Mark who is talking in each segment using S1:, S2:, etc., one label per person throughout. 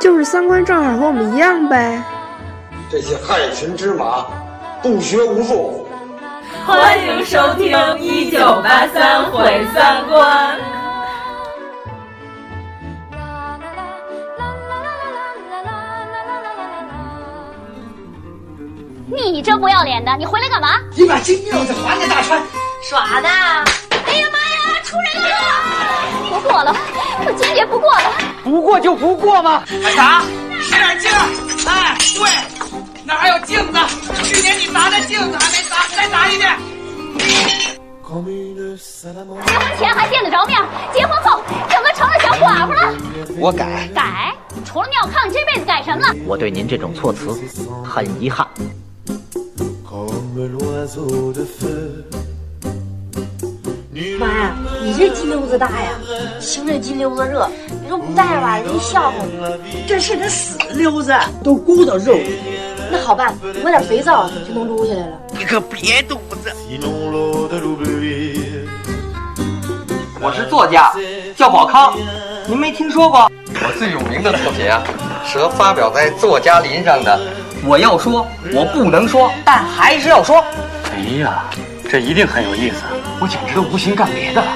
S1: 就是三观正好和我们一样呗。
S2: 这些害群之马，不学无术。
S3: 欢迎收听《一九八三毁三观》。
S4: 你这不要脸的，你回来干嘛？
S5: 你把金钥匙还给大川。
S4: 耍呢！哎呀妈呀，出人命了！不过了，我坚决不过了。
S5: 不过就不过嘛。
S6: 干啥？使点劲儿！哎，对，那还有镜子，去年你砸的镜子还没砸，再砸一遍。
S4: 结婚前还见得着面，结婚后怎么成了小寡妇了？
S5: 我改
S4: 改，除了尿炕，你这辈子改什么了？
S7: 我对您这种措辞很遗憾。
S8: 妈呀，你这鸡溜子大呀，行这鸡溜子热，你说不带吧，人家笑话你。这是个死溜子，
S5: 都咕到肉里。
S8: 那好办，抹点肥皂就能撸下来了。
S6: 你可别犊子！
S9: 我是作家，叫宝康，您没听说过？
S10: 我最有名的作品啊，蛇发表在《作家林》上的。
S9: 我要说，我不能说，但还是要说。
S11: 哎呀，这一定很有意思，啊我简直都无心干别的了。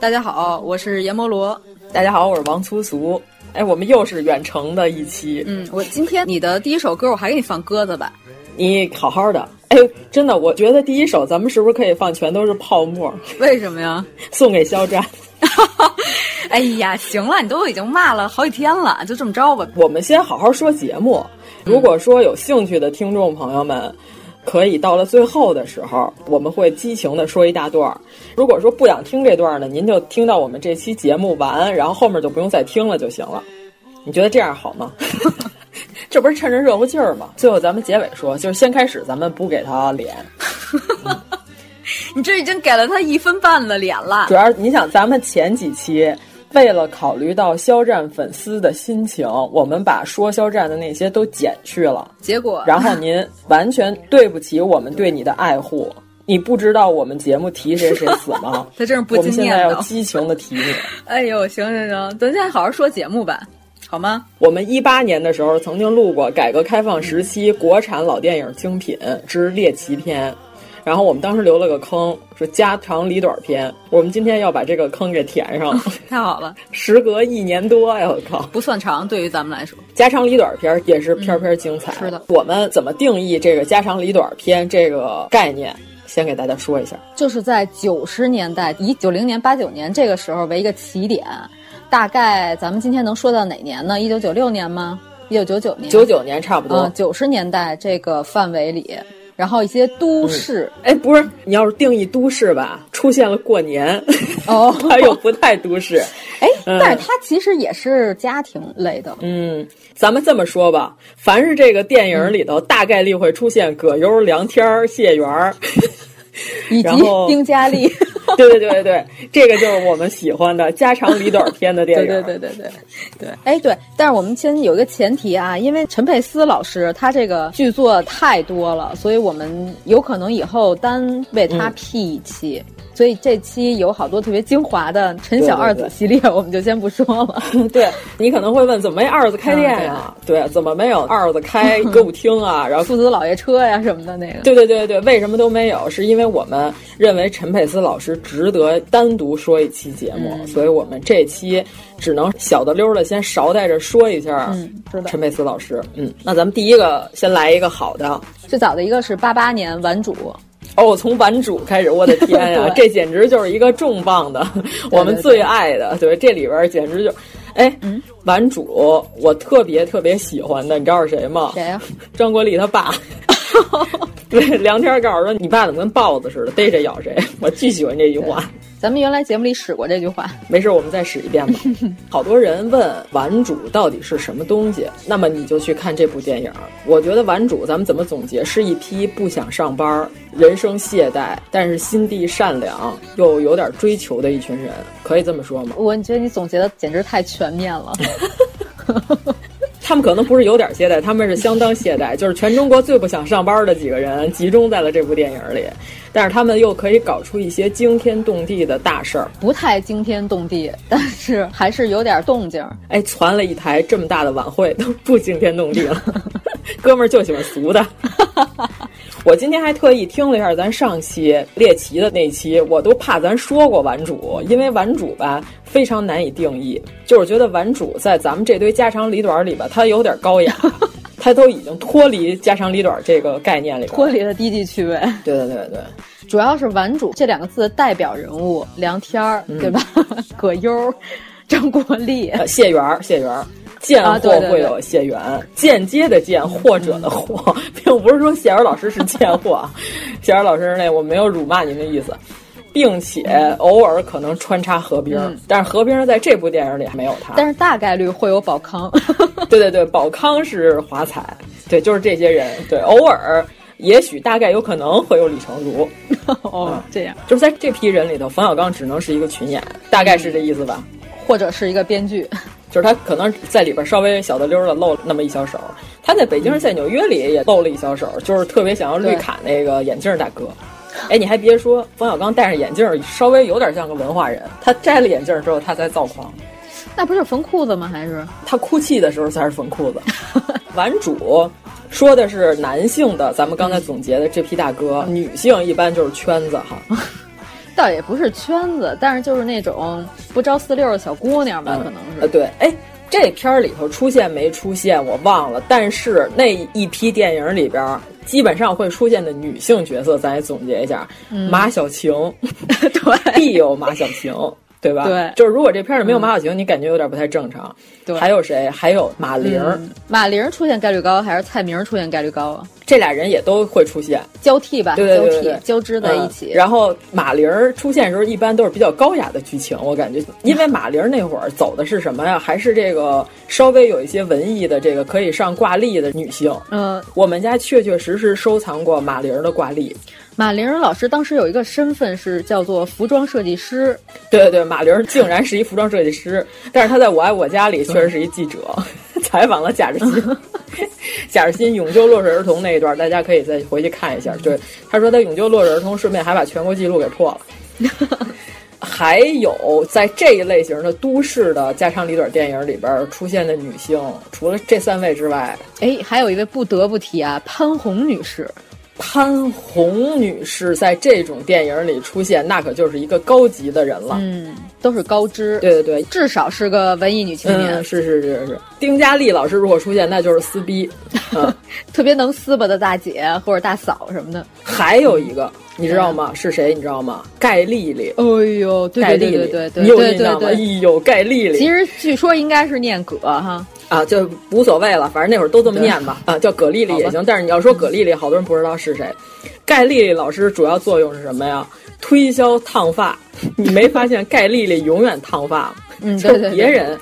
S12: 大家好，我是阎摩罗。
S13: 大家好，我是王粗俗。哎，我们又是远程的一期。
S12: 嗯，我今天你的第一首歌，我还给你放鸽子吧。
S13: 你好好的。哎，真的，我觉得第一首咱们是不是可以放全都是泡沫？
S12: 为什么呀？
S13: 送给肖战。
S12: 哎呀，行了，你都已经骂了好几天了，就这么着吧。
S13: 我们先好好说节目。如果说有兴趣的听众朋友们，可以到了最后的时候，我们会激情的说一大段。如果说不想听这段呢，您就听到我们这期节目完，然后后面就不用再听了就行了。你觉得这样好 吗？这不是趁着热乎劲儿吗？最后咱们结尾说，就是先开始，咱们不给他脸。嗯
S12: 你这已经给了他一分半的脸了。
S13: 主要你想，咱们前几期为了考虑到肖战粉丝的心情，我们把说肖战的那些都剪去了。
S12: 结果，
S13: 然后您完全对不起我们对你的爱护。你不知道我们节目提谁谁死吗？
S12: 他真是不
S13: 我们现在要激情的提你。
S12: 哎呦，行行行，咱先好好说节目吧。好吗？
S13: 我们一八年的时候曾经录过改革开放时期国产老电影精品之《猎奇篇》。然后我们当时留了个坑，是家长里短篇。我们今天要把这个坑给填上，
S12: 太好了！
S13: 时隔一年多，哎我靠，
S12: 不算长，对于咱们来说，
S13: 家长里短篇也是篇篇精彩。
S12: 嗯、是的，
S13: 我们怎么定义这个家长里短篇这个概念？先给大家说一下，
S12: 就是在九十年代，以九零年、八九年这个时候为一个起点，大概咱们今天能说到哪年呢？一九九六年吗？一九九九年？
S13: 九九年差不多。
S12: 九嗯十、嗯、年代这个范围里。然后一些都市，
S13: 哎、嗯，不是，你要是定义都市吧，出现了过年，
S12: 哦，
S13: 还有不太都市，
S12: 哎，嗯、但是它其实也是家庭类的。
S13: 嗯，咱们这么说吧，凡是这个电影里头，大概率会出现葛优、梁天儿、谢元儿，
S12: 以及丁佳丽。
S13: 对对对对，这个就是我们喜欢的家长里短篇的电 影。
S12: 对对对对对对。哎对，但是我们先有一个前提啊，因为陈佩斯老师他这个剧作太多了，所以我们有可能以后单为他辟一期。嗯、所以这期有好多特别精华的陈小二子系列，我们就先不说了。
S13: 对你可能会问，怎么没二子开店呀、啊？嗯、对,对，怎么没有二 子开歌舞厅啊？然后
S12: 父子老爷车呀、啊、什么的那个。
S13: 对对对对，为什么都没有？是因为我们认为陈佩斯老师。值得单独说一期节目，嗯、所以我们这期只能小的溜的先捎带着说一下
S12: 嗯
S13: 陈佩斯老师。嗯,嗯，那咱们第一个先来一个好的，啊
S12: 最早的一个是八八年顽主。
S13: 哦，从顽主开始，我的天 呀、啊，这简直就是一个重磅的，我们最爱的。对,对,对,对，这里边简直就，哎，顽、嗯、主我特别特别喜欢的，你知道是谁吗？
S12: 谁呀、啊？
S13: 张国立他 爸。对，梁天告诉说：“你爸怎么跟豹子似的，逮谁咬谁。”我巨喜欢这句话。
S8: 咱们原来节目里使过这句话，
S9: 没事，我们再使一遍吧。好多人问顽主到底是什么东西，那么你就去看这部电影。我觉得顽主咱们怎么总结，是一批不想上班、人生懈怠，但是心地善良又有点追求的一群人，可以这么说吗？
S8: 我觉得你总结的简直太全面了。
S9: 他们可能不是有点懈怠，他们是相当懈怠，就是全中国最不想上班的几个人集中在了这部电影里，但是他们又可以搞出一些惊天动地的大事儿，
S8: 不太惊天动地，但是还是有点动静。
S9: 哎，传了一台这么大的晚会都不惊天动地了， 哥们儿就喜欢俗的。我今天还特意听了一下咱上期猎奇的那期，我都怕咱说过玩主，因为玩主吧非常难以定义，就是觉得玩主在咱们这堆家长里短里吧，他有点高雅，他都已经脱离家长里短这个概念里，
S8: 脱离了低级趣味。
S9: 对对对对。
S8: 主要是“玩主”这两个字的代表人物，梁天儿，对吧？ 葛、嗯、优、张国立、啊
S9: 呃、谢元、谢元。贱货会有谢元，啊、对对对间接的贱，或者的或，
S8: 嗯
S9: 并不是说谢元老师是贱货，啊谢元老师那我没有辱骂您的意思，并且偶尔可能穿插何冰，嗯、但是何冰在这部电影里没有他，
S8: 但是大概率会有宝康，
S9: 对对对，宝康是华彩，对，就是这些人，对，偶尔。也许大概有可能会有李成儒，
S8: 哦，嗯、这样
S9: 就是在这批人里头，冯小刚只能是一个群演，大概是这意思吧，
S8: 或者是一个编剧，
S9: 就是他可能在里边稍微小的溜的露那么一小手。他在北京、在纽约里也露了一小手，就是特别想要绿卡那个眼镜大哥。哎，你还别说，冯小刚戴上眼镜，稍微有点像个文化人。他摘了眼镜之后，他才躁狂。
S8: 那不是缝裤子吗？还是
S9: 他哭泣的时候才是缝裤子。玩主说的是男性的，咱们刚才总结的这批大哥，嗯、女性一般就是圈子哈，
S8: 倒也不是圈子，但是就是那种不着四六的小姑娘吧，嗯、可能是。
S9: 呃，对，哎，这片儿里头出现没出现我忘了，但是那一批电影里边。基本上会出现的女性角色，咱也总结一下：嗯、马小晴，
S8: 对，
S9: 必有马小晴。对吧？
S8: 对，
S9: 就是如果这片儿里没有马小晴，嗯、你感觉有点不太正常。
S8: 对，
S9: 还有谁？还有马玲、嗯，
S8: 马玲出现概率高还是蔡明出现概率高啊？
S9: 这俩人也都会出现
S8: 交替吧，
S9: 对对对
S8: 交替交织在一起。
S9: 嗯、然后马玲出现的时候，一般都是比较高雅的剧情，我感觉，因为马玲那会儿走的是什么呀？还是这个稍微有一些文艺的，这个可以上挂历的女性。
S8: 嗯，
S9: 我们家确确实实收藏过马玲的挂历。
S8: 马玲老师当时有一个身份是叫做服装设计师，
S9: 对对对，马玲竟然是一服装设计师，但是她在我爱我家里确实是一记者， 采访了贾志新，贾志新永救落水儿童那一段，大家可以再回去看一下。对，他说他永救落水儿童，顺便还把全国纪录给破了。还有在这一类型的都市的家长里短电影里边出现的女性，除了这三位之外，
S8: 哎，还有一位不得不提啊，潘虹女士。
S9: 潘虹女士在这种电影里出现，那可就是一个高级的人了。
S8: 嗯，都是高知。
S9: 对对对，
S8: 至少是个文艺女青年。
S9: 嗯、是是是是。丁嘉丽老师如果出现，那就是撕 逼，嗯、
S8: 特别能撕巴的大姐或者大嫂什么的。嗯啊
S9: 还有一个。你知道吗？是谁？你知道吗？盖丽丽。
S8: 哎呦，对对对对对，
S9: 你有印象吗？哎呦，盖丽丽。
S8: 其实据说应该是念葛哈
S9: 啊，就无所谓了，反正那会儿都这么念吧啊，叫葛丽丽也行。但是你要说葛丽丽，好多人不知道是谁。盖丽丽老师主要作用是什么呀？推销烫发。你没发现盖丽丽永远烫发吗？
S8: 嗯，
S9: 就别人。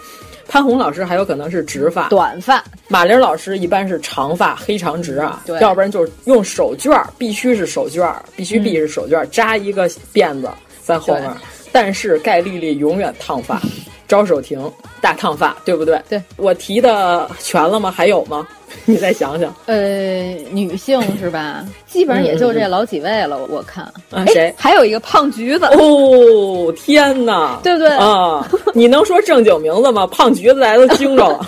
S9: 潘虹老师还有可能是直发、
S8: 短发，
S9: 马玲老师一般是长发、黑长直啊，
S8: 对，
S9: 要不然就是用手绢，必须是手绢，必须必是手绢，嗯、扎一个辫子在后面。但是盖丽丽永远烫发，招手停大烫发，对不对？
S8: 对，
S9: 我提的全了吗？还有吗？ 你再想想。
S8: 呃，女性是 吧？基本上也就这老几位了，嗯、我看。
S9: 啊，谁？
S8: 还有一个胖橘子。
S9: 哦，天哪！
S8: 对不对？
S9: 啊，你能说正经名 字吗？胖橘子来都惊着了。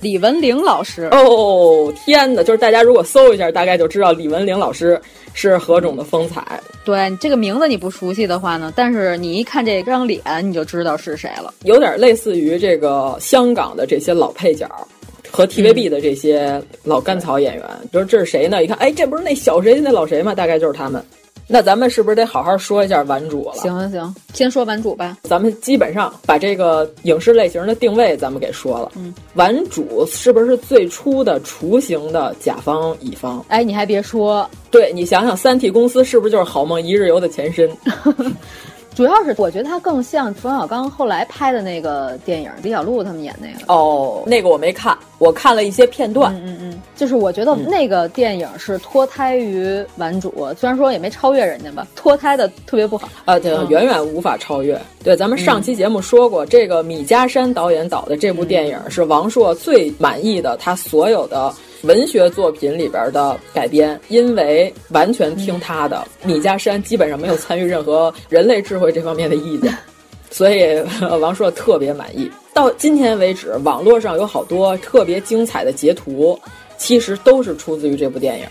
S8: 李文玲老师。
S9: 哦，天哪！就是大家如果搜一下，大概就知道李文玲老师。是何种的风采？
S8: 对这个名字你不熟悉的话呢，但是你一看这张脸，你就知道是谁了。
S9: 有点类似于这个香港的这些老配角，和
S8: 嗯
S9: TVB 的这些老甘草演员。你说、嗯、这是谁呢？一看，哎，这不是那小谁那老谁吗？大概就是他们。那咱们是不是得好好说一下顽主了？
S8: 行行，先说顽主吧。
S9: 咱们基本上把这个影视类型的定位咱们给说了。
S8: 嗯，
S9: 顽主是不是最初的雏形的甲方乙方？
S8: 哎，你还别说，
S9: 对你想想，三 T 公司是不是就是好梦一日游的前身？
S8: 主要是我觉得他更像冯小刚后来拍的那个电影，李小璐他们演那个。
S9: 哦，那个我没看，我看了一些片段。
S8: 嗯嗯，就是我觉得那个电影是脱胎于《顽主》嗯，虽然说也没超越人家吧，脱胎的特别不好
S9: 啊，对，远远无法超越。对，咱们上期节目说过，嗯、这个米家山导演导的这部电影是王朔最满意的，他所有的。文学作品里边的改编，因为完全听他的，米家山基本上没有参与任何人类智慧这方面的意见，所以呃王朔特别满意。到今天为止，网络上有好多特别精彩的截图。其实都是出自于这部电影。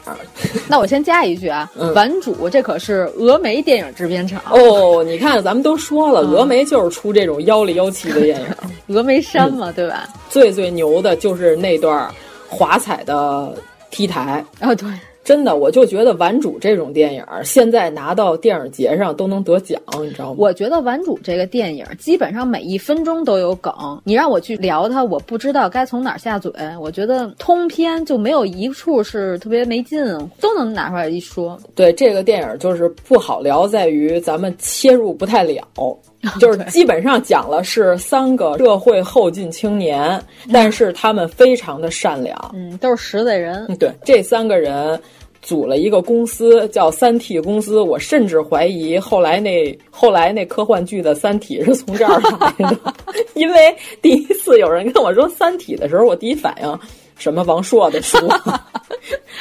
S8: 那我先加一句啊，嗯《顽主》这可是峨眉电影制片厂
S9: 哦。你看，咱们都说了，峨眉就是出这种妖里妖气的电
S8: 嗯 影，峨眉山嘛，嗯、对吧？
S9: 最最牛的就是那段。华彩的 T 台
S8: 啊，对，
S9: 真的，我就觉得《顽主》这种电影，现在拿到电影节上都能得奖，你知道吗？
S8: 我觉得《顽主》这个电影，基本上每一分钟都有梗，你让我去聊它，我不知道该从哪儿下嘴。我觉得通篇就没有一处是特别没劲，都能拿出来一说。
S9: 对，这个电影就是不好聊，在于咱们切入不 太了。
S8: 哦
S9: 就是基本上讲了是三个社会后进青年，但是他们非常的善良，
S8: 嗯，都是实在人。
S9: 对，这三个人组了一个公司，叫三 T 公司。我甚至怀疑后来那后来那科幻剧的《三体》是从这儿来的，因为第一次有人跟我说《三体》的时候，我第一反应。啊什么王朔的书？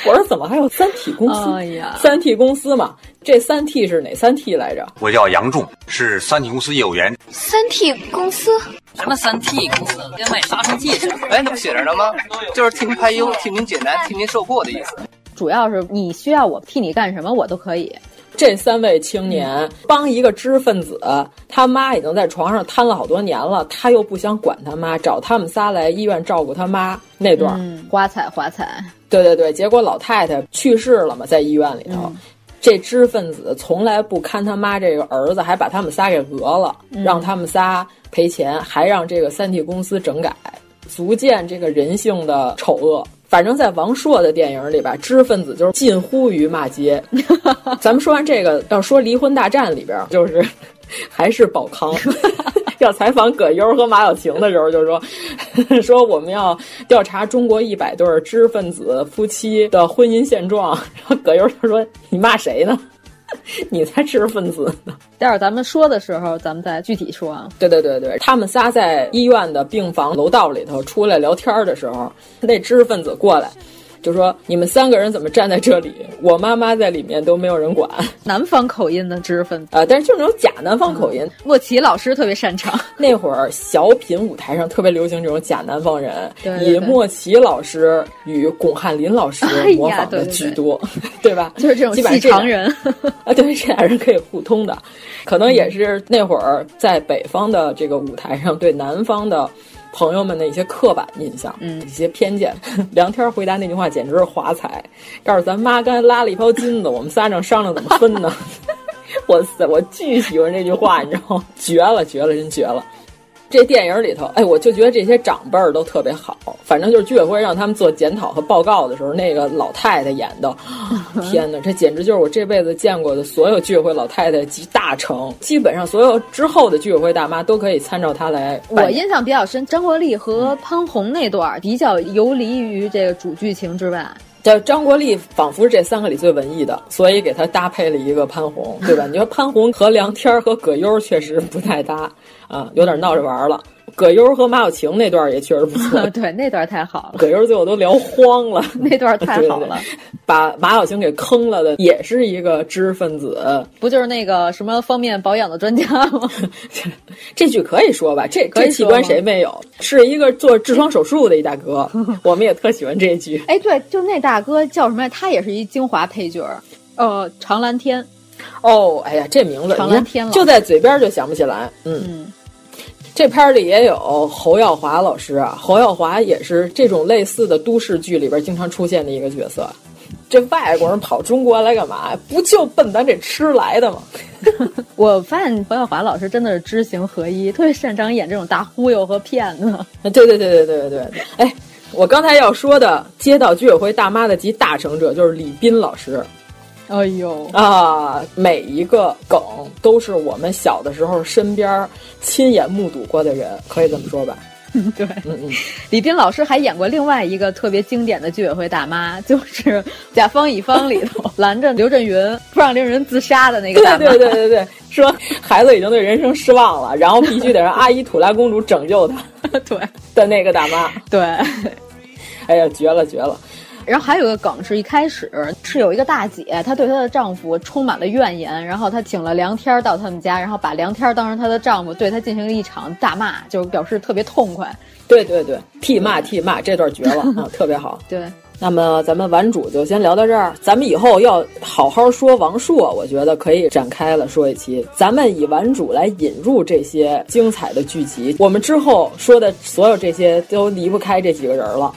S9: 我说怎么还有三体公司？三 T 公司嘛，这三 T 是哪三 T 来着？
S14: 我叫杨仲，是三体公司业务员。
S15: 三 T 公司？
S16: 什么三 T 公司？先卖杀虫剂去。
S13: 哎，那不写着呢吗？就是替您排忧，替您解难，替您受过的意思。
S8: 主要是你需要我替你干什么，我都可以。
S9: 这三位
S8: 嗯
S9: 青年帮一个知识分子，他妈已经在床上瘫了好多年了，他又不想管他妈，找他们仨来医院照顾他妈那段。
S8: 嗯，花彩花彩，
S9: 对对对，结果老太太去世了嘛，在医院里头，嗯、这知识分子从来不看他妈这个儿子，还把他们仨给讹了，嗯、让他们仨赔钱，还让这个三 T 公司整改，足见这个人性的丑恶。反正，在王朔的电影里吧，知识分子就是近乎于骂街。咱们说完这个，要说《离婚大战》里边，就是 还是宝康要采访葛优和马小晴的时候，就说说我们要调查中国一百对知识分子夫妻的婚姻现状。然后葛优就说：“你骂谁呢？ 你才知识分子呢！”
S8: 待会儿咱们说的时候，咱们再具体说啊。
S9: 对对对对，他们仨在医院的病房楼道里头出来聊天的时候，那知识分子过来就说：“你们三个人怎么站在这里？我妈妈在里面都没有人管。”
S8: 南方口音的知识分子
S9: 啊、呃，但是就是那种假南方口音。嗯、
S8: 莫奇老师特别擅长。
S9: 那会儿小品舞台上特别流行这种假南方人，
S8: 对对对
S9: 以莫奇老师与巩汉林老师模仿的居多，
S8: 哎、
S9: 对吧？
S8: 就是这种细长人
S9: 啊，对，这俩人可以互通的。可能也是那会儿在北方的这个舞台上，对南方的朋友们的一些刻板印象，
S8: 嗯，
S9: 一些偏见。 梁天回答那句话简直是华彩，告诉咱妈刚拉了一泡金子，我们仨正商量怎么分呢。哇塞，我巨喜欢这句话，你知道吗？绝了，绝了，真绝了！这电影里头，哎，我就觉得这些长辈儿都特别好。反正就是居委会让他们做检讨和报告的时候，那个老太太演的，天哪，这简直就是我这辈子见过的所有居委会老太太集大成。基本上所有之后的居委会大妈都可以参照她来。
S8: 我印象比较深，张国立和潘虹那段比较游离于这个主剧情之 外。
S9: 叫张国立仿佛是这三个里最文艺的，所以给他搭配了一个潘虹，对吧？你说潘虹和梁天和葛优确实不太搭啊，有点闹着玩了。葛优和马小晴那段也确实不错，
S8: 啊、对，那段太好了。
S9: 葛优最后都聊慌了，
S8: 那段太好了，
S9: 对对把马小晴给坑了的也是一个知识分子，
S8: 不就是那个什么方面保养的专家吗？
S9: 这句可以说吧，这这器官谁没有？是一个做痔疮手术的一大 哥，我们也特喜欢这一句。
S8: 哎，对，就那大哥叫什么呀？他也是一精华配角，呃，常蓝天。
S9: 哦，哎呀，这名字
S8: 常蓝天了，
S9: 就在嘴边就想不起来，嗯。
S8: 嗯
S9: 这片儿里也有侯耀华老师啊，侯耀华也是这种类似的都市剧里边经常出现的一个角色。这外国人跑中国来干嘛？不就奔咱这吃来的吗？
S8: 我发现侯耀华老师真的是知行合一，特别擅长演这种大忽悠和骗子。
S9: 啊对对对对对对对，哎，我刚才要说的街道居委会大妈的集大成者就是李斌老师。
S8: 哎呦
S9: 啊，每一个梗都是我们小的时候身边亲眼目睹过的人，可以这么说吧？
S8: 对，嗯嗯。李斌老师还演过另外一个特别经典的居委会大妈， 就是《甲方乙方》里头拦着刘震云不让刘震云自杀的那个大妈。
S9: 对对对对对，说孩子已经对人生失望了，然后必须得让阿依土拉公主拯救他。
S8: 对
S9: 的那个大妈。
S8: 对，
S9: 哎呀，绝了绝了。
S8: 然后还有一个梗是一开始是有一个大姐，她对她的丈夫充满了怨言，然后她请了梁天儿到他们家，然后把梁天儿当成她的丈夫，对她进行了一场大骂，就是表示特别痛快。
S9: 对对对，替骂替骂，这段 绝了啊，特别好。
S8: 对，
S9: 那么咱们玩主就先聊到这儿，咱们以后要好好说王朔，我觉得可以展开了说一期，咱们以玩主来引入这些精彩的剧集，我们之后说的所有这些都离不开这几个人了。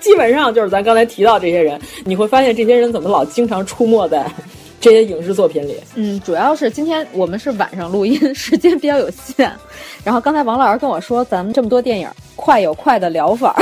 S9: 基本上就是咱刚才提到这些人，你会发现这些人怎么老经常出没在 这些影视作品里。
S8: 嗯，主要是今天我们是晚上录音，时间比较有限。然后刚才王老师跟我说，咱们这么多电影，快有快的聊法。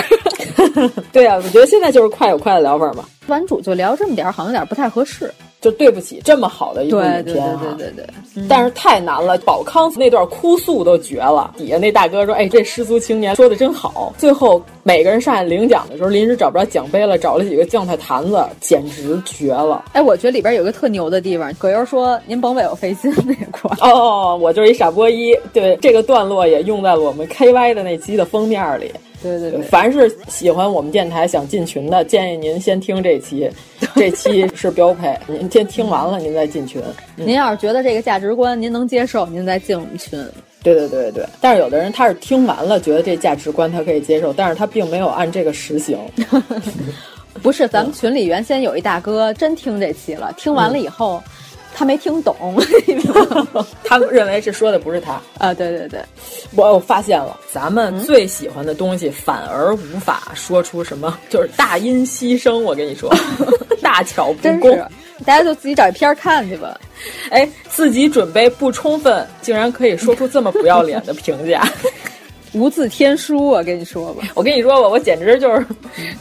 S9: 对啊，我觉得现在就是快有快的聊法嘛。
S8: 玩主就聊这么点儿，好像有点不太合适。
S9: 就对不起，这么好的一部影
S8: 片、啊，对对对对对对、嗯。
S9: 但是太难了，宝康那段哭诉都绝了。底下那大哥说：“哎，这失足青年说的真好。”最后每个人上来领奖的时候，临时找不着奖杯了，找了几个酱菜坛子，简直绝了。
S8: 哎，我觉得里边有个特牛的地方，葛优说：“您甭为我费心那块。”
S9: 哦，我就是一傻波一。对，这个段落也用在了我们 KY 的那期的封面里。呃
S8: 对对对，
S9: 凡是喜欢我们电台想进群的，建议您先听这期，这期是标配。您先听完了，您再进群。
S8: 您要是觉得这个价值观您能接受，您再进我们群。
S9: 对对对对，但是有的人他是听完了，觉得这价值观他可以接受，但是他并没有按这个实行。
S8: 不是，咱们群里原先有一大哥真听这期了，听完了以后。嗯他没听懂，
S9: 他认为是说的不是他
S8: 啊！对对对，
S9: 我我发现了，咱们最喜欢的东西反而无法说出 什么，就是大音希声。我跟你说，大巧不工，
S8: 大家就自己找一篇看去吧。
S9: 哎，自己准备不充分，竟然可以说出这么不要脸的评价。
S8: 无字天书，我跟你说吧，
S9: 我跟你说吧，我简直就是，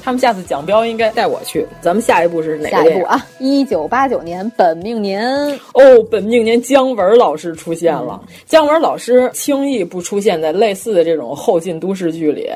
S9: 他们下次奖标应该带我去。咱们下一步是
S8: 个？
S9: 哪
S8: 下一步啊，一九八九年本命年
S9: 哦，本命年姜文老师出现了、嗯。姜文老师轻易不出现在类似的这种后进都市剧 里，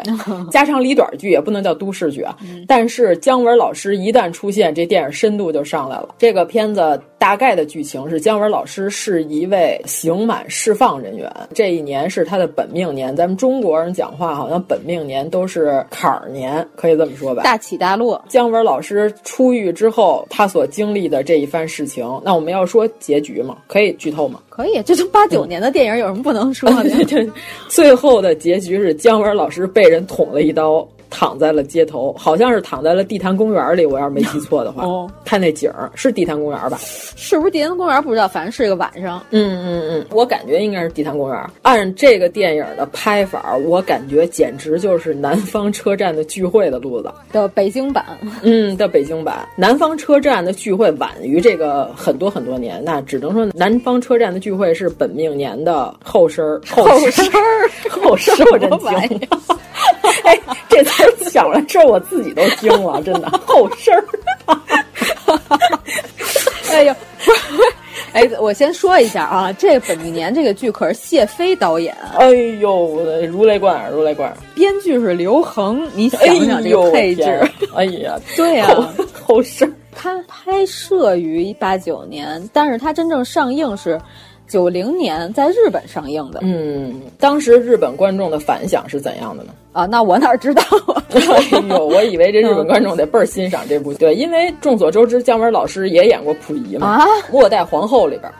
S9: 家长里短剧也不能叫都市剧啊、嗯。但是姜文老师一旦出现，这电影深度就上来了。这个片子大概的剧情是，姜文老师是一位刑满释放人员，这一年是他的本命年。咱们中国。国人讲话好像本命年都是坎儿年，可以这么说吧，
S8: 大起大落。
S9: 姜文老师出狱之后，他所经历的这一番事情，那我们要说结局吗？可以剧透吗？
S8: 可以，这都八九年的电影，有什么不能说 的？
S9: 嗯、最后的结局是姜文老师被人捅了一刀。躺在了街头，好像是躺在了地坛公园里。我要是没 记错的话，
S8: 哦，
S9: 看那景儿是地坛公园吧？
S8: 是不是地坛公园？不知道，反正是一个晚上。
S9: 嗯嗯嗯，我感觉应该是地坛公园。按这个电影的拍法，我感觉简直就是南方车站的聚会的路子
S8: 的北京版。
S9: 嗯，的北京版。南方车站的聚会晚于这个很多很多年，那只能说南方车站的聚会是本命年的后身儿。
S8: 后身儿，
S9: 后身儿，我真惊。 哎，这词想了之后，我自己都惊了，真的后身儿。
S8: 哎呦，哎，我先说一下啊，这个本命年这个剧可是谢飞导演，
S9: 哎呦，我的如雷贯耳，如雷贯耳。
S8: 编剧是刘恒，你想想这个配置，
S9: 哎呀，
S8: 对呀、啊，
S9: 后身。
S8: 他拍摄于八九年，但是他真正上映是。九零年在日本上映的，
S9: 嗯，当时日本观众的反响是怎样的呢？
S8: 啊，那我哪知道啊！
S9: 哎呦，我以为这日本
S8: 嗯
S9: 观众得倍儿欣赏这部剧，对，因为众所周知，姜文老师也演过溥仪嘛，
S8: 啊，
S9: 《末代皇后》里边。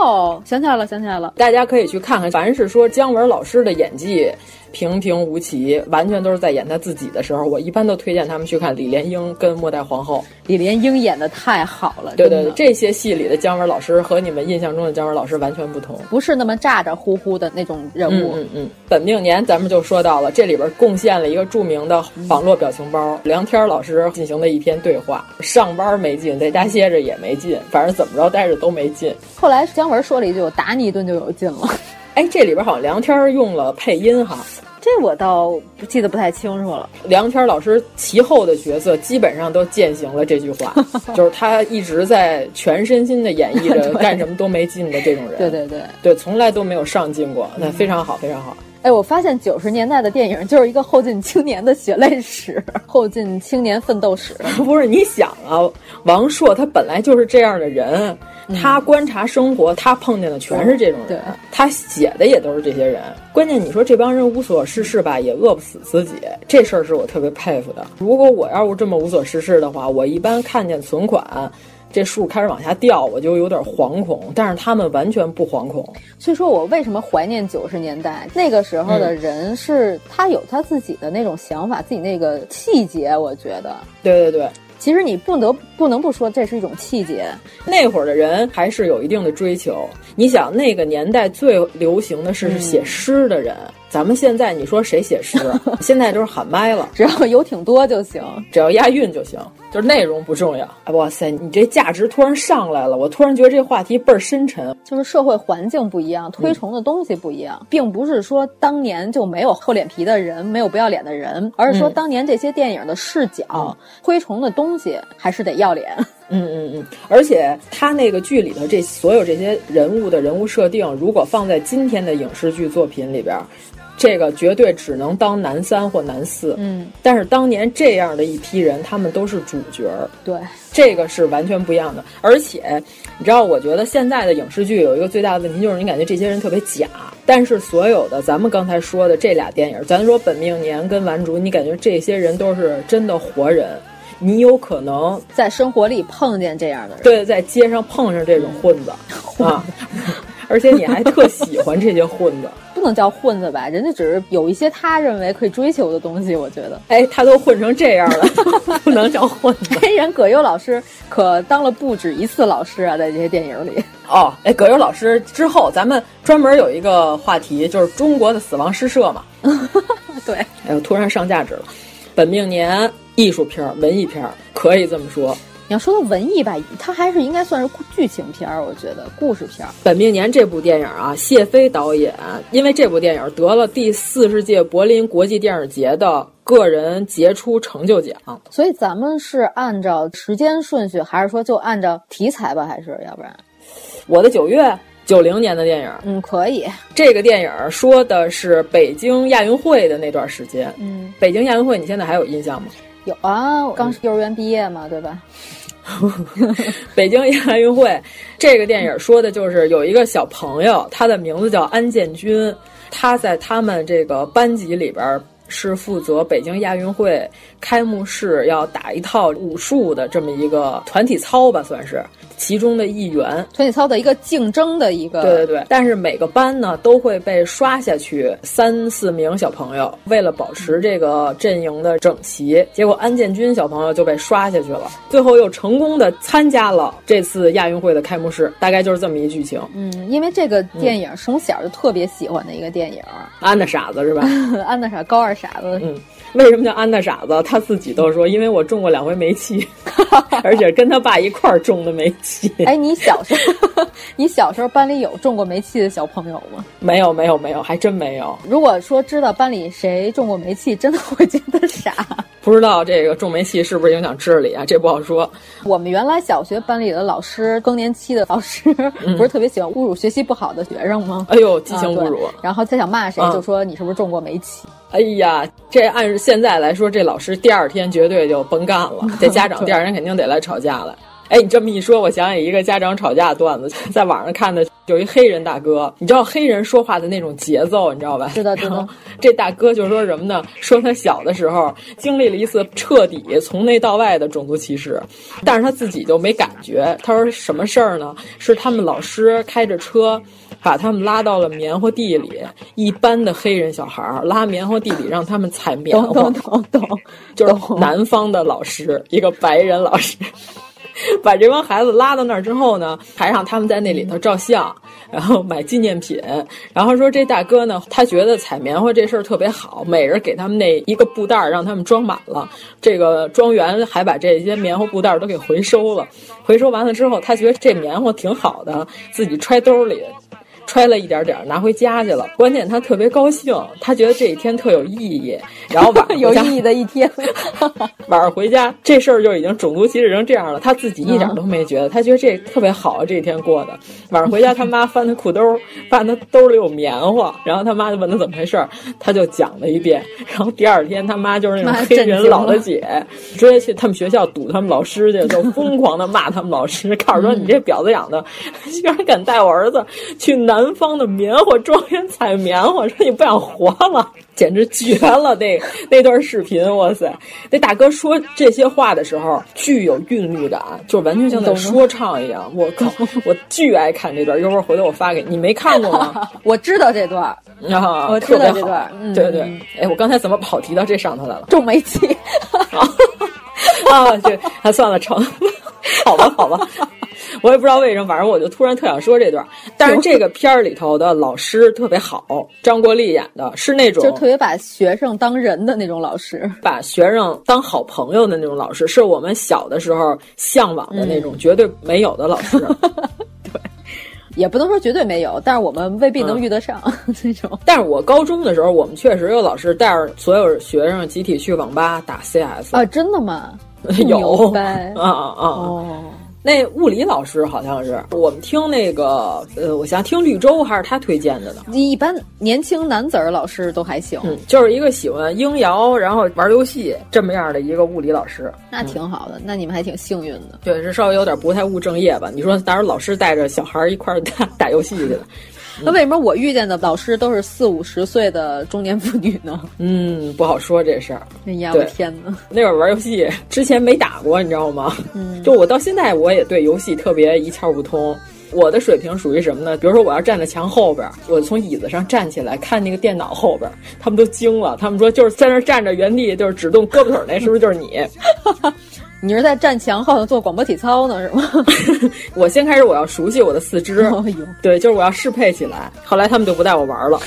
S8: 哦，想起来了，想起来了，
S9: 大家可以去看看。凡是说姜文老师的演技平平无奇，完全都是在演他自己的时候，我一般都推荐他们去看李莲英跟《末代皇后》。
S8: 李莲英演的太好了，
S9: 对对对，这些戏里的姜文老师和你们印象中的姜文老师完全不同，
S8: 不是那么咋咋呼呼的那种人
S9: 物。嗯、嗯、嗯。本命年咱们就说到了，这里边贡献了一个著名的网络表情包，梁天老师进行的一篇对话。上班没劲，在家歇着也没劲，反正怎么着待着都没劲。
S8: 后来姜文说了一句：“我打你一顿就有劲了。”
S9: 哎，这里边好像梁天用了配音哈，
S8: 这我倒不记得不太清楚了。
S9: 梁天老师其后的角色基本上都践行了这句 话，就是他一直在全身心的演 绎着干什么都没劲的这种人。
S8: 对对对
S9: 对，从来都没有上进过，那非常好，非常好。
S8: 嗯哎，我发现九十年代的电影就是一个后进青年的血泪 史，后进青年奋斗史。
S9: 不是你想啊，王朔他本来就是这样的人，嗯、他观察生活，他碰见的全是这种人，
S8: 嗯、
S9: 他写的也都是这些人。关键你说这帮人无所事事吧，也饿不死自己，这事儿是我特别佩服的。如果我要是这么无所事事的话，我一般看见存款。这数开始往下掉，我就有点惶恐，但是他们完全不惶恐。
S8: 所以说我为什么怀念九十年代那个时候的人是，是、嗯、他有他自己的那种想法，自己那个气节。我觉得，
S9: 对对对，
S8: 其实你不得不能不说，这是一种气节。
S9: 那会儿的人还是有一定的追求。你想，那个年代最流行的是写诗的人。嗯咱们现在你说谁写诗？现在就是喊麦了，
S8: 只要有挺多就行，
S9: 只要押韵就行，就是内容不重要。哎，哇塞，你这价值突然上来了，我突然觉得这话题倍儿深沉。
S8: 就是社会环境不一样，推崇的东西不一样，嗯、并不是说当年就没有厚脸皮的人，没有不要脸的人，而是说当年这些电影的视角、嗯、推崇的东西还是得要脸。
S9: 嗯嗯嗯，而且他那个剧里头这所有这些人物的人物设定，如果放在今天的影视剧作品里边。这个绝对只能当男三或男四，
S8: 嗯，
S9: 但是当年这样的一批人，他们都是主角儿，
S8: 对，
S9: 这个是完全不一样的。而且，你知道，我觉得现在的影视剧有一个最大的问题，就是你感觉这些人特别假。但是所有的咱们刚才说的这俩电影，咱说《本命年》跟《顽竹》，你感觉这些人都是真的活人。你有可能
S8: 在生活里碰见这样的人，
S9: 对，在街上碰上这种混子、嗯、啊，而且你还特喜欢这些混子，
S8: 不能叫混子吧？人家只是有一些他认为可以追求的东西，我觉得，
S9: 哎，他都混成这样了， 不能叫混子。
S8: 哎，人葛优老师可当了不止一次老师啊，在这些电影里。
S9: 哦，哎，葛优老师之后，咱们专门有一个话题，就是中国的死亡诗社嘛。
S8: 对，
S9: 哎呦，突然上价值了，本命年。艺术片儿、文艺片儿，可以这么说。
S8: 你要说到文艺吧，它还是应该算是剧情片儿，我觉得故事片儿。《
S9: 本命年》这部电影啊，谢飞导演，因为这部电影得了第四十届柏林国际电影节的个人杰出成就奖。
S8: 所以咱们是按照时间顺序，还是说就按照题材吧？还是要不然，
S9: 我的九月。九零年的电影，
S8: 嗯，可以。
S9: 这个电影说的是北京亚运会的那段时间，
S8: 嗯，
S9: 北京亚运会，你现在还有印象吗？
S8: 有啊，我刚幼儿园毕业嘛，对吧？
S9: 北京亚运会这个电影说的就是有一个小朋友，他的名字叫安建军，他在他们这个班级里边。是负责北京亚运会开幕式要打一套武术的这么一个团体操吧，算是其中的一员。
S8: 团体操的一个竞争的一个，
S9: 对对对。呃但是每个班呢都会被刷下去三四名小朋友，为了保持这个阵营的整齐，结果安建军小朋友就被刷下去了。最后又成功的参加了这次亚运会的开幕式，大概就是这么一剧情。
S8: 嗯，因为这个电影从小就特别喜欢的一个电影，嗯、
S9: 安的傻子是吧？
S8: 安的傻高二。傻子，
S9: 嗯，为什么叫安大傻子？他自己都说，因为我中过两回煤 气，而且跟他爸一块儿中的煤气。
S8: 哎，你小时 候，你小时候班里有中过煤气的小朋友吗？
S9: 没有，没有，没有，还真没有。
S8: 如果说知道班里谁中过煤气，真的会觉得 傻。
S9: 不知道这个中煤气是不是影响智力啊？这不好说。
S8: 我们原来小学班里的老师，更年期的老师，不是特别喜欢侮辱学习不好的学生吗？
S9: 哎呦，激情侮辱、啊！
S8: 然后他想骂谁，就说你是不是中过煤气？
S9: 哎呀，这按现在来说，这老师第二天绝对就甭 干了，这家长第二天肯定得来吵架了。哎，你这么一说，我想起一个家长吵架的段子，在网上看的，有一黑人大哥，你知道黑人说话的那种节奏，你知道吧？
S8: 知道知道。
S9: 这大哥就说什么呢？说他小的时候经历了一次彻底从内到外的种族歧视，但是他自己就没感觉。他说什么事儿呢？是他们老师开着车。把他们拉到了棉花地里，一般的黑人小孩儿拉棉花地里让他们采棉花，
S8: 懂懂懂懂，
S9: 就是南方的老师，一个白人老师， 把这帮孩子拉到那儿之后呢，还让他们在那里头照相，然后买纪念品，然后说这大哥呢，他觉得采棉花这事儿特别好，每人给他们那一个布袋儿，让他们装满了，这个庄园还把这些棉花布袋儿都给回收了，回收完了之后，他觉得这棉花挺好的，自己揣兜里。揣了一点点拿回家去了。关键他特别高兴，他觉得这一天特有意义。然后晚上
S8: 有意义的一天，
S9: 晚上回家这事儿就已经种族歧视成这样了，他自己一点都没觉得，他觉得这特别好，这一天过的。晚上回家，他妈翻他裤兜，发现他兜里有棉花，然后他妈就问他怎么回事儿，他就讲了一遍。然后第二天，他妈就是那种黑人老的姐，直接去他们学校堵他们老师去，就疯狂的骂他们老师，告诉说
S8: 嗯
S9: 你这婊子养的，居然敢带我儿子去南方的棉花庄园采棉花，说你不想活了，简直绝了！那那段视频，哇塞，那大哥说这些话的时候具有韵律感，就完全像在说唱一 样。我靠，我巨爱看这段，一会儿回头我发给你，你没看 过吗？
S8: 我知道这段，
S9: 啊，
S8: 我知道这段，嗯、
S9: 对对。哎，我刚才怎么跑题到这上头来了？
S8: 重煤气。
S9: 啊，对，还算了，成，好吧，好吧，我也不知道为什么，反正我就突然特想说这段。但是这个片儿里头的老师特别好，张国立演的是那种
S8: 就特别把学生当人的那种老师，
S9: 把学生当好朋友的那种老师，是我们小的时候向往的那种、嗯、绝对没有的老 师。
S8: 对。也不能说绝对没有，但是我们未必能遇得 上那种、嗯。
S9: 但是我高中的时候，我们确实有老师带着所有学生集体去网吧打 CS
S8: 啊，真的吗？
S9: 有
S8: 啊
S9: 啊啊！
S8: 哦，
S9: 那物理老师好像是我们听那个呃，我想听绿洲还是他推荐的呢。
S8: 一般年轻男子儿老师都还 行，
S9: 嗯，就是一个喜欢应摇，然后玩游戏这么样的一个物理老师，
S8: 那挺好的，嗯、那你们还挺幸运的。
S9: 对，是稍微有点不太务正业吧？你说，当时老师带着小孩一块儿打 打游戏去了。
S8: 那为什么我遇见的老师都是四五十岁的中年妇女呢？
S9: 嗯，不好说这事儿。
S8: 哎呀，我天哪！
S9: 那会儿玩游戏 之前没打过，你知道吗？
S8: 嗯，
S9: 就我到现在我也对游戏特别一窍不通。我的水平属于什么呢？比如说，我要站在墙后边，我从椅子上站起来看那个电脑后边，他们都惊了。他们说，就是在那站着原地，就是只动胳膊腿那，是不是就是你？
S8: 你是在站墙后头做广播体操呢，是吗？
S9: 我先开始我要熟悉我的四肢，
S8: 哦、
S9: 对，就是我要适配起来。后来他们就不带我玩了，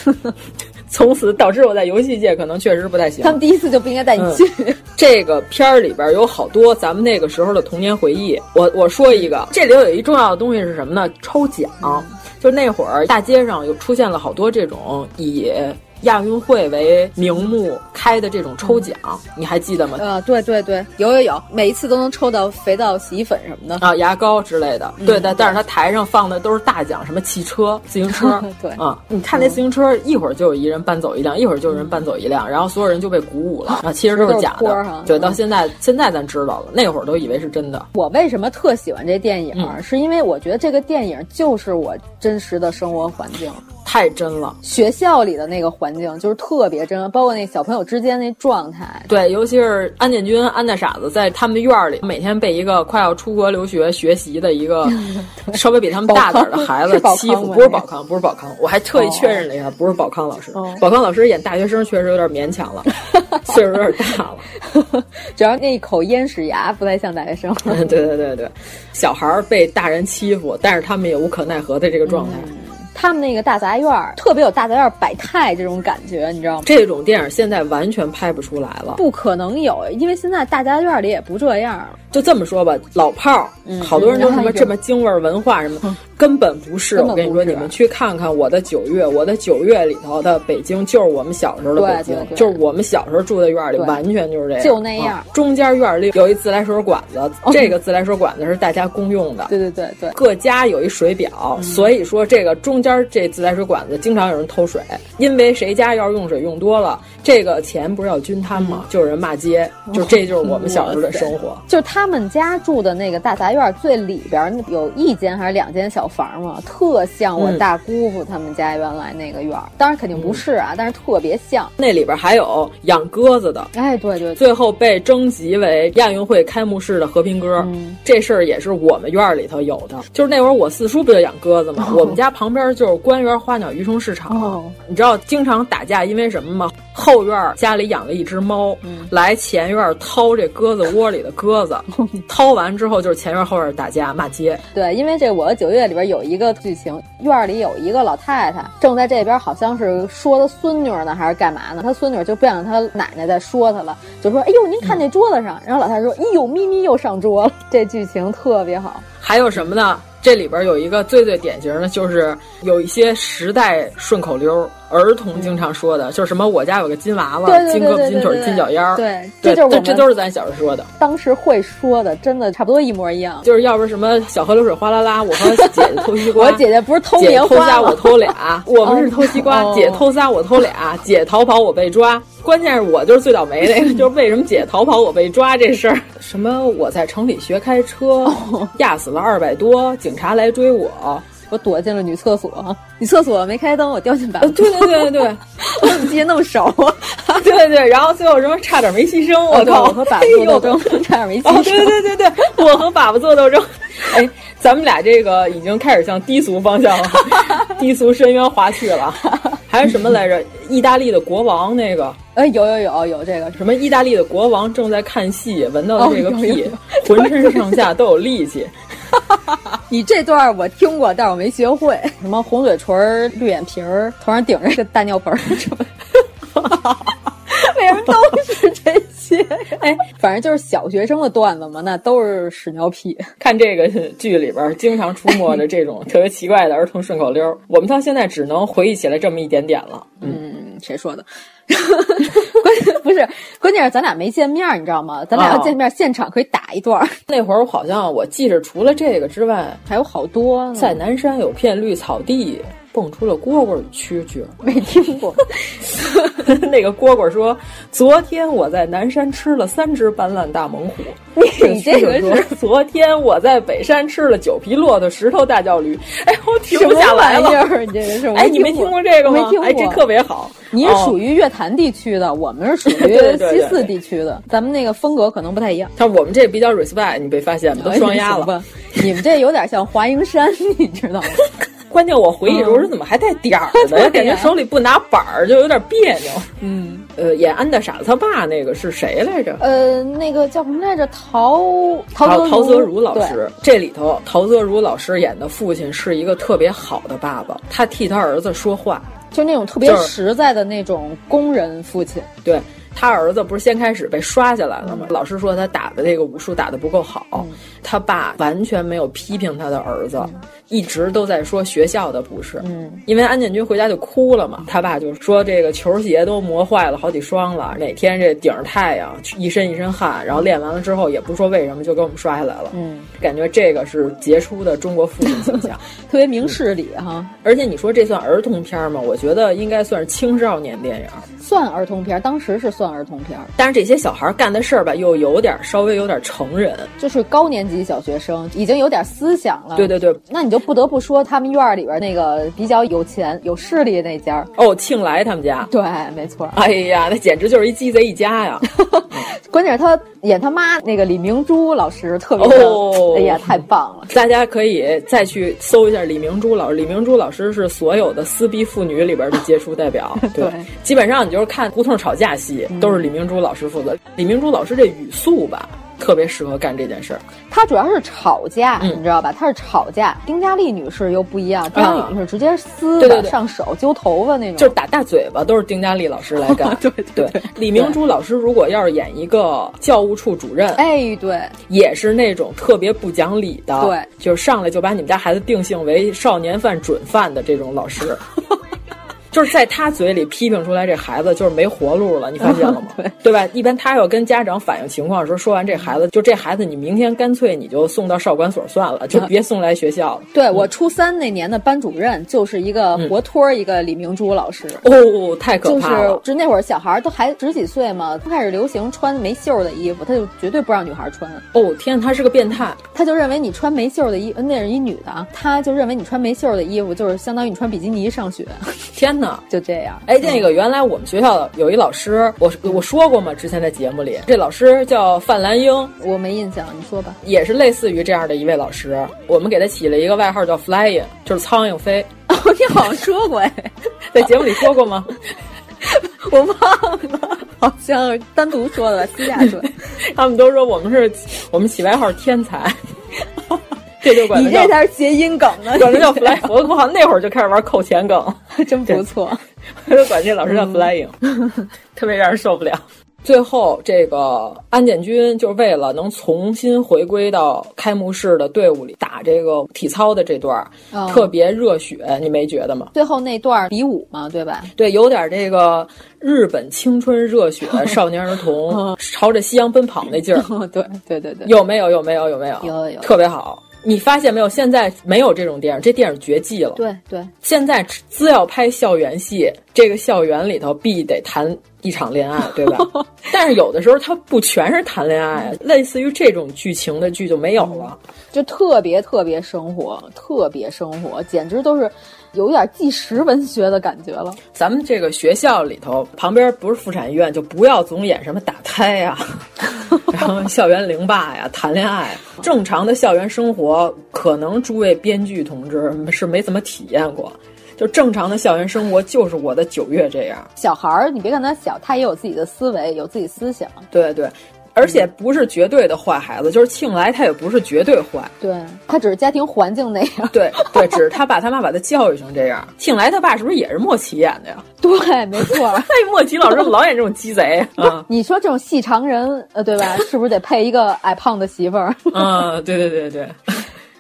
S9: 从此导致我在游戏界可能确实不太行。
S8: 他们第一次就不应该带你去。
S9: 嗯、 这个片儿里边有好多咱们那个时候的童年回忆。我我说一个，这里有一重要的东西是什么呢？抽奖。嗯、就那会儿大街上有出现了好多这种以。亚运会为名目开的这种抽奖，
S8: 嗯
S9: 你还记得吗？
S8: 呃，对对对，有有有，每一次都能抽到肥皂、洗衣粉什么的
S9: 啊，牙膏之类的。
S8: 嗯、
S9: 对的，但是他台上放的都是大奖，什么汽车、自行车。
S8: 对
S9: 啊，你看那自行车，一会儿就有一人搬走一辆，一会儿就有人搬走一辆，然后所有人就被鼓舞了。
S8: 嗯
S9: 啊，其实都是假的。
S8: 啊、
S9: 对，到现在现在咱知道了，那会儿都以为是真的。
S8: 我为什么特喜欢这电影？啊
S9: 嗯、
S8: 是因为我觉得这个电影就是我真实的生活环境。
S9: 太真了，
S8: 学校里的那个环境就是特别真，包括那小朋友之间那状态。
S9: 对，尤其是安建军、安大傻子在他们的院里，每天被一个快要出国留学学习的一个
S8: 嗯
S9: 稍微比他们大点的 孩子欺负，不是宝康，不是宝康，我还特意确认了一下，哦、不是宝康老师。
S8: 哦、
S9: 宝康老师演大学生确实有点勉 强了，岁数有点大
S8: 了， 主要那一口烟屎牙不太像大学生。
S9: 对对对对，小孩被大人欺负，但是他们也无可奈何的这个状态。
S8: 嗯他们那个大杂院儿特别有大杂院百态这种感觉，你知道吗？
S9: 这种电影现在完全拍不出来了，
S8: 不可能有，因为现在大杂院里也不这样了。
S9: 就这么说吧，老炮儿，
S8: 嗯、
S9: 好多人都什么这么京味儿文化什么，
S8: 嗯、
S9: 根本不是。
S8: 不是
S9: 我跟你说，你们去看看我的九月，我的九月里头的北京就是我们小时候的北京，
S8: 对对对
S9: 就是我们小时候住的院里，完全就是这样，
S8: 就那样、啊。
S9: 中间院里有一自来水管子，哦、这个自来水管子是大家公用的，
S8: 对对对对，
S9: 各家有一水表，
S8: 嗯、
S9: 所以说这个中间这自来水管子经常有人偷水，因为谁家要是用水用多了，这个钱不是要均摊
S8: 嗯
S9: 吗？就有人骂街，
S8: 哦
S9: 就这就是我们小时候的生活，
S8: 就是他。他们家住的那个大杂院最里边有一间还是两间小房嘛，特像我大姑父他们家原来那个院儿。当然肯定不是啊，
S9: 嗯、
S8: 但是特别像。
S9: 那里边还有养鸽子的，
S8: 哎，对对,对，
S9: 最后被征集为亚运会开幕式的和平鸽。
S8: 嗯、
S9: 这事儿也是我们院里头有的，就是那会儿我四叔不就养鸽子吗？
S8: 哦、
S9: 我们家旁边就是官园花鸟鱼虫市场，
S8: 哦、
S9: 你知道经常打架，因为什么吗？后院家里养了一只猫，
S8: 嗯、
S9: 来前院掏这鸽子窝里的鸽 子。掏完之后就是前院后院打架骂街，
S8: 对，因为这我的九月里边有一个剧情，院里有一个老太太正在这边好像是说她孙女呢，还是干嘛呢？她孙女就不想她奶奶再说她了，就说：“哎呦，您看这桌子上。嗯”然后老太太说：“哎呦，咪咪又上桌了。”这剧情特别好。
S9: 还有什么呢？这里边有一个最最典型的，就是有一些时代顺口溜，儿童经常说的，就是什么我家有个金娃娃，
S8: 对嗯对对
S9: 金胳膊、
S8: 对
S9: 金腿、
S8: 对
S9: 金脚丫儿，
S8: 对这
S9: 对，
S8: 就是我
S9: 这
S8: 们
S9: 这都是咱小时候说的。
S8: 当时会说的，真的差不多一模一样。
S9: 就是要不是什么小河流水哗啦啦，我和姐姐偷西 瓜，
S8: 我姐姐不是偷
S9: 姐
S8: 棉花
S9: 偷
S8: 吗
S9: 仨，我 偷俩，我们是偷西瓜，
S8: 哦
S9: 姐偷仨，我偷俩，姐逃跑，我被抓。关键是我就是最倒霉那 个，就是为什么姐逃跑我被抓这事儿。什么我在城里学开车，
S8: 哦
S9: 压死了二百多，警察来追我，
S8: 我躲进了女厕所，女厕所没开灯，我掉进百。
S9: 呃对对对对对，
S8: 我怎么记得那么熟啊？
S9: 对对对，然后最后什么差点没牺牲，
S8: 哦对
S9: 靠，
S8: 我和爸爸
S9: 哎呦
S8: 做斗争，差点没
S9: 哦，
S8: 牺
S9: 对
S8: 牲。
S9: 对对对对，我和爸爸做斗争。哎，咱们俩这个已经开始向低俗方向了， 低俗深渊滑去了。还有什么来着？意大利的国王那个，
S8: 哎，有有有有这个
S9: 什么意大利的国王正在看戏，闻到的这个
S8: 哦有有
S9: 屁，
S8: 有
S9: 浑身上下都有力气。
S8: 你这段我听过，但是我没学会。什么红嘴唇儿、绿眼皮儿，头上顶着个大尿盆儿，什么？为什么都是这些？ 哎，反正就是小学生的段子嘛，那都是屎尿屁。
S9: 看这个剧里边，经常出没着这种特别奇怪的儿童顺口溜儿，我们到现在只能回忆起来这么一点点了。
S8: 嗯，谁说的？ 关键不是，关键是咱俩没见面儿，你知道吗？咱俩要
S9: 哦
S8: 见面，现场可以打一段儿。
S9: 那会儿好像我记着，除了这个之外，
S8: 还有好多呢
S9: 在南山有片绿草地，蹦出了蝈蝈与 蛐蛐。
S8: 没听过。
S9: 那个蝈蝈说：“昨天我在南山吃了三只斑斓大猛虎。”
S8: 你这个
S9: 蛐蛐说：“昨天我在北山吃了九匹骆驼、十头大叫驴。”哎，我停不下来
S8: 什么玩意
S9: 了。
S8: 儿，你这个是？
S9: 哎，你没听过这个吗？
S8: 没听过，
S9: 哎，这特别。好。
S8: 你是
S9: 哦
S8: 属于乐坛地区的，我们 是属于
S9: 对对对
S8: 西
S9: 对
S8: 四地区的，咱们那个风格可能不太一样。
S9: 但我们这比较 respect，你被发现了，都双
S8: 哎
S9: 压
S8: 行
S9: 了。
S8: 吧你们这有点像华蓥山， 你知道吗？
S9: 关键我回忆的时候，我说怎么还带点儿的呀？感觉手里不拿板儿就有点别扭。
S8: 嗯，
S9: 呃，演安大傻子他爸那个是谁来着？
S8: 呃，那个叫什么来着？陶
S9: 陶
S8: 陶
S9: 陶
S8: 泽
S9: 泽如老师，这里头陶泽如老师演的父亲是一个特别好的爸爸，他替他儿子说话。
S8: 对就那种特别
S9: 就是
S8: 实在的那种工人父亲。
S9: 对他儿子不是先开始被刷下来了吗？老师说他打的这个武术打得不够好，他爸完全没有批评他的儿子，一直都在说学校的不是。
S8: 嗯，
S9: 因为安建军回家就哭了嘛，他爸就说这个球鞋都磨坏了好几双了，哪天这顶着太阳一身一身汗，然后练完了之后也不说为什么就给我们刷下来了。
S8: 嗯，
S9: 感觉这个是杰出的中国父亲形象。
S8: 特别
S9: 嗯
S8: 明事理哈，
S9: 而且你说这算儿童片儿吗？我觉得应该算是青少年电影儿。
S8: 算儿童片儿，当时是算儿童片儿，
S9: 但是这些小孩儿干的事儿吧，又有点儿稍微有点儿成人。
S8: 就是高年级小学生已经有点思想了。
S9: 对对对，
S8: 那你就不得不说他们院儿里边那个比较有钱、有势力的那家儿。
S9: 哦，庆来他们家，
S8: 对，没错儿。
S9: 哎呀，那简直就是一鸡贼一家呀！
S8: 关键是他演他妈那个李明珠老师特别的，
S9: 哦
S8: 哎呀，太棒了！
S9: 大家可以再去搜一下李明珠老师，李明珠老师是所有的撕逼妇女里边的杰出代 表。对，
S8: 对
S9: 基本上你就是看胡同吵架戏，都是李明珠老师负责。李明珠老师这语速吧，特别适合干这件事儿。
S8: 他主要是吵架，
S9: 嗯
S8: 你知道吧？他是吵架。丁佳丽女士又不一样，丁佳丽女士直接撕
S9: 对
S8: 的、
S9: 对对
S8: 上手、揪头发那种，
S9: 就是打大嘴巴，都是丁佳丽老师来 干。对对李明珠老师如果要是演一个教务处主任，
S8: 哎，对，
S9: 也是那种特别不讲理的，
S8: 对，
S9: 就是上来就把你们家孩子定性为少年犯、准犯的这种 老师，就是在他嘴里批评出来这孩子就是没活路了，你发现了 吗？对，吧？一般他要跟家长反映情况的时候，说完这孩子，就这孩子，你明天干脆你就送到少管所算了，就
S8: 啊
S9: 别送来学校了。
S8: 对我初三那年的班主任就是一个活脱儿一个李明珠老师。
S9: 哦，太嗯可
S8: 就是
S9: 怕了！
S8: 就那会儿小孩儿都还十几岁嘛，刚开始流行穿没袖儿的衣服，他就绝对不让女孩儿穿。
S9: 哦，天，他是个变态。
S8: 他就认为你穿没袖儿的衣，呃那是一女的啊，他就认为你穿没袖儿的衣服就是相当于你穿比基尼上学，
S9: 天哪！
S8: 就这样。
S9: 哎，那个原来我们学校有一老师，我我说过嘛，之前在节目里，这老师叫范兰英，
S8: 我没印象，你说吧。
S9: 也是类似于这样的一位老师。我们给他起了一个外号叫 “flying”，就是苍蝇飞，
S8: 哦，你好像说过哎，
S9: 在节目里说 过吗？
S8: 我忘了，好 像单独说的吧，私下 说。
S9: 他们都说我们是，我们起外号 天才，这就管
S8: 你
S9: 他叫
S8: 这才是谐音梗啊 呢，
S9: 管他叫
S8: 你这
S9: fly。我我好像那会儿就开始玩扣 钱梗，
S8: 真不错。嗯
S9: 我就管这老师叫 flying，特别让人受不了。最后，这个安建军就是为了能重新回归到开幕式的队伍里打这个体操的这段儿，
S8: 哦
S9: 特别热血，你没觉得吗？
S8: 最后那段比武嘛，对吧？
S9: 对，有点这个日本青春热 血少年儿
S8: 嗯
S9: 童朝着夕阳奔跑那劲儿，
S8: 哦对对对对，
S9: 有没有？有没有？有没有？
S8: 有有
S9: 特别好。你发现没有？现在没有这种电影，这电影绝迹了。
S8: 对对，
S9: 现在只只要拍校园戏，这个校园里头必得谈一场恋爱， 对吧？但是有的时候它不全是谈恋爱，类似于这种剧情的剧就没有了。
S8: 就特别特别生活，特别生活，简直都是有点纪实文学的感觉了。
S9: 咱们这个学校里头旁边不是妇产医院，就不要总演什么打胎呀、然后校园凌霸呀、谈恋爱，啊正常的校园生活，可能诸位编剧同志是没怎么体验过。就正常的校园生活，就是我的九月这样。
S8: 小孩儿，你别看他小，他也有自己的思维，有自己思想。
S9: 对对，而且不是绝对的坏孩子，就是庆来他也不是绝对坏。
S8: 对他只是家庭环境那样。
S9: 对对，只是他爸他妈把他教育成这样。庆来他爸是不是也是莫奇演的呀？
S8: 对，没错。
S9: 哎，莫奇老师老演这种鸡贼啊！
S8: 你说这种细长人，呃，对吧？是不是得配一个矮胖的媳妇 儿？
S9: 嗯，对对对对。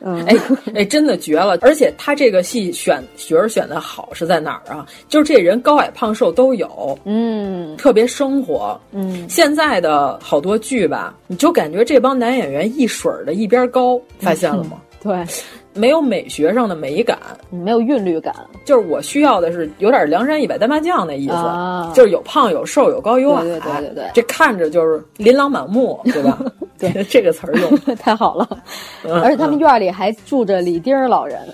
S8: 嗯，
S9: 哎哎，真的绝了！而且他这个戏选角儿选的好是在哪儿啊？就是这人高矮胖瘦都有，
S8: 嗯，
S9: 特别生活。
S8: 嗯，
S9: 现在的好多剧吧，你就感觉这帮男演员一水儿的一边高，发现了吗？
S8: 对，
S9: 没有美学上的美感，
S8: 没有韵律感。
S9: 就是我需要的是有点梁山一百单八将那意思，
S8: 啊
S9: 就是有胖有瘦有高有矮，
S8: 对对对对对
S9: 这看着就是琳琅满目，对吧？
S8: 对，
S9: 这个词儿用的，
S8: 太好了，
S9: 嗯
S8: 而且他们
S9: 嗯
S8: 院儿里还住着李丁儿老人。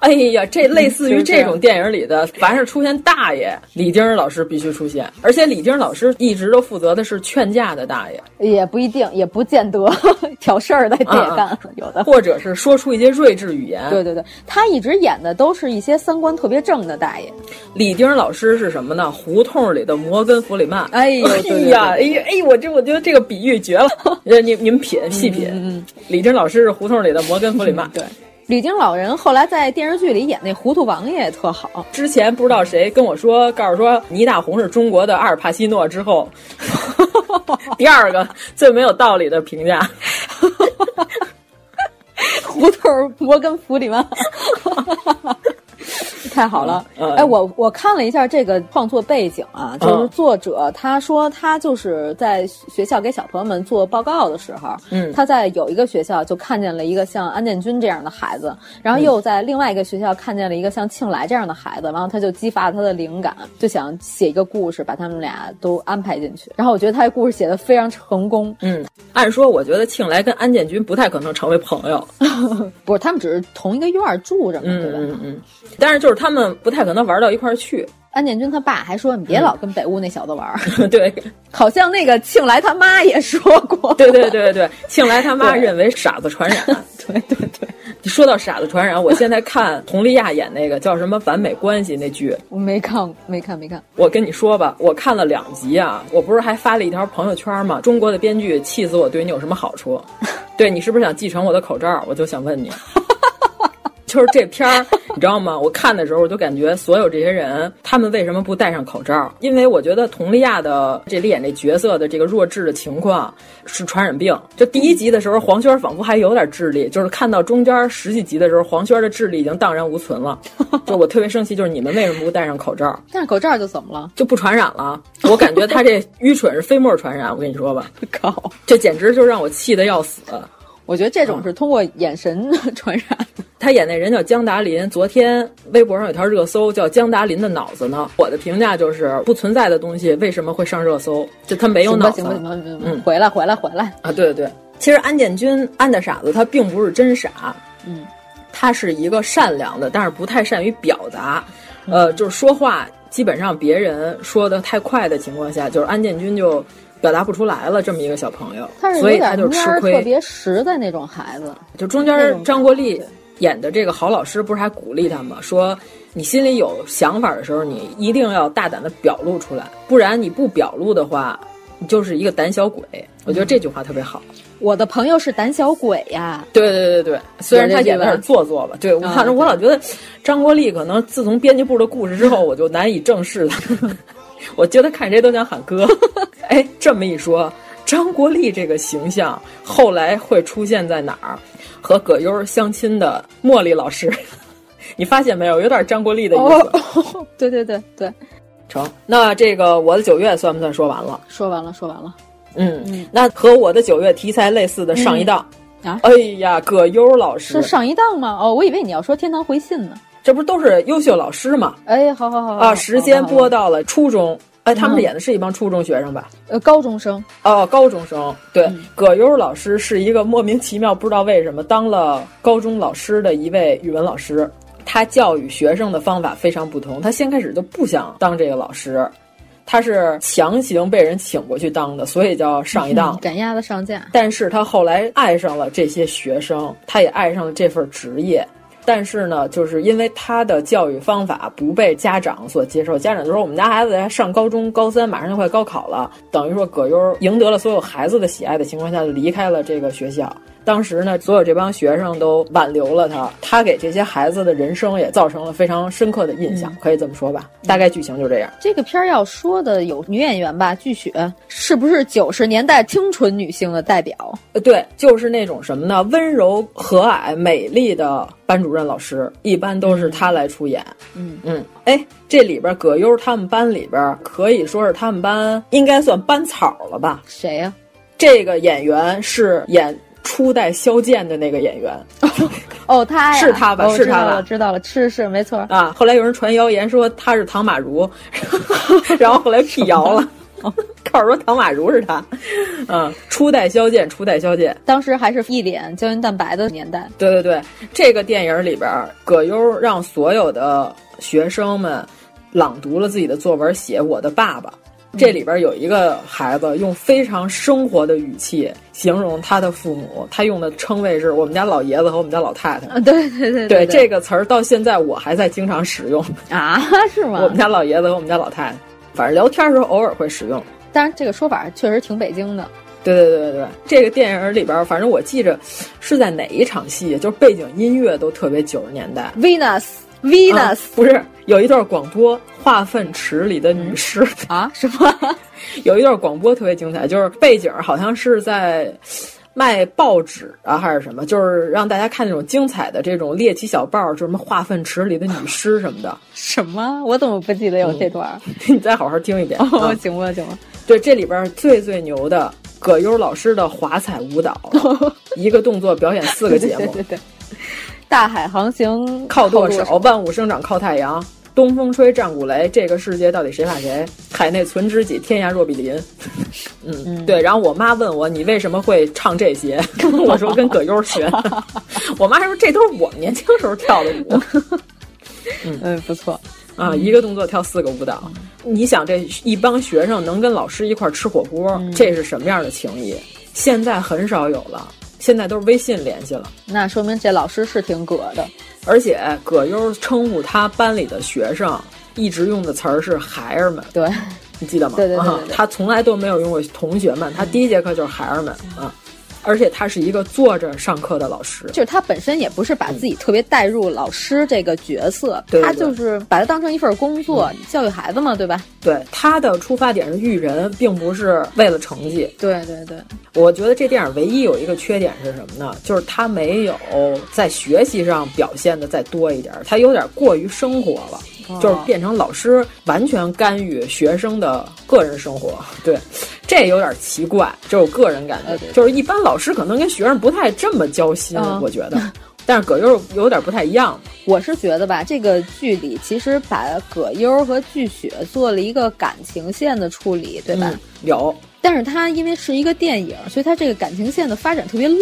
S9: 哎呀，这类似于
S8: 是这
S9: 这
S8: 样
S9: 种电影里的，凡是出现大爷，李丁儿老师必须出现，而且李丁儿老师一直都负责的是劝架的大爷，
S8: 也不一定，也不见得 挑事儿的他也干，有的。
S9: 或者是说出一些睿智语言。
S8: 对对对，他一直演的都是一些三观特别正的大爷。
S9: 李丁儿老师是什么呢？胡同里的摩根弗里曼。
S8: 哎呦对对对
S9: 呀，哎呀，哎呦，我这我觉得这个比喻绝 了。呃你你们品细品，嗯，李丁儿老师是胡同里的摩根弗里曼。对。
S8: 吕丁老人后来在电视剧里演那糊涂王爷也特好，
S9: 之前不知道谁跟我说，告诉说倪大红是中国的阿尔帕西诺之 后，第二个最没有道理的评价。
S8: 胡同儿摩根弗里曼， 太好了。
S9: 嗯嗯
S8: 哎，我我看了一下这个创作背景啊，就是
S9: 嗯
S8: 作者他说他就是在学校给小朋友们做报告的时候，
S9: 嗯
S8: 他在有一个学校就看见了一个像安建军这样的孩子，然后
S9: 嗯
S8: 又在另外一个学校看见了一个像庆来这样的孩子，然后他就激发了他的灵感，就想写一个故事把他们俩都安排进去。然后我觉得他的故事写的非常成功，
S9: 嗯，按说我觉得庆来跟安建军不太可能成为朋友，
S8: 不是他们只是同一个院儿住着嘛，对
S9: 嗯
S8: 吧？
S9: 嗯嗯，但是就是他们不太可能玩到一块儿去。
S8: 安建军他爸还说：“你
S9: 嗯
S8: 别老跟北屋那小子玩儿。
S9: 对
S8: 好像那个庆来他妈也说过，
S9: 对对对对，庆来他妈
S8: 对
S9: 认为傻子传染。
S8: 对对对，
S9: 你说到傻子传染，我现在看佟丽娅演那个叫什么《完美关系》那剧，
S8: 我没看过，没看，没看。
S9: 我跟你说吧，我看了两集啊，我不是还发了一条朋友圈吗？中国的编剧气死我，对你有什么好处？对你是不是想继承我的口罩？我就想问你。就是这片儿，你知道吗？我看的时候，我就感觉所有这些人，他们为什么不戴上口罩？因为我觉得佟丽娅的这里演这角色的这个弱智的情况是传染病。就第一集的时候，黄轩仿佛还有点智力，就是看到中间十几集的时候，黄轩的智力已经荡然无存了。就我特别生气，就是你们为什么不戴上口罩？
S8: 但是口罩就怎么了？
S9: 就不传染了。啊我感觉他这愚蠢是飞沫传染，我跟你说吧，
S8: 靠！
S9: 这简直就让我气得要死。
S8: 我觉得这
S9: 嗯
S8: 种是通过眼神 传染的。
S9: 他演那人叫江达林，昨天微博上有条热搜叫“江达林的脑子呢”。我的评价就是不存在的东西为什么会上热搜？就他没有
S8: 行
S9: 脑
S8: 吧，
S9: 子
S8: 行吧，行吧，行吧
S9: 嗯
S8: 回来，回来，回来。
S9: 啊！对对对，其实安建军安大傻子他并不是真傻，
S8: 嗯，
S9: 他是一个善良的，但是不太善于表达，
S8: 嗯
S9: 呃，就是说话基本上别人说的太快的情况下，就是安建军就表达不出来了，这么一个小朋友
S8: 他是，有
S9: 所以
S8: 点
S9: 他就
S8: 蔫
S9: 吃
S8: 儿特
S9: 亏。
S8: 别实在那种孩子。
S9: 就中间张国立演的这个郝老师不是还鼓励他吗？说你心里有想法的时候，你一定要大胆的表露出来，不然你不表露的话，你就是一个胆小鬼。我觉得这句话特别好。
S8: 我的朋友是胆小鬼呀，
S9: 对对对对，虽然他演的有点做作吧，对我
S8: 啊
S9: 反正我老觉得张国立可能 自 从编辑部的故事之后，我就难以正视他。我觉得看谁都想喊哥，哎，这么一说，张国立这个形象后来会出现在哪儿？和葛优相亲的茉莉老师， 你发现没有？有点张国立的意思。
S8: 哦、 对对对对，
S9: 成。那这个我的九月算不算说完了？
S8: 说完了，说完了。
S9: 嗯，嗯那和我的九月题材类似的上一档、
S8: 嗯、啊，
S9: 哎呀，葛优老师
S8: 是上一档吗？哦，我以为你要说《天堂回信》呢。
S9: 这不都是优秀老师吗？
S8: 哎，好好好
S9: 啊！时
S8: 哦
S9: 间播到了初中，哎，他们演的是一帮初中学生吧？
S8: 呃，高中生
S9: 哦，高中生。对，嗯、葛优老师是一个莫名其妙，不知道为什么当了高中老师的一位语文老师。他教育学生的方法非常不同，他先开始就不想当这个老师，他是强行被人请过去当的，所以叫上一当，
S8: 嗯、赶鸭子上架。
S9: 但是他后来爱上了这些学生，他也爱上了这份职业。但是呢，就是因为他的教育方法不被家长所接受，家长就说我们家孩子上高中高三，马上就快高考了，等于说葛优赢得了所有孩子的喜爱的情况下，离开了这个学校。当时呢，所有这帮学生都挽留了他，他给这些孩子的人生也造成了非常深刻的印象，嗯、可以这么说吧。大概剧情就这样。
S8: 这个片儿要说的有女演员吧，巨雪是不是九十年代清纯女性的代表？
S9: 呃，对，就是那种什么呢，温柔和蔼、美丽的。班主任老师一般都是他来出演，
S8: 嗯
S9: 嗯，哎，这里边葛优他们班里边可以说是他们班应该算班草了吧？
S8: 谁呀、啊？
S9: 这个演员是演初代萧剑的那个演员，
S8: 哦，他
S9: 是他吧？
S8: 哦、
S9: 是他吧？
S8: 我知道了，是是没错
S9: 啊。后来有人传谣言说他是唐马如， 然后后来辟谣了。 告诉说唐宛如是他，嗯，初代萧剑，初代萧剑，
S8: 当时还是一脸胶原蛋白的年代。
S9: 对对对，这个电影里边，葛优让所有的学生们朗读了自己的作文，写《我的爸爸》。
S8: 嗯
S9: 这里边有一个孩子用非常生活的语气形容他的父母，他用的称谓是我们家老爷子和我们家老太太。
S8: 对对嗯对
S9: 嗯对，这个词儿到现在我还在经常使用
S8: 啊，是吗？
S9: 我们家老爷子和我们家老太太。反正聊天的时候偶尔会使用，
S8: 当然这个说法确实挺北京的。
S9: 对对对对对，这个电影里边，反正我记着是在哪一场戏，就是背景音乐都特别九十年代。
S8: Venus Venus、
S9: 嗯、不是有一段广播，化粪池里的女尸、
S8: 嗯、 啊？什么？
S9: 有一段广播特别精彩，就是背景好像是在。卖报纸啊，还是什么？就是让大家看那种精彩的这种猎奇小报，就什么化粪池里的女尸什么的。
S8: 什么？我怎么不记得有这段？
S9: 嗯、你再好好听一遍。
S8: 哦，行吧，行吧。
S9: 对，这里边最最牛的葛优老师的华彩舞蹈， 一个动作表演四个节目。
S8: 对,对对对。大海航行
S9: 靠
S8: 舵
S9: 手，万物生长靠太阳，东风吹战鼓擂，这个世界到底谁怕谁？海内存知己，天涯若比邻。嗯，对。然后我妈问我，你为什么会唱这些？ 我说跟葛优学。 我妈说这都是我们年轻时候跳的舞。
S8: 嗯,嗯，不错
S9: 啊，一个动作跳四个舞蹈。嗯、你想，这一帮学生能跟老师一块吃火锅，嗯、这是什么样的情谊？现在很少有了，现在都是微信联系了。
S8: 那说明这老师是挺葛的，
S9: 而且葛优称呼他班里的学生一直用的词儿是“孩儿们”。
S8: 对。
S9: 你记得吗？
S8: 对对对,对、啊，
S9: 他从来都没有用过同学们，他第一节课就是孩儿们啊，而且他是一个坐着上课的老师，
S8: 就是他本身也不是把自己特别带入老师这个角色，
S9: 嗯、
S8: 他就是把它当成一份工作，嗯、教育孩子嘛，对吧？
S9: 对，他的出发点是育人，并不是为了成绩。
S8: 对对对，
S9: 我觉得这电影唯一有一个缺点是什么呢？就是他没有在学习上表现的再多一点，他有点过于生活了。
S8: 哦
S9: 就是变成老师完全干预学生的个人生活， 对，这有点奇怪，这我个人
S8: 呃
S9: 感觉，就是一般老师可能跟学生不太这么交心，
S8: 哦
S9: 嗯、我觉得。但是葛优有点不太一样，
S8: 我是觉得吧，这个剧里其实把葛优和巨雪做了一个感情线的处理，对吧？
S9: 嗯、有，
S8: 但是它因为是一个电影，所以它这个感情线的发展特别愣。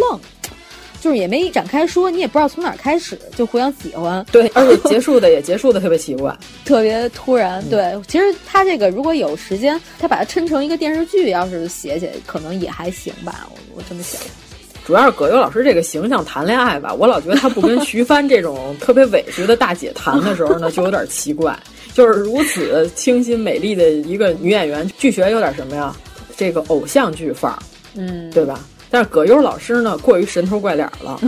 S8: 就是也没展开说，你也不知道从哪儿开始，就互相喜欢。
S9: 对，而且结束的也结束的特别奇怪，
S8: 特别突然。对，嗯、其实他这个如果有时间，他把它抻成一个电视剧，要是写写，可能也还行吧。我我这么想。
S9: 主要是葛优老师这个形象谈恋爱吧， 我老觉得他不跟徐帆 这种特别委屈的大姐谈的时候呢，就有点奇怪。 就是如此清新美丽的一个女演员，剧学有点什么呀？这个偶像剧范儿，
S8: 嗯，
S9: 对吧？但是葛优老师呢，过于神头怪脸了，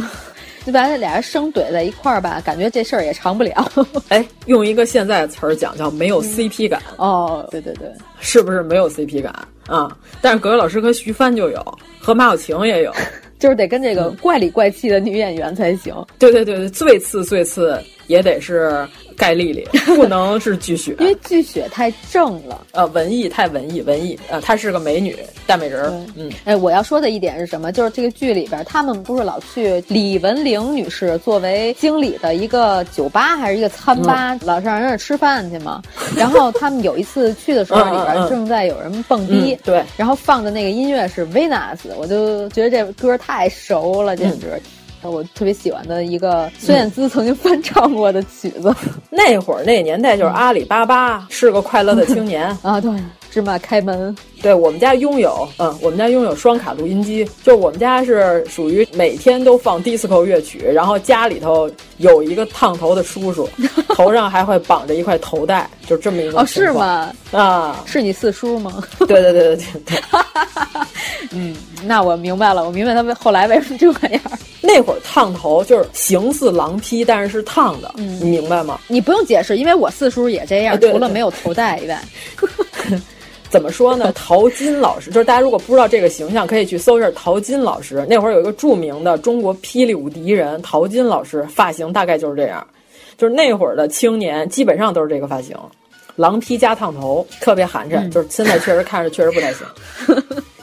S8: 对吧？俩人生怼在一块儿吧，感觉这事儿也长不了。
S9: 哎，用一个现在的词儿讲叫没有 CP 感、
S8: 嗯、 哦，对对对，
S9: 是不是没有 CP 感啊？但是葛优老师和徐帆就有，和马小晴也 有，
S8: 就是得跟这个怪里怪气的女演员才行。嗯、
S9: 对对对，最次最次也得是。盖丽丽不能是巨 雪，
S8: 因为巨雪太正了，
S9: 呃，文艺太文艺，文艺，呃，她是个美女，大美人儿，嗯，
S8: 哎，我要说的一点是什么？就是这个剧里边，他们不是老去李文玲女士作为经理的一个酒吧还是一个餐吧，嗯、老上人那吃饭去嘛。然后他们有一次去的时 候，里边正在有人蹦迪，
S9: 嗯、对，
S8: 然后放的那个音乐是 Venus，我就觉得这歌太熟了，简直。嗯我特别喜欢的一个孙燕姿曾经翻唱过的曲子，嗯、
S9: 那会儿那年代就是阿里巴巴是个快乐 的青年
S8: 啊，对，芝麻开门，
S9: 对我们家拥有，嗯，我们家拥有双卡录音机，就我们家是属于每天都放 disco 乐曲，然后家里头有一个烫头的 叔叔，头上还会绑着一块头带，就这么一个
S8: 哦，是吗？
S9: 啊，
S8: 是你四叔吗？
S9: 对对对对对 对，
S8: 嗯，那我明白了，我明白他们后来为什么这样。
S9: 那会儿烫头就是形似狼披，但是是烫的，
S8: 嗯、
S9: 你明白吗？
S8: 你不用解释，因为我四叔也这样，啊、
S9: 对对
S8: 除
S9: 对
S8: 了没有头带以外。
S9: 怎么说呢？陶金老师，就是大家如果不知道这个形象，可以去搜一下陶金老师。那会儿有一个著名的中国霹雳舞第一人陶金老师，发型大概就是这样，就是那会儿的青年基本上都是这个发型，狼披加烫头，特别寒碜。嗯、就是现在确实看着确实不太行。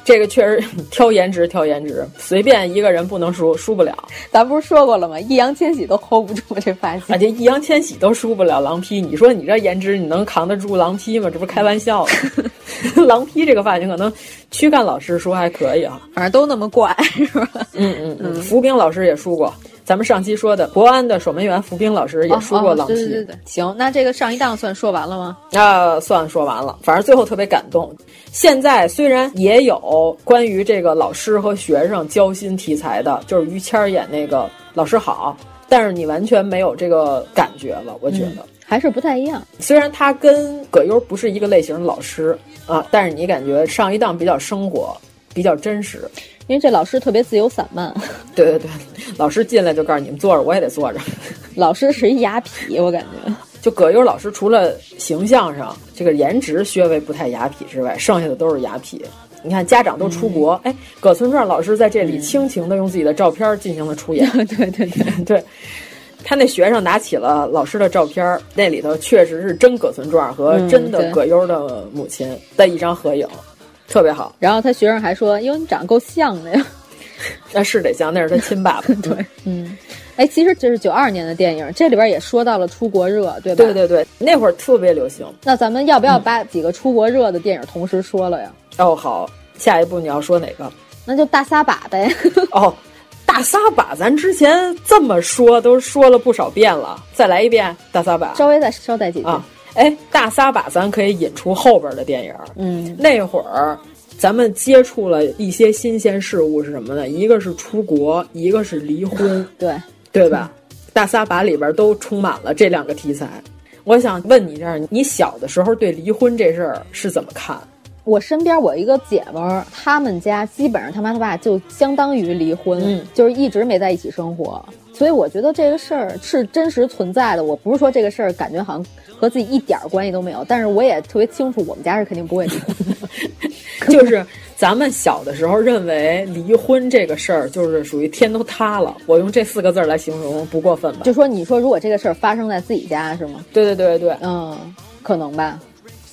S9: 这个确实挑颜值，挑颜值，随便一个人不能输，输不了。
S8: 咱不是说过了吗？易烊千玺都 hold 不住这发型，
S9: 而且易烊千玺都输不了狼披。你说你这颜值，你能扛得住狼披吗？ 这不是开玩笑的。狼披这个发型，可能躯干老师说还可以啊，
S8: 反正都那么怪，是吧？
S9: 嗯嗯嗯。伏兵老师也输过，咱们上期说的国安的守门员伏兵老师也输过狼披、哦
S8: 哦。对对对，行，那这个上一档算说完了吗？
S9: 啊、呃，算说完了。反正最后特别感动。现在虽然也有。关于这个老师和学生交心题材的，就是于谦演那个老师好，但是你完全没有这个感觉了，我觉得、
S8: 嗯、还是不太一样。
S9: 虽然他跟葛优不是一个类型的老师啊，但是你感觉上一档比较生活，比较真实。
S8: 因为这老师特别自由散漫，
S9: 对 对对，老师进来就告诉你们坐着，我也得坐着。
S8: 老师是一雅痞，我感觉。
S9: 就葛优老师除了形象上这个颜值稍微不太雅痞之外，剩下的都是雅痞。你看，家长都出国，哎、嗯，葛存壮老师在这里倾情的用自己的照片进行了出演。
S8: 嗯、 对对对
S9: 对，他那学生拿起了老师的照片，那里头确实是真葛存壮和真的葛优的母亲的一张合影，嗯、特别好。
S8: 然后他学生还说：“哟，你长得够像的呀！”
S9: 那是得像，那是他亲爸爸。
S8: 对，嗯。 哎，其实这是九二年的电影，这里边也说到了出国热，对吧？嗯
S9: 对对对，那会儿特别流行。
S8: 那咱们要不要把几个出国热的电影同时说了呀？
S9: 哦，好，下一步你要说哪个？
S8: 那就大撒把呗。
S9: 哦，大撒把，咱之前这么说都说了不少遍了，再来一遍大撒 把，
S8: 稍微再捎带几句。
S9: 哎、啊，大撒把，咱可以引出后边的电影。
S8: 嗯，
S9: 那会儿咱们接触了一些新鲜事物是什么呢？一个是出国，一个是离婚，
S8: 对
S9: 对 吧？嗯、大撒把里边都充满了这两个题材。我想问你这儿，你小的时候对离婚这事儿是怎么 看？
S8: 我身边我一个姐们儿，他们家基本上他妈他爸就相当于离婚，
S9: 嗯、
S8: 就是一直没在一起生活。所以我觉得这个事儿是真实存在的。我不是说这个事儿感觉好像和自己一点关系都没有，但是我也特别清楚，我们家是肯定不会离 婚。
S9: 就是咱们小的时候认为离婚这个事儿就是属于天都塌了，我用这四个字来形容不过分吧？
S8: 就说你说如果这个事儿发生在自己家是吗？
S9: 对对对对，
S8: 嗯，可能吧。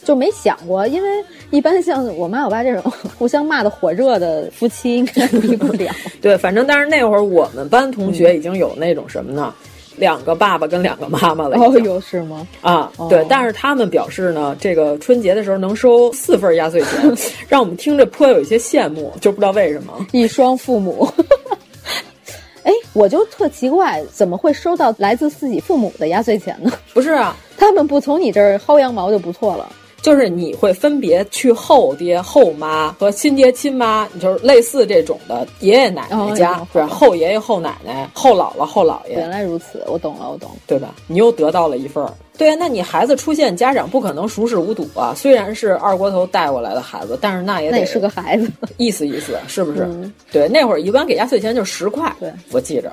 S8: 就没想过，因为一般像我妈我爸这种 互相骂的火热的夫妻，应该离不了。
S9: 对，反正但是那会儿我们班同学已经有那种什么呢，嗯、两个爸爸跟两个妈妈了。哦
S8: 哟，是吗？
S9: 啊，
S8: 哦、
S9: 对，但是他们表示呢，这个春节的时候能收四份压岁 钱，让我们听着颇有一些羡慕，就不知道为什么。
S8: 一双父母。 哎，我就特奇怪，怎么会收到来自自己父母的压岁钱呢？
S9: 不是啊，
S8: 他们不从你这儿薅羊毛就不错了。
S9: 就是你会分别去后爹、后妈和亲爹、亲妈，就是类似这种的爷爷奶奶家，
S8: 哦、
S9: 不是后爷爷、后奶奶、后姥姥、后姥爷。
S8: 原来如此，我懂了，我懂了，
S9: 对吧？你又得到了一份儿。对啊，那你孩子出现，家长不可能熟视无睹啊。虽然是二锅头带过来的孩子，但是那也
S8: 得是个孩子，
S9: 意思意思，是不是？
S8: 嗯、
S9: 对，那会儿一般给压岁钱就十块，
S8: 对
S9: 我记着。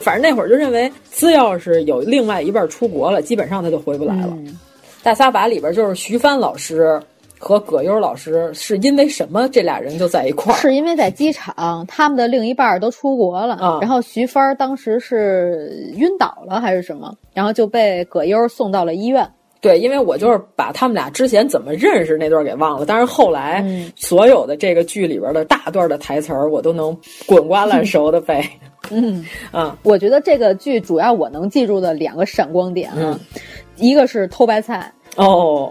S9: 反正那会儿就认为，只要是有另外一半出国了，基本上他就回不来了。
S8: 嗯
S9: 大撒把》里边就是徐帆老师和葛优老师是因为什么这俩人就在一块儿？
S8: 是因为在机场，他们的另一半儿都出国了，
S9: 啊
S8: 然后徐帆儿当时是晕倒了还是什么，然后就被葛优送到了医院。
S9: 对，因为我就是把他们俩之前怎么认识那段给忘了，但是后来、
S8: 嗯
S9: 所有的这个剧里边的大段的台词儿，我都能滚瓜烂熟 的背。
S8: 嗯，
S9: 啊，
S8: 我觉得这个剧主要我能记住的两个闪光点啊，一个是偷白菜，
S9: 哦，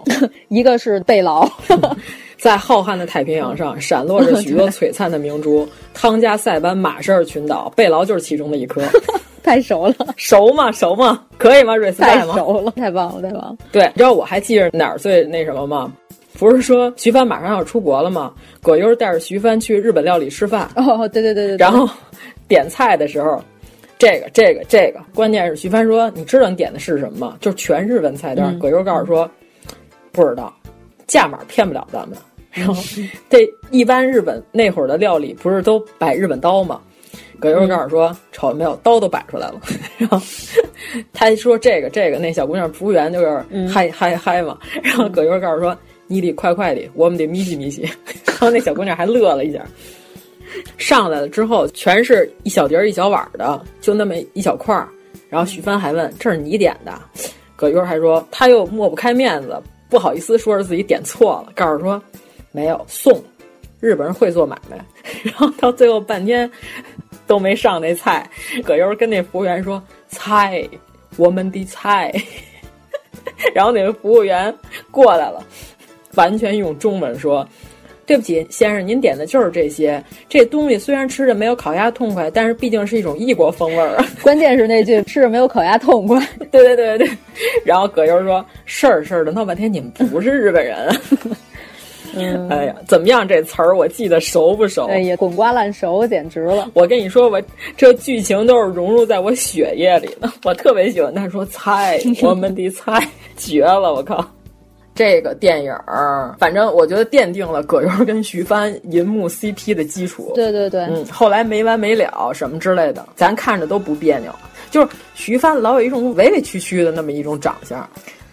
S8: 一个是贝劳。
S9: 在浩瀚的太平洋
S8: 嗯
S9: 上，闪落着许多璀璨的明珠。汤加、塞班、马绍尔群岛，贝劳就是其中的一颗。
S8: 太熟了，
S9: 熟吗？熟吗？可以吗
S8: 太
S9: ？respect 吗？
S8: 熟了，太棒了，太棒了！
S9: 对，你知道我还记着哪儿最那什么吗？不是说徐帆马上要出国了吗？葛优带着徐帆去日本料理吃饭，
S8: 哦，对对对对对。
S9: 然后点菜的时候，这个这个这个，关键是徐帆说：“你知道你点的是什么吗？”就是全日文菜单。
S8: 嗯
S9: 葛优告诉说：“不知道，价码骗不了咱们。”然后
S8: 嗯
S9: 这一般日本那会儿的料理不是都摆日本刀吗？葛优告诉说：“瞅见没有，刀都摆出来了。” 然后他一说这个这个，那小姑娘服务员就是
S8: 嗯
S9: 嗨、嗨嗨嘛。然后葛优告诉说：“你得快快的，我们得咪叽咪叽。” 然后那小姑娘还乐了一下。上来了之后，全是一小碟儿一小碗儿的，就那么一小块儿。然后许帆还问：“这是你点的？”葛优还说：“他又抹不开面子，不好意思说是自己点错了，告诉说没有送。日本人会做买卖。”然后到最后半天都没上那菜，葛优跟那服务员说：“菜，我们的菜。” 然后那个服务员过来了，完全用中文说：“对不起，先生，您点的就是这些。这东西虽然吃着没有烤鸭痛快，但是毕竟是一种异国风味儿啊。
S8: 关键是那句吃着没有烤鸭痛 快，
S9: 对对对对对。然后葛优说：“事儿事儿的，闹半天你们不是日本人 啊。
S8: 嗯，
S9: 哎呀，怎么样？这词儿我记得熟不熟？
S8: 哎呀，滚瓜烂熟，简直了！
S9: 我跟你说，我这剧情都是融入在我血液里的， 我特别喜欢他说菜，我们的菜绝了，我靠！这个电影儿，反正我觉得奠定了葛优跟徐帆银幕 CP 的基础。
S8: 对对对，
S9: 嗯，后来没完没了什么之类的，咱看着都不别扭。就是徐帆老有一种委委屈屈的那么一种长相，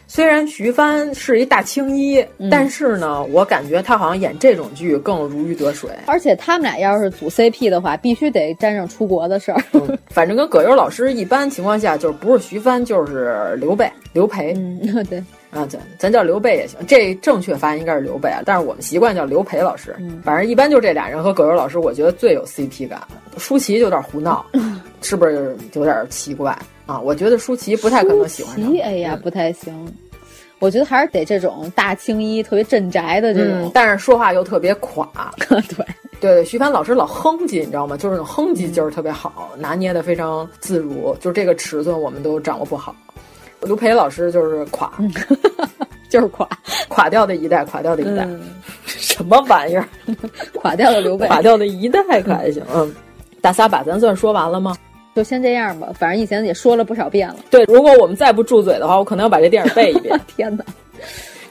S9: 虽然徐帆是一大青衣，但是呢，我感觉他好像演这种剧更如鱼得水。
S8: 而且他们俩要是组 CP 的话，必须得沾上出国的事儿。
S9: 反正跟葛优老师一般情况下，就是不是徐帆就是刘备、刘培。
S8: 嗯， 对，
S9: 啊，对，咱叫刘备也行，这正确发音应该是刘备啊，但是我们习惯叫刘培老师。反正一般就这俩人和葛优老师，我觉得最有 CP 感。舒淇有点胡闹，是不是有点奇怪啊？我觉得舒淇不太可能喜欢
S8: 咦，哎呀，不太行。我觉得还是得这种大青衣、特别镇宅的这
S9: 嗯
S8: 种，。
S9: 但是说话又特别垮。
S8: 嗯
S9: 对对对，徐帆老师老哼唧，你知道吗？就是那种哼唧劲儿特别好，拿捏的非常自如，就这个尺寸我们都掌握不好。刘培老师就是垮，
S8: 就是垮，
S9: 垮掉的一代，垮掉的一代，
S8: 嗯
S9: 什么玩意儿？
S8: 垮掉了 刘备，
S9: 垮掉的一代可还行。嗯，大撒把咱算说完了吗？
S8: 就先这样吧。反正以前也说了不少遍了。
S9: 对，如果我们再不住嘴的话，我可能要把这电影背一遍。
S8: 天哪，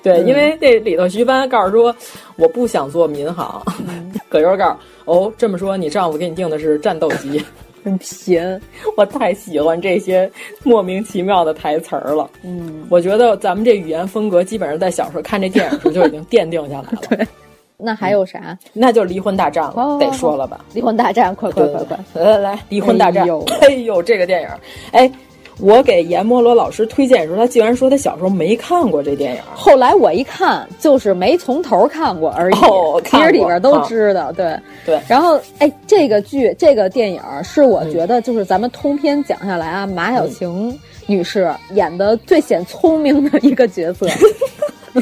S9: 对，
S8: 嗯
S9: 因为这里头徐帆告诉说，我不想做民航。
S8: 嗯
S9: 葛优告诉哦，这么说你丈夫给你定的是战斗 机，
S8: 真贫。
S9: 我太喜欢这些莫名其妙的台词儿了。
S8: 嗯，
S9: 我觉得咱们这语言风格基本上在小时候看这电影时就已经奠定下来 了。对，
S8: 那还有啥？
S9: 那就离婚大战
S8: 哦
S9: 了，得说了吧？
S8: 离婚大战，快快快快！
S9: 来来来，离婚大战！
S8: 哎
S9: 哎
S8: 呦
S9: 呦，这个电影，哎，我给阎摩罗老师推荐的时候，他竟然说他小时候没看过这电影。
S8: 后来我一看，就是没从头看过而已。
S9: 哦
S8: 其
S9: 看过哦
S8: 实里边都知道，对
S9: 对
S8: 然后，哎，这个剧、这个电影是我觉得就是咱们通篇讲下来啊，马晓晴女士演的最显聪明的一个角 色，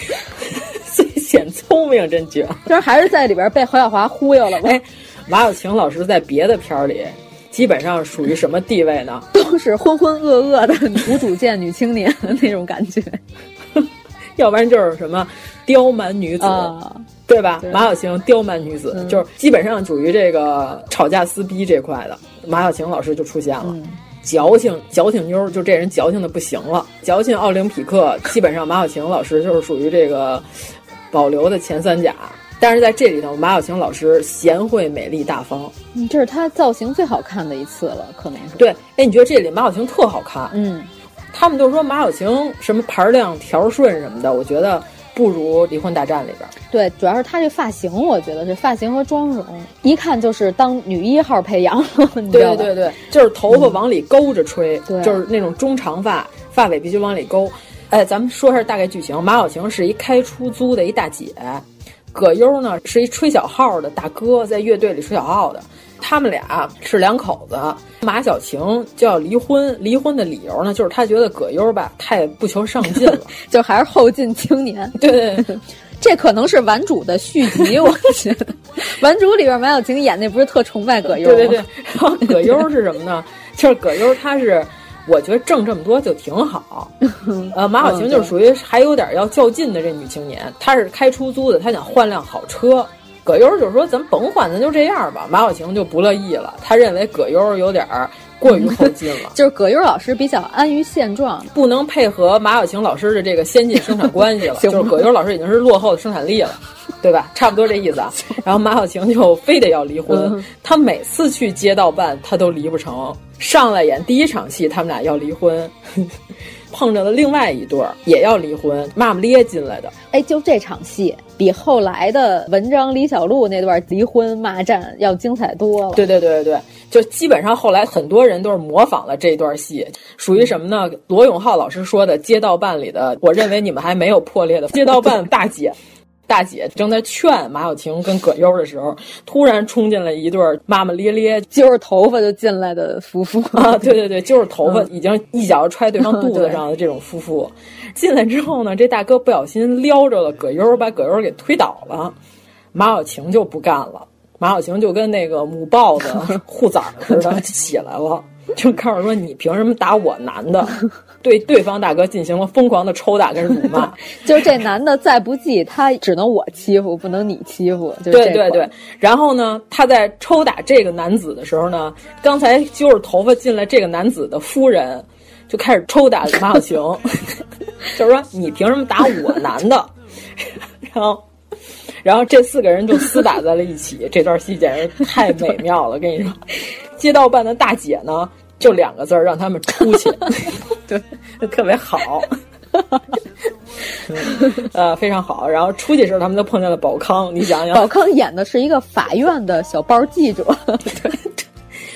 S9: 最显聪明，真绝！
S8: 就是还是在里边被侯耀华忽悠了吧？
S9: 哎，马晓晴老师在别的片儿里，基本上属于什么地位呢？
S8: 都是浑浑噩噩的无主见女青年那种感 觉
S9: 要不然就是什么刁蛮女子，
S8: 啊，
S9: 对吧？
S8: 对
S9: 马晓晴刁蛮女子，
S8: 嗯
S9: 就是基本上属于这个吵架撕逼这块的。马晓晴老师就出现了。
S8: 嗯
S9: 矫情，矫情妞儿，就这人矫情的不行了。矫情奥林匹克，基本上马晓晴老师就是属于这个保留的前三甲，但是在这里头，马小晴老师贤惠、美丽、大方，
S8: 嗯，这是她造型最好看的一次了，可能是。
S9: 对，哎，你觉得这里马小晴特好看？
S8: 嗯，
S9: 他们都说马小晴什么盘亮、条顺什么的，我觉得不如《离婚大战》里边。
S8: 对，主要是她这发型，我觉得是发型和妆容，一看就是当女一号培养了，你知道
S9: 对
S8: 吧？
S9: 对对，嗯就是头发往里勾着吹，
S8: 对
S9: 就是那种中长发，发尾必须往里勾。哎，咱们说一下大概剧情。啊马小晴是一开出租的一大姐，葛优呢是一吹小号的大哥，在乐队里吹小号的。他们俩是两口子，马小晴就要离婚。离婚的理由呢，就是她觉得葛优吧太不求上进了，
S8: 就还是后进青年。
S9: 对对对，
S8: 这可能是《顽主》的续集，我觉得，《顽主》里边马小晴演那不是特崇拜葛优吗？。
S9: 对对对，然后葛优是什么呢？ 就是葛优他是，我觉得挣这么多就挺好。呃，马小晴就是属于还有点要较劲的这女青年，她是开出租的，她想换辆好车。葛优就是说咱们甭换，咱就这样吧。马小晴就不乐意了，她认为葛优有点儿过于后进 了
S8: 就是葛优老师比较安于现状，
S9: 不能配合马小晴老师的这个先进生产关系了，
S8: 行
S9: 就
S8: 吧
S9: 是葛优老师已经是落后的生产力了，对吧？差不多这意思啊。然后马小晴就非得要离婚
S8: 嗯，
S9: 她每次去街道办，她都离不成。上来演第一场戏，他们俩要离婚， 碰着了另外一对儿也要离婚，骂骂咧进来的。
S8: 哎，就这场戏比后来的文章李小璐那段离婚骂战要精彩多了。
S9: 对对对对，对，就基本上后来很多人都是模仿了这段戏，属于什么呢？罗永浩老师说的街道办里的，我认为你们还没有破裂的 街道办大姐。大姐正在劝马小晴跟葛优的时候，突然冲进来一对儿骂骂咧咧
S8: 揪着头发就进来的夫妇
S9: 啊，对对对，就是头发
S8: 嗯
S9: 已经一脚踹对方肚子上的这种夫妇。进来之后呢，这大哥不小心撩着了葛优，把葛优给推倒了。马小晴就不干了，马小晴就跟那个母豹子护崽儿似的起来了，就告诉说你凭什么打我男的？对对方大哥进行了疯狂的抽打跟辱骂。
S8: 就是这男的再不济，他只能我欺负，不能你欺负。就是、
S9: 对对对，，然后呢，他在抽打这个男子的时候呢，刚才揪着头发进来这个男子的夫人就开始抽打 马小晴，就是说你凭什么打我男的？ 然后，然后这四个人就厮打在了一起，这段戏简直太美妙了，跟你说，街道办的大姐呢，就两个字儿让他们出去， 对，特别 好。呃，非常好。然后出去时候，他们都碰见了宝康，你想 想，
S8: 宝康演的是一个法院的小报记者，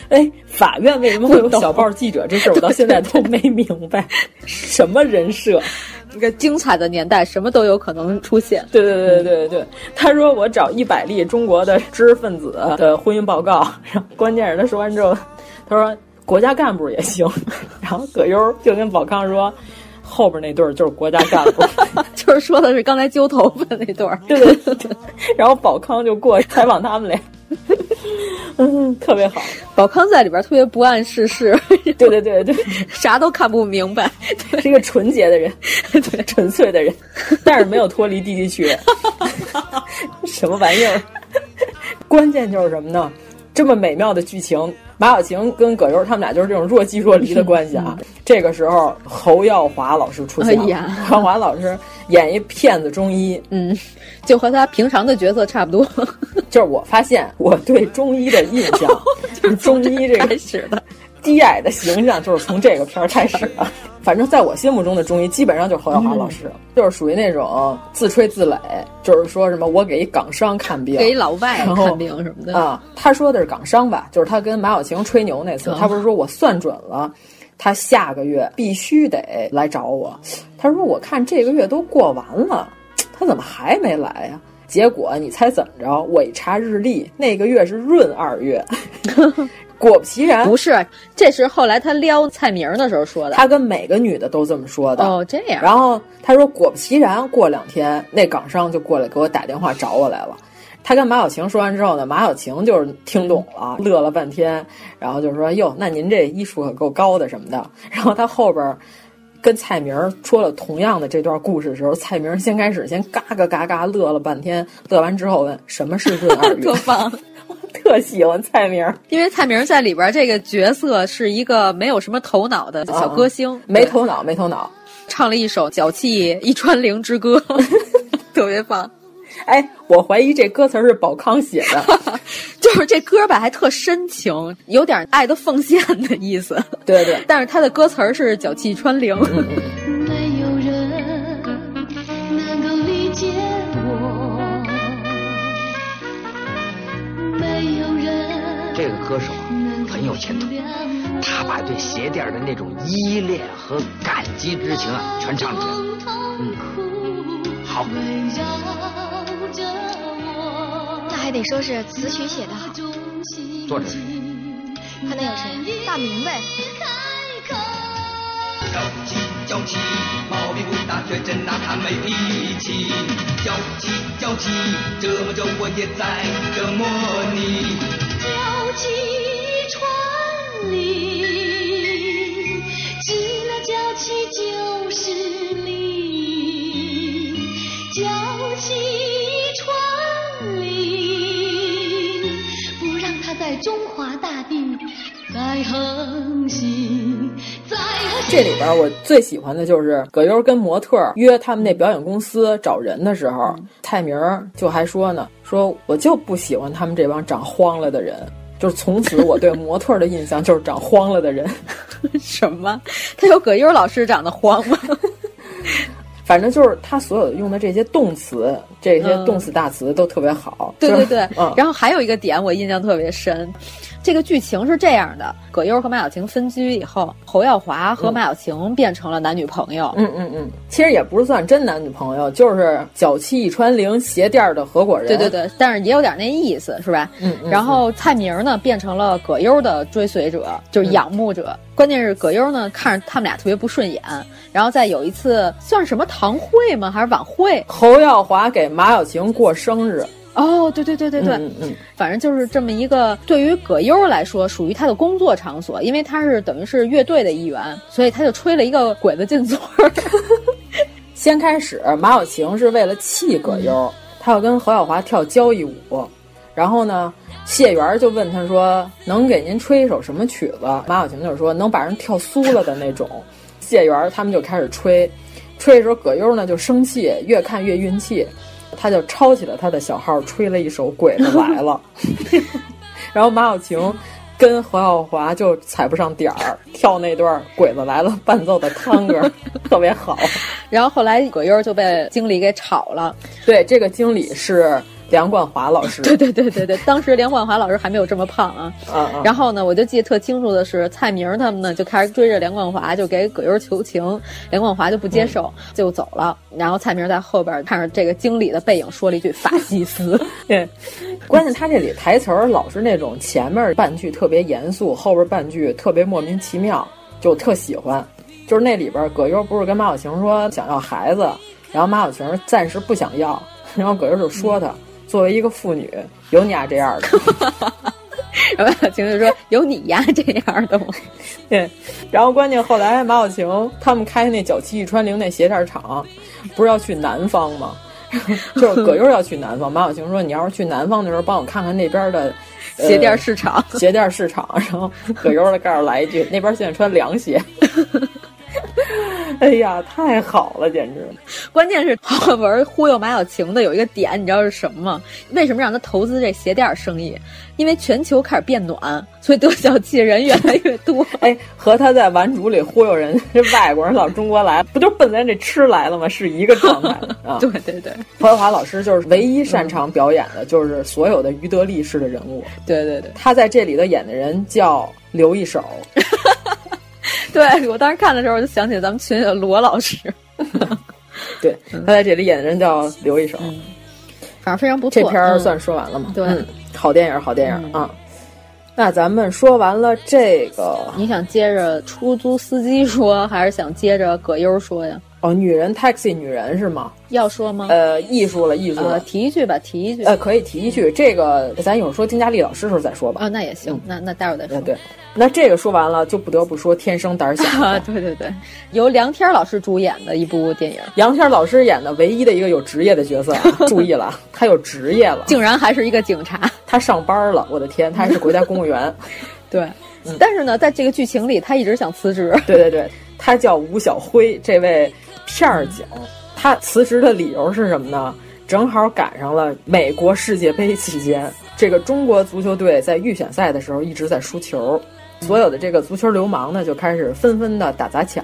S9: 哎，法院为什么会有小报记者这事儿，我到现在都没明白，什么人设？
S8: 一个精彩的年代，什么都有可能出现。
S9: 对对对对对对，他说我找一百例中国的知识分子的婚姻报告，然后关键是他说完之后，他说国家干部也行， 然后葛优就跟宝康说，后边那对儿就是国家干部，
S8: 就是说的是刚才揪头发那段儿，
S9: 对对对对，然后宝康就过去采访他们俩， 嗯，特别好，
S8: 宝康在里边特别不谙世事，
S9: 对对对对对。
S8: 啥都看不明白。
S9: 是一个纯洁的人，对，纯粹的人，但是没有脱离地地区，什么玩意儿？ 关键就是什么呢？这么美妙的剧情，马小晴跟葛优他们俩就是这种若即若离的关系啊。这个时候，侯耀华老师出现了，
S8: 哎呀
S9: 侯耀华老师演一骗子中医，
S8: 嗯，就和他平常的角色差不多，
S9: 就是我发现我对中医的印象，就是中医这个
S8: 开始的。
S9: 低矮的形象就是从这个片儿开始 的。反正在我心目中的中医，基本上就是侯耀华老师，
S8: 嗯
S9: 就是属于那种自吹自擂，就是说什么我给港商看病，
S8: 给老外
S9: 然后
S8: 看病什么的。
S9: 啊，他说的是港商吧，就是他跟马小晴吹牛那次，
S8: 嗯
S9: 他不是说我算准了，他下个月必须得来找我。他说我看这个月都过完了，他怎么还没来呀、结果你猜怎么着？我一查日历，那个月是闰 二月。果不其然，
S8: 不是，这是后来他撩蔡明的时候说的。
S9: 他跟每个女的都这么说的。
S8: 哦，这 样。
S9: 然后他说，果不其然，过两天那港商就过来给我打电话找我来了。他跟马小晴说完之后呢，马小晴就是听懂了，乐了半天，然后就说：“哟，那您这医术可够高的什么的。” 然后他后边跟蔡明说了同样的这段故事的时候，蔡明先开始先嘎嘎嘎嘎乐了半天，乐完之后问：“什么是闰二月
S8: 特棒，？”
S9: 特喜欢蔡明。
S8: 因为蔡明在里边这个角色是一个没有什么头脑的小歌星，
S9: 嗯没
S8: 对
S9: 头脑，没头脑。
S8: 唱了一首《脚气一川灵之歌》，特别棒。
S9: 哎，我怀疑这歌词是宝康写 的，
S8: 就是这歌吧，还特深情，有点爱的奉献的意思。
S9: 对对，
S8: 但是他的歌词儿是脚气穿零。
S4: 没有人能够理解我，没有人
S7: 这个歌手很有前途，他把对鞋垫的那种依恋和感激之情啊，全唱出来了。嗯，好。
S4: 那
S15: 还得说是词曲写得好。
S7: 作者是
S15: 他能有谁？大明呗。
S6: 娇气娇气，毛病不大，却真拿他没脾气。娇气娇气，折磨着我也在折磨你。
S4: 娇气川里，只那娇气就是你，娇气川里，不让它在中华大地再横行，再横行。
S9: 这里边我最喜欢的就是葛优跟模特儿约他们那表演公司找人的时
S8: 嗯
S9: 候，蔡明儿就还说呢，说我就不喜欢他们这帮长荒了的人，就是从此我对模特儿的印象就是长荒了的人。
S8: 什么？他有葛优老师长得慌吗？
S9: 反正就是他所有用的这些动词，这些动词大词都特别好。
S8: 嗯对对对，
S9: 嗯
S8: 然后还有一个点我印象特别深，这个剧情是这样的：葛优和马小晴分居以后，侯耀华和马小晴变成了男女朋友。
S9: 嗯嗯嗯，其实也不是算真男女朋友，就是脚气一穿零鞋垫儿的合伙人。
S8: 对对对，但是也有点那意思，是吧？
S9: 嗯。嗯
S8: 然后蔡明呢变成了葛优的追随者，就是仰慕者。关键是葛优呢看着他们俩特别不顺眼，然后在有一次算是什么堂会吗？还是晚会？
S9: 侯耀华给马小晴过生日，
S8: 哦，对对对对对，
S9: 嗯嗯嗯
S8: 反正就是这么一个，对于葛优来说，属于他的工作场所，因为他是等于是乐队的一员，所以他就吹了一个鬼子进嘴儿。
S9: 先开始，马小晴是为了气葛优，她要跟侯耀华跳交谊舞。然后呢，谢元就问他说：“能给您吹一首什么曲子？”马小晴就说：“能把人跳酥了的那种。”谢元他们就开始吹，吹的时候葛优呢就生气，越看越运气，他就抄起了他的小号吹了一首《鬼子来了》， 然后马小晴跟侯耀华就踩不上点儿，跳那段《鬼子来了》伴奏的探戈特别好。
S8: 然后后来葛优就被经理给炒 了，
S9: 对，这个经理是梁冠华老师。
S8: 对对对对对，当时梁冠华老师还没有这么胖啊。
S9: 嗯嗯。
S8: 然后呢，我就记得特清楚的是，蔡明他们呢就开始追着梁冠华，就给葛优求情，梁冠华就不接受，就走了。然后蔡明在后边看着这个经理的背影，说了一句“法西斯”。
S9: 对，关键他这里台词儿老是那种前面半句特别严肃，后边半句特别莫名其妙，就我特喜欢。就是那里边葛优不是跟马小晴说想要孩子，然后马小晴暂时不想要，然后葛优就说他、作为一个妇女，有你俩这样的。
S8: 然后小晴就说：“有你呀这样 的吗？”
S9: 对，然后关键后来马小晴他们开那脚气一穿零那鞋垫厂，不是要去南方吗？ 就是葛优要去南方，马小晴说：“你要是去南方的时候，帮我看看那边的、呃
S8: 鞋垫市场
S9: 鞋垫市场。”然后葛优的告诉来一句：“那边现在穿凉鞋。” 哎呀，太好了，简直！
S8: 关键是郝文文忽悠马小晴的有一个点，你知道是什么吗？为什么让他投资这鞋垫生意？因为全球开始变暖，所以得脚气的人越来越多。
S9: 哎，和他在顽主里忽悠人， 这外国人老中国来，不就奔咱这吃来了吗？是一个状态啊。
S8: 对对对
S9: 侯耀华老师就是唯一擅长表演的，就是所有的于德利式的人物。
S8: 对对对
S9: 他在这里头演的人叫刘一手，
S8: 对，我当时看的时候，我就想起咱们群里的罗老师，
S9: 对，他在这里演的人叫刘一手。
S8: 反正非常不错。
S9: 这篇儿
S8: 嗯
S9: 算说完了吗？
S8: 对
S9: 嗯好电影，好电影啊。那咱们说完了这个
S8: 你想接着出租司机说， 还是想接着葛优说呀？
S9: 哦，女人 taxi 女人是吗？
S8: 要说吗？
S9: 呃，艺术了，艺术
S8: 呃
S9: 了。
S8: 提一句吧，提一句。
S9: 呃，可以提一句，这个咱一会儿说丁嘉丽老师的时候再说吧。
S8: 哦，那也行，那那待会儿再说。
S9: 嗯，对。那这个说完了，就不得不说《天生胆小》
S8: 啊，对对对，由梁天老师主演的一部电影，
S9: 杨天老师演的唯一的一个有职业的角色啊，注意了， 他有职业了，
S8: 竟然还是一个警察。
S9: 他上班了，我的天，他还是国家公务员。
S8: 对，
S9: 嗯
S8: 但是呢，在这个剧情里，他一直想辞职。
S9: 对对对，他叫吴小辉，这位片儿警，他辞职的理由是什么呢？正好赶上了美国世界杯期间，这个中国足球队在预选赛的时候一直在输球，所有的这个足球流氓呢就开始纷纷的打砸抢，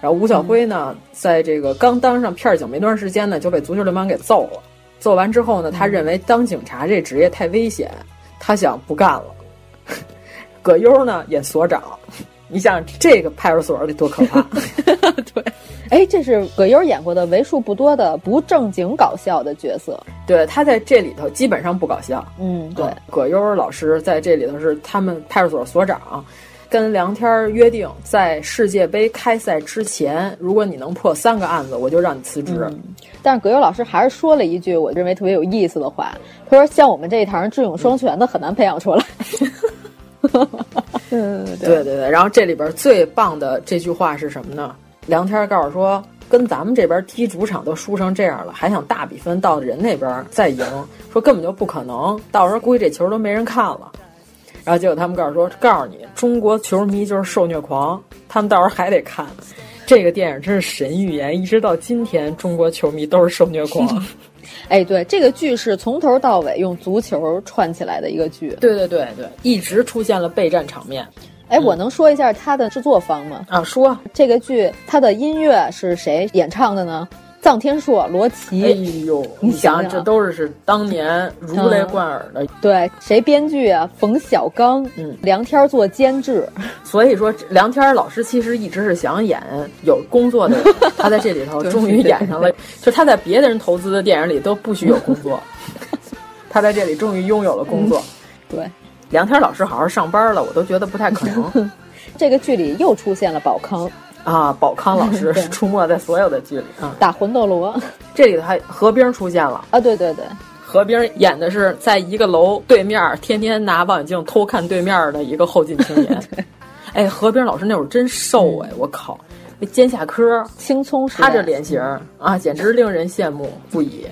S9: 然后吴晓辉呢在这个刚当上片儿警没多长时间呢就被足球流氓给揍了，揍完之后呢，他认为当警察这职业太危险，他想不干了， 葛优呢演所长。你想这个派出所得多可 怕？
S8: 哎，这是葛优演过的为数不多的不正经搞笑的角色。
S9: 对他在这里头基本上不搞笑。啊
S8: 嗯，对，
S9: 葛优老师在这里头是他们派出所所长，跟梁天约定，在世界杯开赛之前，如果你能破三个案子，我就让你辞职。
S8: 嗯、但是葛优老师还是说了一句我认为特别有意思的话，他说：“像我们这一堂智勇双全的很难培养出来。嗯”
S9: 嗯，对对对，然后这里边最棒的这句话是什么呢？梁天告诉说，跟咱们这边踢主场都输成这样了，还想大比分到人那边再赢，说根本就不可能，到时候估计这球都没人看了。然后结果他们告诉说，告诉你，中国球迷就是受虐狂，他们到时候还得看。这个电影真是神预言，一直到今天，中国球迷都是受虐狂。
S8: 哎，对，这个剧是从头到尾用足球串起来的一个剧。
S9: 对对对对，一直出现了备战场面。
S8: 哎，
S9: 嗯
S8: 我能说一下它的制作方吗？
S9: 啊，说
S8: 这个剧它的音乐是谁演唱的呢？臧天朔、罗琦。
S9: 哎呦，你想，啊这都是是当年如雷贯耳的、嗯。
S8: 对，谁编剧啊？冯小刚，嗯，梁天做监制。
S9: 所以说，梁天老师其实一直是想演有工作的人，他在这里头终于演上了。就他在别的人投资的电影里都不许有工作，他在这里终于拥有了工作。
S8: 嗯、对，
S9: 梁天老师好好上班了，我都觉得不太可能。
S8: 这个剧里又出现了宝康。
S9: 啊，宝康老师 是出没在所有的剧里啊，
S8: 打魂斗罗，
S9: 这里头还何冰出现了
S8: 啊，对对对，
S9: 何冰演的是在一个楼对面，天天拿望远镜偷看对面的一个后进青年。哎，何冰老师那会儿真瘦哎，嗯、我靠，那肩下颏
S8: 青葱，
S9: 他这脸型啊，简直令人羡慕不已。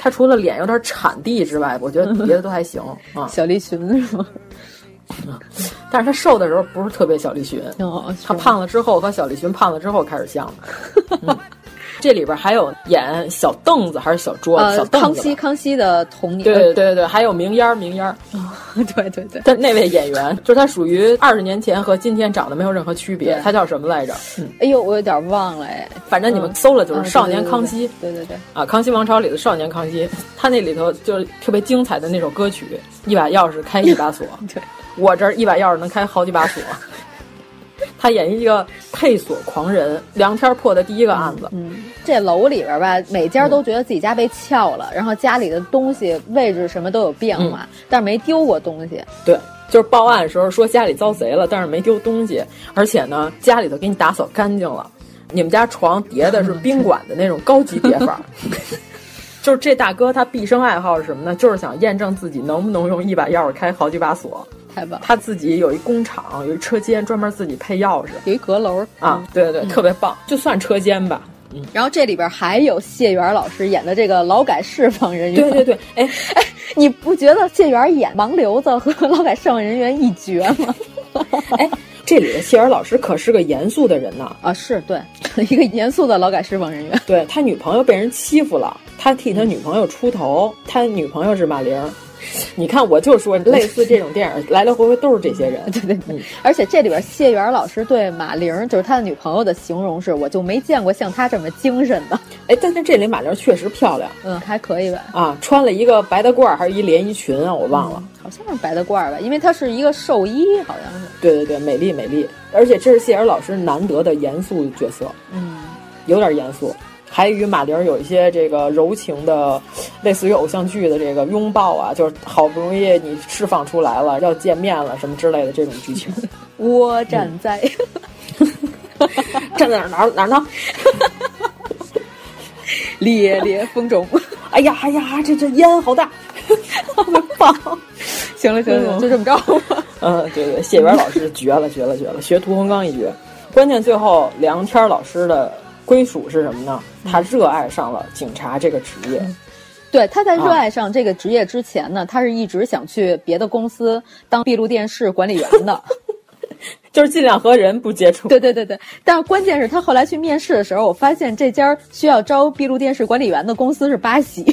S9: 他除了脸有点铲地之外，我觉得别的都还行啊。
S8: 小栗旬是吗？
S9: 嗯、但是他瘦的时候不是特别小栗旬，
S8: 哦、
S9: 他胖了之后和小栗旬胖了之后开始像了嗯。这里边还有演小凳子还是小桌子？呃、小凳子
S8: 康熙康熙的童年，
S9: 对对对对，还有明烟儿明烟儿、
S8: 哦， 对对对。
S9: 但那位演员就是他，属于二十年前和今天长得没有任何区别。他叫什么来着？
S8: 嗯、哎呦，我有点忘了哎。啊
S9: 反正你们搜了就是《少年康熙》，
S8: 对对对
S9: 啊，《康熙王朝》里的少年康熙，他那里头就是特别精彩的那首歌曲，《一把钥匙开一把锁》。
S8: 对。
S9: 我这一把钥匙能开好几把锁。 他演一个配锁狂人，梁天破的第一个案子。
S8: 嗯，嗯这楼里边吧，每家都觉得自己家被撬了，嗯、然后家里的东西位置什么都有变化，嗯、但是没丢过东西。
S9: 对，就是报案的时候说家里遭贼了，但是没丢东西，而且呢，家里头给你打扫干净了。你们家床叠的是宾馆的那种高级叠法。 就是这大哥，他毕生爱好是什么呢？就是想验证自己能不能用一把钥匙开好几把锁。
S8: 太棒！
S9: 他自己有一工厂，有一车间，专门自己配钥匙，
S8: 有一阁楼
S9: 啊，对对对，嗯、特别棒，就算车间吧。
S8: 嗯。然后这里边还有谢元老师演的这个劳改释放人员。
S9: 对对对，哎
S8: 哎，你不觉得谢元演盲流子和劳改释放人员一绝吗？
S9: 哎，这里的谢元老师可是个严肃的人呢。
S8: 啊，是对， 一个严肃的劳改释放人员。
S9: 对他女朋友被人欺负了，他替他女朋友出头，嗯、他女朋友是马玲。你看，我就说类似这种电影来来回回都是这些人，
S8: 对对对。嗯、而且这里边谢元老师对马玲，就是他的女朋友的形容是，我就没见过像她这么精神的。
S9: 哎，但是这里马玲确实漂亮，
S8: 嗯，还可以吧？
S9: 啊，穿了一个白大褂还是一连衣裙啊？我忘了，
S8: 嗯、好像是白大褂吧，因为她是一个寿衣，好像是。
S9: 对对对，美丽美丽。而且这是谢元老师难得的严肃角色，
S8: 嗯，
S9: 有点严肃。还与马玲有一些这个柔情的，类似于偶像剧的这个拥抱啊，就是好不容易你释放出来了，要见面了什么之类的这种剧情。
S8: 我站在，
S9: 嗯、 站在哪哪哪呢？
S8: 烈烈风中，
S9: 哎呀哎呀，这这烟 好大，棒！
S8: 行了行了，嗯、就这么着 吧。
S9: 嗯，对对，谢元老师绝了绝了绝了，学屠洪刚一绝。关键最后梁天老师的。归属是什么呢？他热爱上了警察这个职业。嗯、
S8: 对，他在热爱上这个职业 之前呢，啊、他是一直想去别的公司当闭路电视管理员的。
S9: 就是尽量和人不接触。
S8: 对对对对，但关键是他后来去面试的时候，我发现这家需要招闭路电视管理员的公司是八 喜，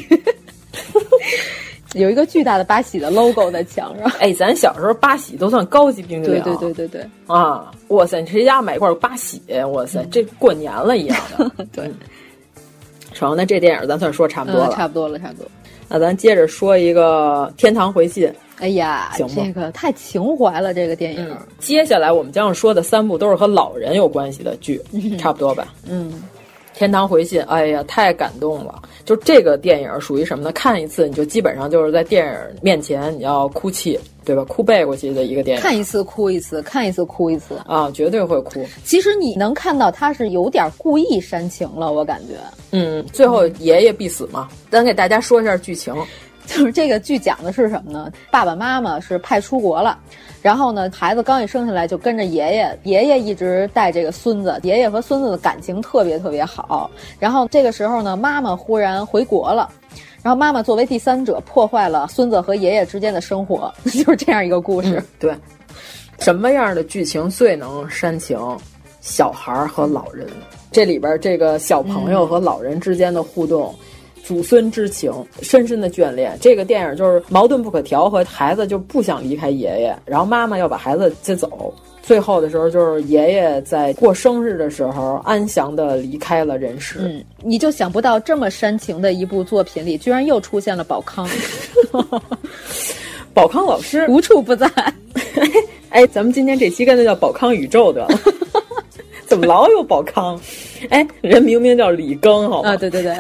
S8: 有一个巨大的八喜的 logo 在墙上。
S9: 哎，咱小时候八喜都算高级冰激
S8: 对
S9: 凌，
S8: 对对对对，
S9: 啊！哇塞，你谁家买一块八喜？哇塞，这过年了一样的。
S8: 嗯
S9: 嗯
S8: 对，
S9: 成，那这电影咱算说差不多了，
S8: 嗯差不多了，差不多了。
S9: 那咱接着说一个《天堂回信》。
S8: 哎呀，
S9: 行吧嗯
S8: 这个太情怀了，这个电影。
S9: 接下来我们将要说的三部都是和老人有关系的剧，差不多吧？
S8: 嗯，
S9: 《天堂回信》，哎呀，太感动了！就这个电影属于什么呢？看一次你就基本上就是在电影面前你要哭泣，对吧？哭背过去的一个电影
S8: 看一次哭一次，看一次哭一次。
S9: 啊，绝对会哭。
S8: 其实你能看到他是有点故意煽情了，我感觉。
S9: 嗯，最后爷爷必死嘛。咱给大家说一下剧情。
S8: 就是这个剧讲的是什么呢？爸爸妈妈是派出国了，然后呢，孩子刚一生下来就跟着爷爷，爷爷一直带这个孙子，爷爷和孙子的感情特别特别好。然后这个时候呢，妈妈忽然回国了。然后妈妈作为第三者破坏了孙子和爷爷之间的生活， 就是这样一个故事。
S9: 对，什么样的剧情最能煽情？小孩儿和老人，这里边这个小朋友和老人之间的互动。祖孙之情，深深的眷恋。这个电影就是矛盾不可调和，孩子就不想离开爷爷，然后妈妈要把孩子接走。最后的时候，就是爷爷在过生日的时候安详的离开了人世。
S8: 嗯，你就想不到这么煽情的一部作品里，居然又出现了宝康，
S9: 宝康老师
S8: 无处不在。
S9: 哎，咱们今天这期干脆叫宝康宇宙得 了。怎么老有宝康？哎，人明明叫李庚，好吗？
S8: 啊，对对 对，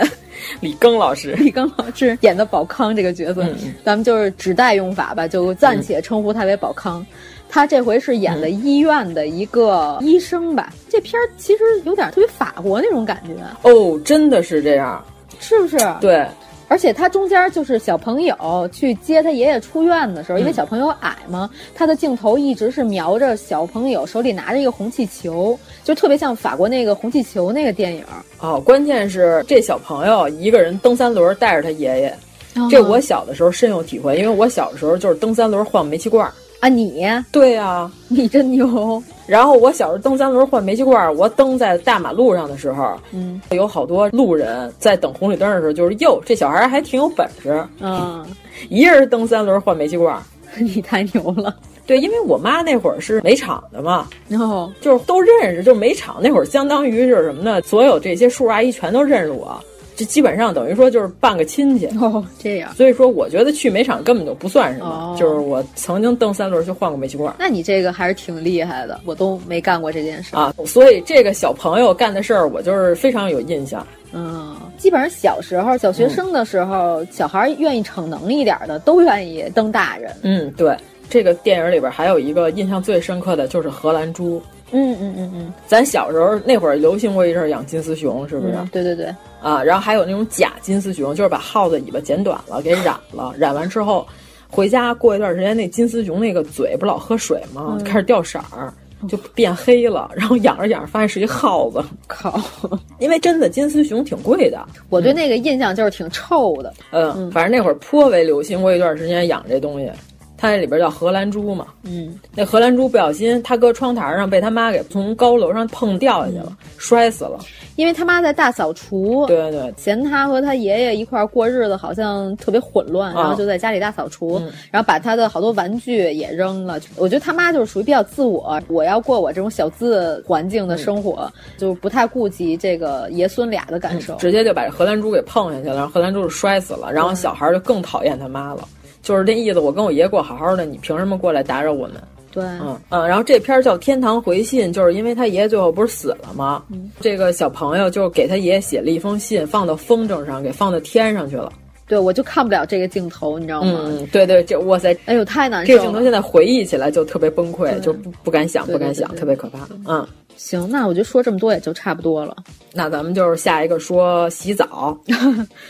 S9: 李庚老师，
S8: 李刚老师演的宝康这个角色，
S9: 嗯
S8: 咱们就是指代用法吧，就暂且称呼他为宝康。他这回是演的医院的一个医生吧？这片儿其实有点特别法国那种感觉，
S9: 哦，真的是这样。
S8: 是不是？
S9: 对，
S8: 而且他中间就是小朋友去接他爷爷出院的时
S9: 嗯
S8: 候，因为小朋友矮嘛，他的镜头一直是瞄着小朋友手里拿着一个红气球，就特别像法国那个红气球那个电影。
S9: 哦，关键是这小朋友一个人蹬三轮带着他爷爷，
S8: 啊
S9: 这我小的时候深有体会，因为我小的时候就是蹬三轮换煤气罐儿。
S8: 啊，你
S9: 对啊，
S8: 你真牛！
S9: 然后我小时候蹬三轮换煤气罐儿，我蹬在大马路上的时候，
S8: 嗯
S9: 有好多路人在等红绿灯的时候，就是哟，这小孩儿还挺有本事，
S8: 啊，
S9: 一人蹬三轮换煤气罐儿。
S8: 你太牛了！
S9: 对，因为我妈那会儿是煤厂的嘛，
S8: 然后
S9: 就是都认识，就是煤厂那会儿相当于就是什么呢？所有这些叔叔阿姨全都认识我，这基本上等于说就是半个亲戚。
S8: 哦，这样，
S9: 所以说，我觉得去煤厂根本就不算什么，
S8: 哦
S9: 就是我曾经蹬三轮去换过煤气罐。
S8: 那你这个还是挺厉害的，我都没干过这件事。
S9: 啊，所以这个小朋友干的事儿，我就是非常有印象。
S8: 嗯，基本上小时候，小学生的时候，小孩愿意逞能一点的，都愿意当大人。
S9: 嗯，对，这个电影里边还有一个印象最深刻的就是荷兰猪。
S8: 嗯嗯嗯嗯，
S9: 咱小时候那会儿流行过一阵儿养金丝熊，是不是、
S8: 嗯对对对，
S9: 啊？然后还有那种假金丝熊，就是把耗子尾巴剪短了，给染了，染完之后回家过一段时间，那金丝熊那个嘴不老喝水吗？
S8: 嗯
S9: 开始掉色儿。就变黑了，然后养着养着发现是一耗子，
S8: 靠！嗯
S9: 因为真的金丝熊挺贵的，
S8: 我对那个印象就是挺臭的。
S9: 嗯，反正那会儿颇为流行过一段时间养这东西，它那里边叫荷兰猪嘛。
S8: 嗯，
S9: 那荷兰猪不小心，它搁窗台上被他妈给从高楼上碰掉下去了，摔死了。
S8: 因为他妈在大扫除，
S9: 对对
S8: 嫌他和他爷爷一块儿过日子好像特别混乱，
S9: 啊
S8: 然后就在家里大扫除，
S9: 嗯
S8: 然后把他的好多玩具也扔了。我觉得他妈就是属于比较自我，我要过我这种小资环境
S9: 嗯
S8: 的生活，就不太顾及这个爷孙俩的感受。
S9: 直接就把荷兰猪给碰下去了，然后荷兰猪就摔死了，然
S8: 嗯
S9: 后小孩就更讨厌他妈了，就是那意思。我跟我爷过好好的，你凭什么过来打扰我们？
S8: 对，
S9: 嗯嗯，然后这篇叫《天堂回信》，就是因为他爷爷最后不是死了吗？
S8: 嗯
S9: 这个小朋友就给他爷爷写了一封信，放到风筝上，给放到天上去了。
S8: 对我就看不了这个镜头，你知道吗？
S9: 嗯，对对，这哇塞，
S8: 哎呦，太哦难
S9: 这
S8: 受
S9: 个镜头
S8: 了。
S9: 现在回忆起来就特别崩溃，就不不敢想，
S8: 对
S9: 不敢
S8: 对对
S9: 想，
S8: 对
S9: 特别可怕。嗯，
S8: 行，那我就说这么多也就差不多了。
S9: 那咱们就是下一个说洗澡，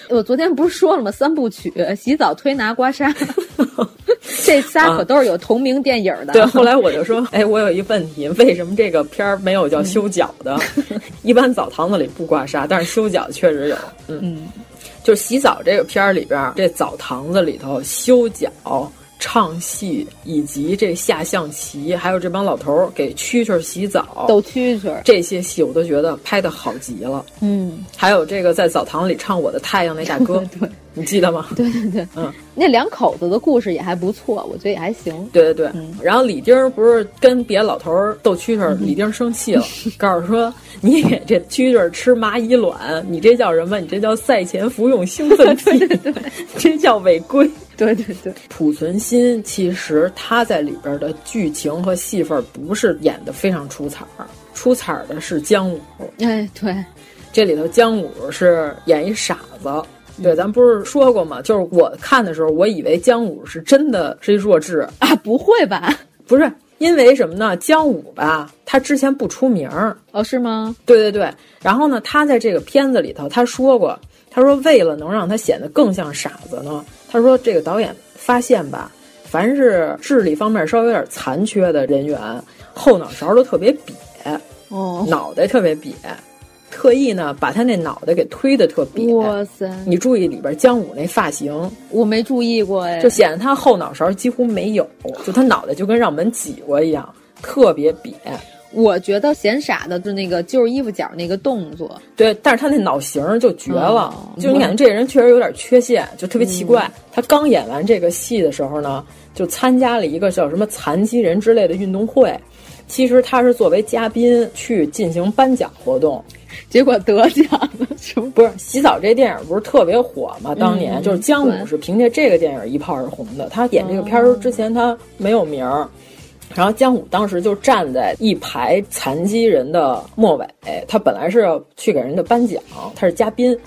S8: 我昨天不是说了吗？三部曲：洗澡、推拿、刮痧， 这仨可都是有同名电影的。
S9: 啊对，后来我就说，哎，我有一问题， 为什么这个片儿没有叫修脚 的？一般澡堂子里不刮痧，但是修脚确实有。嗯，
S8: 嗯，
S9: 就是洗澡这个片儿里边儿，这澡堂子里头修脚唱戏以及这下象棋，还有这帮老头儿给蛐蛐儿洗澡、
S8: 斗蛐蛐儿
S9: 这些戏，我都觉得拍的好极了。
S8: 嗯，
S9: 还有这个在澡堂里唱《我的太阳》那大哥，
S8: 对
S9: 你记得吗？
S8: 对对对，
S9: 嗯，
S8: 那两口子的故事也还不错，我觉得也还行。
S9: 对对对，
S8: 嗯
S9: 然后李丁儿不是跟别老头儿斗蛐蛐儿，李丁儿生气了，告诉说你给这蛐蛐儿吃蚂蚁卵，你这叫什么？你这叫赛前服用兴奋剂， 这叫违规。
S8: 对对对，
S9: 濮存昕其实他在里边的剧情和戏份不是演的非常出彩儿，出彩儿的是姜武。
S8: 哎，对，
S9: 这里头姜武是演一傻子。对，咱不是说过吗？就是我看的时候，我以为姜武是真的是一弱智，
S8: 啊，不会吧？
S9: 不是因为什么呢？姜武吧，他之前不出名儿，
S8: 哦，是吗？
S9: 对对对。然后呢，他在这个片子里头他说过，他说为了能让他显得更像傻子呢，他说这个导演发现吧，凡是智力方面稍微有点残缺的人员，后脑勺都特别瘪，
S8: 哦，
S9: 脑袋特别瘪。特意呢，把他那脑袋给推的特瘪。
S8: 哇塞，
S9: 你注意里边姜武那发型，
S8: 我没注意过哎，
S9: 就显得他后脑勺几乎没有，就他脑袋就跟让门挤过一样，特别瘪。
S8: 我觉得显傻的是那个揪衣服角那个动作，
S9: 对，但是他那脑型儿就绝了，
S8: 嗯
S9: 就你感觉这人确实有点缺陷，就特别奇怪。他刚演完这个戏的时候呢，就参加了一个叫什么残疾人之类的运动会。其实他是作为嘉宾去进行颁奖活动，
S8: 结果得奖了，是不是？
S9: 不是《洗澡》这电影不是特别火吗？当年、
S8: 嗯
S9: 就是姜
S8: 对哦
S9: 武是凭借这个电影一炮而红的。他演这个片儿之前他没有名儿，然后姜武当时就站在一排残疾人的末尾，他本来是要去给人家颁奖，他是嘉宾，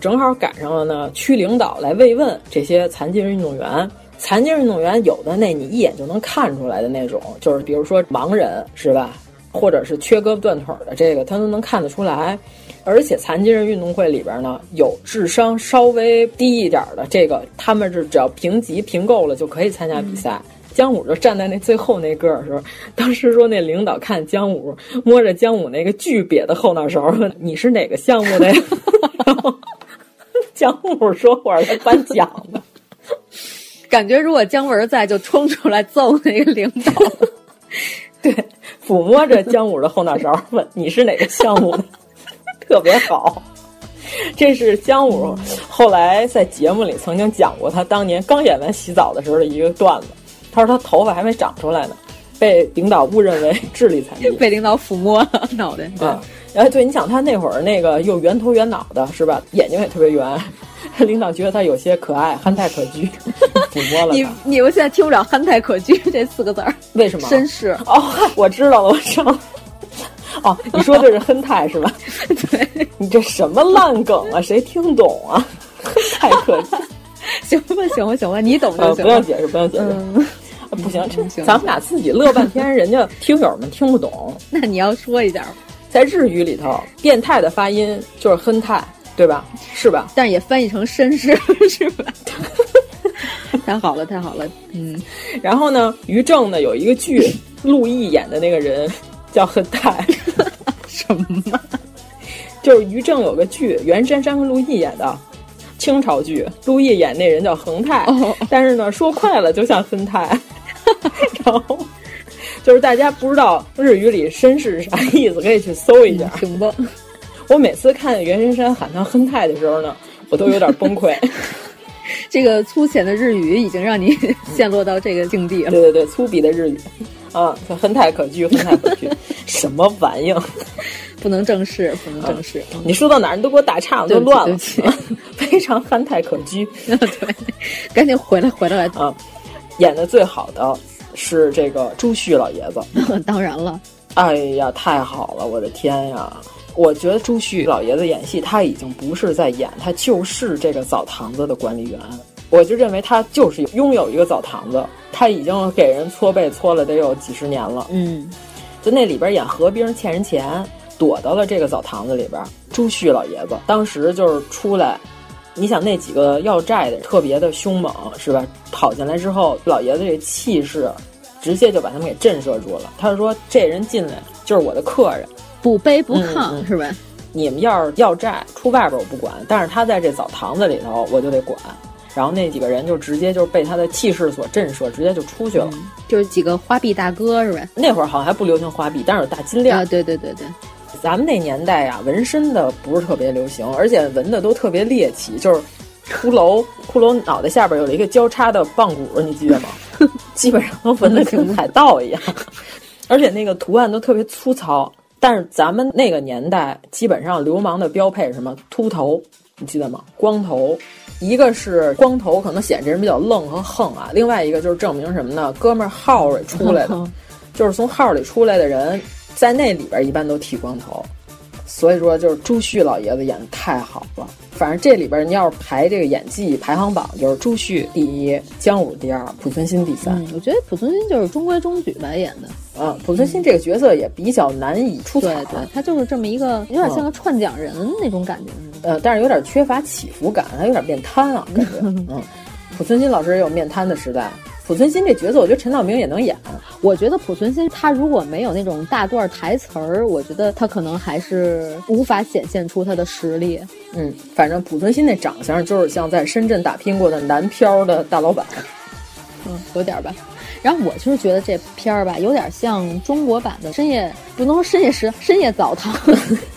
S9: 正好赶上了呢区领导来慰问这些残疾人运动员。残疾人运动员有的那你一眼就能看出来的那种，就是比如说盲人是吧，或者是缺胳膊断腿儿的，这个他都能看得出来。而且残疾人运动会里边呢，有智商稍微低一点儿的，这个他们是只要评级评够了就可以参加比赛。姜武就站在那最后那个儿的时候，当时说那领导看姜武摸着姜武那个巨瘪的后脑勺，说：“ 你是哪个项目的呀？” 然后姜武说：“我是来颁奖的。”
S8: 感觉如果姜文在，就冲出来揍那个领导。
S9: 对，抚摸着姜武的后脑勺，问你是哪个项目的， 特别好。这是姜武后来在节目里曾经讲过，他当年刚演完洗澡的时候的一个段子。他说他头发还没长出来呢，被领导误认为智力残疾。
S8: 被领导抚摸了脑袋，
S9: 啊，哎，对，你想他那会儿那个又圆头圆脑的是吧？眼睛也特别圆， 领导觉得他有些可爱，憨态可掬， 抚摸了
S8: 你
S9: 他。
S8: 你们现在听不了“憨态可掬”这四个字儿，
S9: 为什么？
S8: 绅士。
S9: 哦， 我知道了，我知道了。哦，你说的是亨泰是吧？
S8: 对，
S9: 你这什么烂梗啊？谁听懂啊？亨泰可 掬，
S8: 行吧，行吧，行吧，你懂
S9: 呃，
S8: 就行
S9: 不要
S8: 了。
S9: 解释，不要解释，
S8: 嗯，
S9: 啊不行，这
S8: 嗯行
S9: 咱们俩自己乐半 天，人家听友们听不懂。
S8: 那你要说一下，
S9: 在日语里头，变态的发音就是亨泰，对吧？是吧？
S8: 但是也翻译成绅士 是吧？太好了，太好了，嗯，
S9: 然后呢，于正呢有一个剧，陆毅演的那个人叫亨泰，
S8: 什么？
S9: 就是于正有个剧，袁姗姗跟陆毅演的清朝剧，陆毅演那人叫恒泰，
S8: 哦
S9: 但是呢说快了就像亨泰， 然后就是大家不知道日语里绅士是啥意思，可以去搜一下。
S8: 嗯行吧，嗯
S9: 我每次看袁姗姗喊他亨泰的时候呢，我都有点 崩溃。
S8: 这个粗浅的日语已经让你 陷落到这个境地了。
S9: 对对对，粗鄙的日语啊，亨泰可掬，亨泰可 掬，什么玩意儿？
S8: 不能正视，不能
S9: 嗯
S8: 正视。
S9: 你说到哪儿你都给我打岔，我
S8: 对
S9: 都
S8: 不起
S9: 乱了啊
S8: 对不，
S9: 非常憨态可掬。
S8: 对，赶紧回来，回来，
S9: 啊，演的最好的是这个朱旭老爷子。
S8: 当然了，
S9: 哎呀，太好了，我的天呀！我觉得朱旭老爷子演戏，他已经不是在演，他就是这个澡堂子的管理员。我就认为他就是拥有一个澡堂子，他已经给人搓背搓了得有几十年了。
S8: 嗯，
S9: 就那里边演何冰欠人钱，躲到了这个澡堂子里边。朱旭老爷子当时就是出来，你想那几个要债的特别的凶猛，是吧？跑进来之后，老爷子这气势，直接就把他们给震慑住了。他说：“这人进来就是我的客人，
S8: 不卑不
S9: 嗯
S8: 亢
S9: 嗯
S8: 是吧？
S9: 你们要是要债，出外边我不管，但是他在这澡堂子里头我就得管。然后那几个人就直接就被他的气势所震慑，直接就出去了。
S8: 嗯、就是几个花臂大哥是吧？
S9: 那会儿好像还不流行花臂，但是有大金链。
S8: 啊，对对对对。
S9: 咱们那年代啊，纹身的不是特别流行，而且纹的都特别猎奇，就是骷髅，骷髅脑袋下边有一个交叉的棒骨，你记得吗？基本上都纹的跟海盗一样， 而且那个图案都特别粗糙。但是咱们那个年代，基本上流氓的标配是什么？秃头，你记得吗？光头，一个是光头，可能显这人比较愣和横啊；另外一个就是证明什么呢？哥们儿号里出来的，就是从号里出来的人。在那里边一般都剃光头，所以说就是朱旭老爷子演的太好了。反正这里边你要是排这个演技排行榜，就是朱旭第一，姜武第二，濮存昕第三、
S8: 嗯。我觉得濮存昕就是中规中矩吧演的。
S9: 嗯，濮存昕这个角色也比较难以出彩，
S8: 对对，他就是这么一个有点像个串讲人那种感觉、
S9: 嗯。呃，但是有点缺乏起伏感，他有点面瘫啊 感觉。嗯，濮存昕老师也有面瘫的时代。濮存昕这角色，我觉得陈道明也能演。
S8: 我觉得濮存昕他如果没有那种大段台词儿，我觉得他可能还是无法显现出他的实力。
S9: 嗯，反正濮存昕那长相就是像在深圳打拼过的南漂的大老板，
S8: 嗯，有点吧。然后我就是觉得这片儿吧，有点像中国版的深夜，不能说深夜食， 深夜澡堂，就是。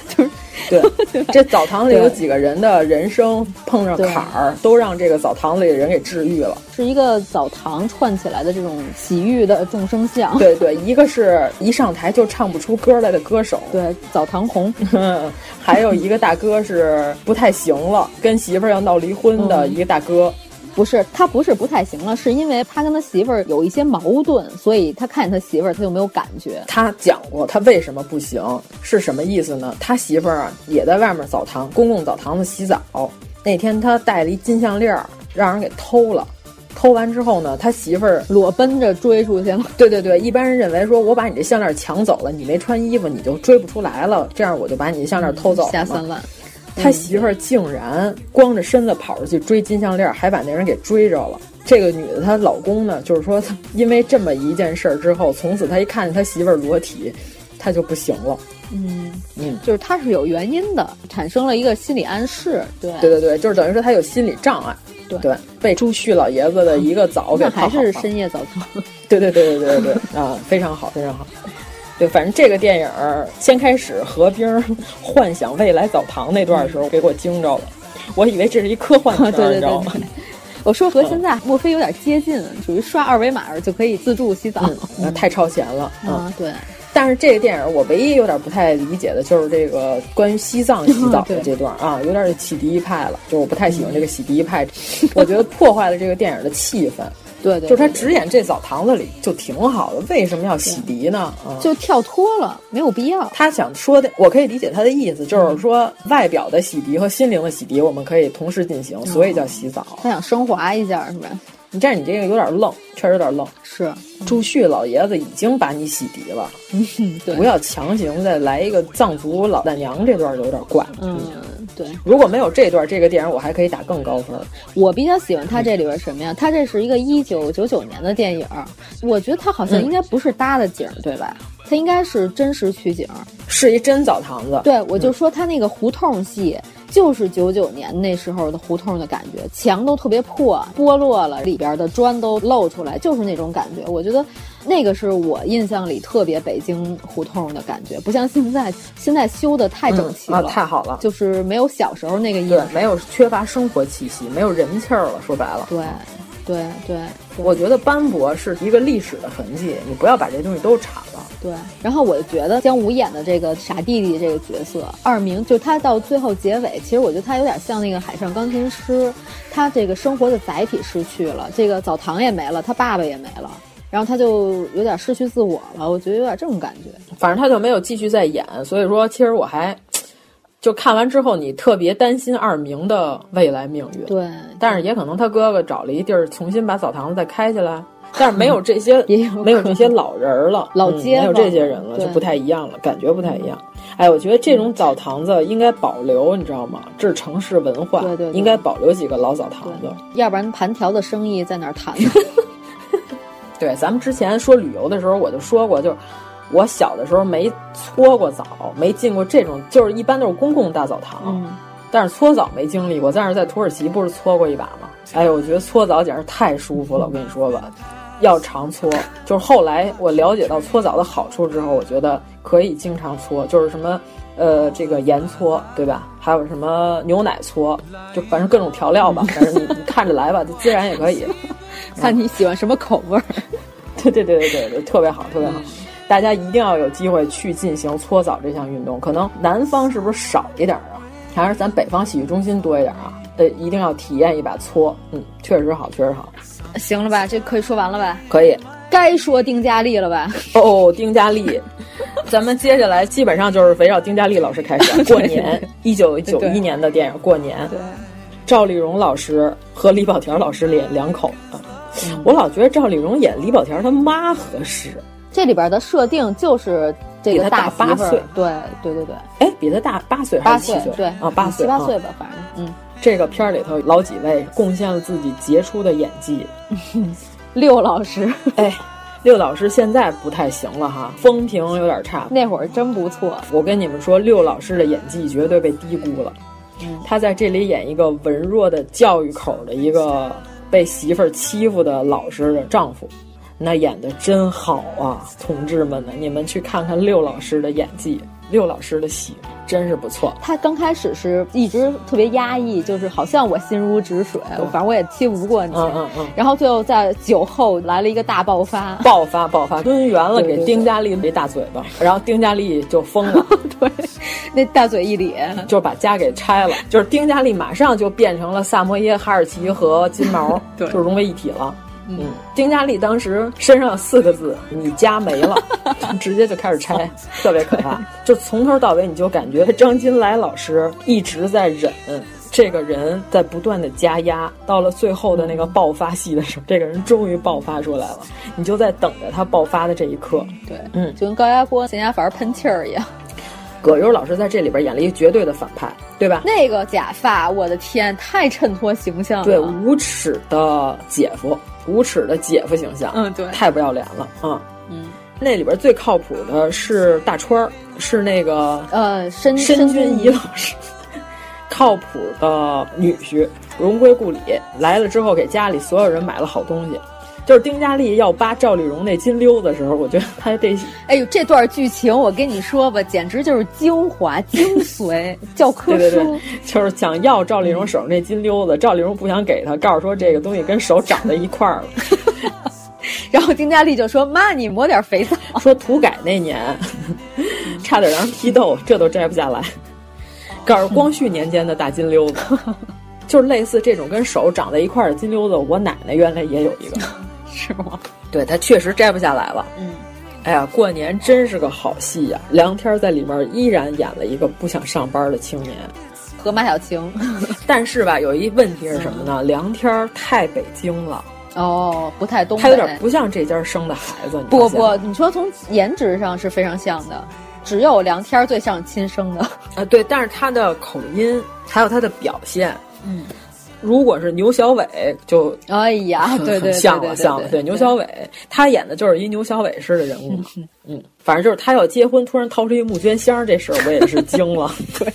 S9: 对，这澡堂里有几个人的人生碰上坎儿，都让这个澡堂里的人给治愈了。
S8: 是一个澡堂串起来的这种洗浴的众生相。
S9: 对对，一个是一上台就唱不出歌来的歌手，
S8: 对，澡堂红；
S9: 还有一个大哥是不太行了，跟媳妇儿要闹离婚的一个大哥。
S8: 嗯不是他不是不太行了，是因为他跟他媳妇儿有一些矛盾，所以他看见他媳妇儿他就没有感觉。
S9: 他讲过他为什么不行是什么意思呢？他媳妇儿啊也在外面澡堂公共澡堂子洗澡，那天他戴了一金项链，让人给偷了。偷完之后呢，他媳妇儿
S8: 裸奔着追出去了。
S9: 对对对，一般人认为说我把你这项链抢走了，你没穿衣服你就追不出来了，这样我就把你项链 偷走了、嗯。
S8: 下三万。
S9: 他媳
S8: 嗯
S9: 妇儿竟然光着身子跑出去追金项链，还把那人给追着了。这个女的，她老公呢，就是说，因为这么一件事儿之后，从此他一看见他媳妇儿裸体，他就不行了。
S8: 嗯嗯，就是他是有原因的，产生了一个心理暗示。对
S9: 对对对，就是等于说他有心理障碍。
S8: 对
S9: 对，被朱旭老爷子的一个澡给
S8: 还是深夜澡 堂。
S9: 对对对对对对对啊，非常好，非常好。对，反正这个电影先开始何冰 幻想未来澡堂那段的时候，给我惊着了，我以为这是一科幻片，
S8: 嗯 啊、对对对
S9: 你知道吗？
S8: 我说和
S9: 嗯
S8: 现在莫非有点接近，属于刷二维码就可以自助洗澡，
S9: 嗯嗯、太超前了、
S8: 嗯、啊！对。
S9: 但是这个电影我唯一有点不太理解的就是这个关于西藏洗澡的这段啊，有点洗涤派了，就我不太喜欢这个洗涤派，我觉得破坏了这个电影的气氛。
S8: 对,对,对,对，
S9: 就是他只演这澡堂子里就挺好的，为什么要洗涤呢？嗯、
S8: 就跳脱了，没有必要。
S9: 他想说的，我可以理解他的意思，就是说外表的洗涤和心灵的洗涤，我们可以同时进行，所以叫洗澡。
S8: 他想升华一下，是吧？
S9: 你但是你这个有点愣，确实有点愣。
S8: 是、
S9: 嗯、朱旭老爷子已经把你洗涤了，
S8: 嗯、对
S9: 不要强行再来一个藏族老大娘，这段就有点怪。
S8: 嗯，对。
S9: 如果没有这段，这个电影我还可以打更高分。
S8: 我比较喜欢他这里边什么呀？他这是一个一九九九年的电影，我觉得他好
S9: 嗯
S8: 像应该不是搭的景，嗯、对吧？它应该是真实取景，
S9: 是一真澡堂子。
S8: 对，我就说他那个胡同戏。就是九九年那时候的胡同的感觉，墙都特别破，剥落了，里边的砖都露出来，就是那种感觉。我觉得那个是我印象里特别北京胡同的感觉，不像现在，现在修的太整齐了、嗯
S9: 啊，太好了，
S8: 就是没有小时候那个意
S9: 思，没有缺乏生活气息，没有人气儿了。说白了，
S8: 对，对，对。
S9: 我觉得斑驳是一个历史的痕迹，你不要把这东西都铲了。
S8: 对，然后我觉得姜武演的这个傻弟弟这个角色，二明就他到最后结尾，其实我觉得他有点像那个海上钢琴师，他这个生活的载体失去了，这个澡堂也没了，他爸爸也没了，然后他就有点失去自我了，我觉得有点这种感觉。
S9: 反正他就没有继续再演，所以说其实我还。就看完之后，你特别担心二明的未来命运。
S8: 嗯对，
S9: 但是也可能他哥哥找了一地儿重新把澡堂子再开起来，但是没有这些，
S8: 也有
S9: 没有这些老人了，
S8: 老
S9: 街、嗯、没有这些人了，就不太一样了，感觉不太一样。哎，我觉得这种澡堂子应该保留，你知道吗？这是城市文化，
S8: 对对，
S9: 应该保留几个老澡堂子，
S8: 要不然盘条的生意在哪儿谈？
S9: 对，咱们之前说旅游的时候，我就说过，就是。我小的时候没搓过澡，没进过这种，就是一般都是公共大澡堂，
S8: 嗯、
S9: 但是搓澡没经历过。但是在土耳其不是搓过一把吗？哎呦，我觉得搓澡简直太舒服了，我跟你说吧。要常搓，就是后来我了解到搓澡的好处之后，我觉得可以经常搓，就是什么，呃，这个盐搓，对吧？还有什么牛奶搓，就反正各种调料吧，反正你你看着来吧，就孜然也可以，
S8: 看你喜欢什么口味儿。
S9: 对对对对对对，特别好，特别好。大家一定要有机会去进行搓澡这项运动，可能南方是不是少一点儿啊？还是咱北方洗浴中心多一点儿啊？呃，一定要体验一把搓，嗯，确实好，确实好。
S8: 行了吧，这可以说完了吧？
S9: 可以，
S8: 该说丁佳丽了吧？
S9: 哦，丁佳丽，咱们接下来基本上就是围绕丁佳丽老师开始。过年，一九九一年的电影《过年》，
S8: 对，
S9: 赵丽蓉老师和李保田老师演两口子，我老觉得赵丽蓉演李保田他妈合适。
S8: 这里边的设定就是这个
S9: 大
S8: 媳
S9: 八
S8: 妇儿
S9: 岁，
S8: 对对对对，
S9: 哎，比他大八岁
S8: 八
S9: 还是
S8: 岁
S9: 七岁？
S8: 对嗯
S9: 啊，八岁
S8: 七八
S9: 啊
S8: 岁吧，反正嗯，
S9: 这个片儿里头老几位贡献了自己杰出的演技。
S8: 六老师，
S9: 哎，六老师现在不太行了哈，风评有点差。
S8: 那会儿真不错，
S9: 我跟你们说，六老师的演技绝对被低估了。
S8: 嗯
S9: 他在这里演一个文弱的教育口的一个被媳妇儿欺负的老实的丈夫，那演的真好啊，同志们们，你们去看看六老师的演技，六老师的戏真是不错。
S8: 他刚开始是一直特别压抑，就是好像我心如止水，反正我也欺负不过你。
S9: 嗯嗯嗯
S8: 然后最后在酒后来了一个大爆发，
S9: 爆发爆发，抡圆了
S8: 对
S9: 给
S8: 对对
S9: 丁佳丽一大嘴巴，然后丁佳丽就疯 了，
S8: 那大嘴一咧，
S9: 就是把家给拆了，就是丁佳丽马上就变成了萨摩耶、哈士奇和金 毛，
S8: 对
S9: 就融为一体了。嗯，丁佳丽当时身上有四个字“你家没 了”，就直接就开始 拆，特别可怕。就从头到尾，你就感觉张金来老师一直在忍，这个人在不断的加压，到了最后的那个爆发戏的时候，这个人终于爆发出来了，你就在等着他爆发的这一刻。
S8: 对，
S9: 嗯，
S8: 就跟高压锅咸鸭矸喷气儿一样。
S9: 葛优老师在这里边演了一个绝对的反派，对吧？
S8: 那个假发，我的天，太衬托形象了。
S9: 对无耻的姐夫，无耻的姐夫形象，
S8: 嗯对
S9: 太不要脸了啊！
S8: 嗯，
S9: 那里边最靠谱的是大川儿，是那个
S8: 呃，申
S9: 申
S8: 君
S9: 军仪老师， 靠谱的女婿，荣归故里。来了之后，给家里所有人买了好东西。就是丁佳丽要扒赵丽蓉那金溜的时候，我觉得她这
S8: 哎呦，这段剧情我跟你说吧，简直就是精华、精 髓、教科
S9: 对
S8: 书。
S9: 对对，就是想要赵丽蓉手上那金溜子，赵丽蓉不想给她，告诉说这个东西跟手长在一块儿了。
S8: 然后丁佳丽就说：“妈，你抹点肥皂。
S9: 说土改那年，差点让人批斗，这都摘不下来。
S8: 哦
S9: 告诉光绪年间的大金 溜子，就是类似这种跟手长在一块儿的金溜子，我奶奶原来也有一个，
S8: 是吗？
S9: 对，她确实摘不下来了。
S8: 嗯，
S9: 哎呀，过年真是个好戏呀、梁天在里面依然演了一个不想上班的青 年，
S8: 和马小晴。
S9: 但是吧，有一问题是什么
S8: 嗯
S9: 呢？梁天儿太北京了，
S8: 哦，不太东北。
S9: 他有点不像这家生的孩子。你
S8: 不
S9: 发现吗
S8: 不，你说从颜值上是非常像的，只有梁天儿最像亲生的。
S9: 啊，对，但是他的口音还有他的表现，
S8: 嗯，
S9: 如果是牛小伟就
S8: 哎呀，对对对
S9: 像
S8: 对
S9: 了像了，
S8: 对
S9: 牛小伟他演的就是一牛小伟式的人物嘛，嗯，反正就是他要结婚，突然掏出一募捐箱，这事儿我也是 惊了，对，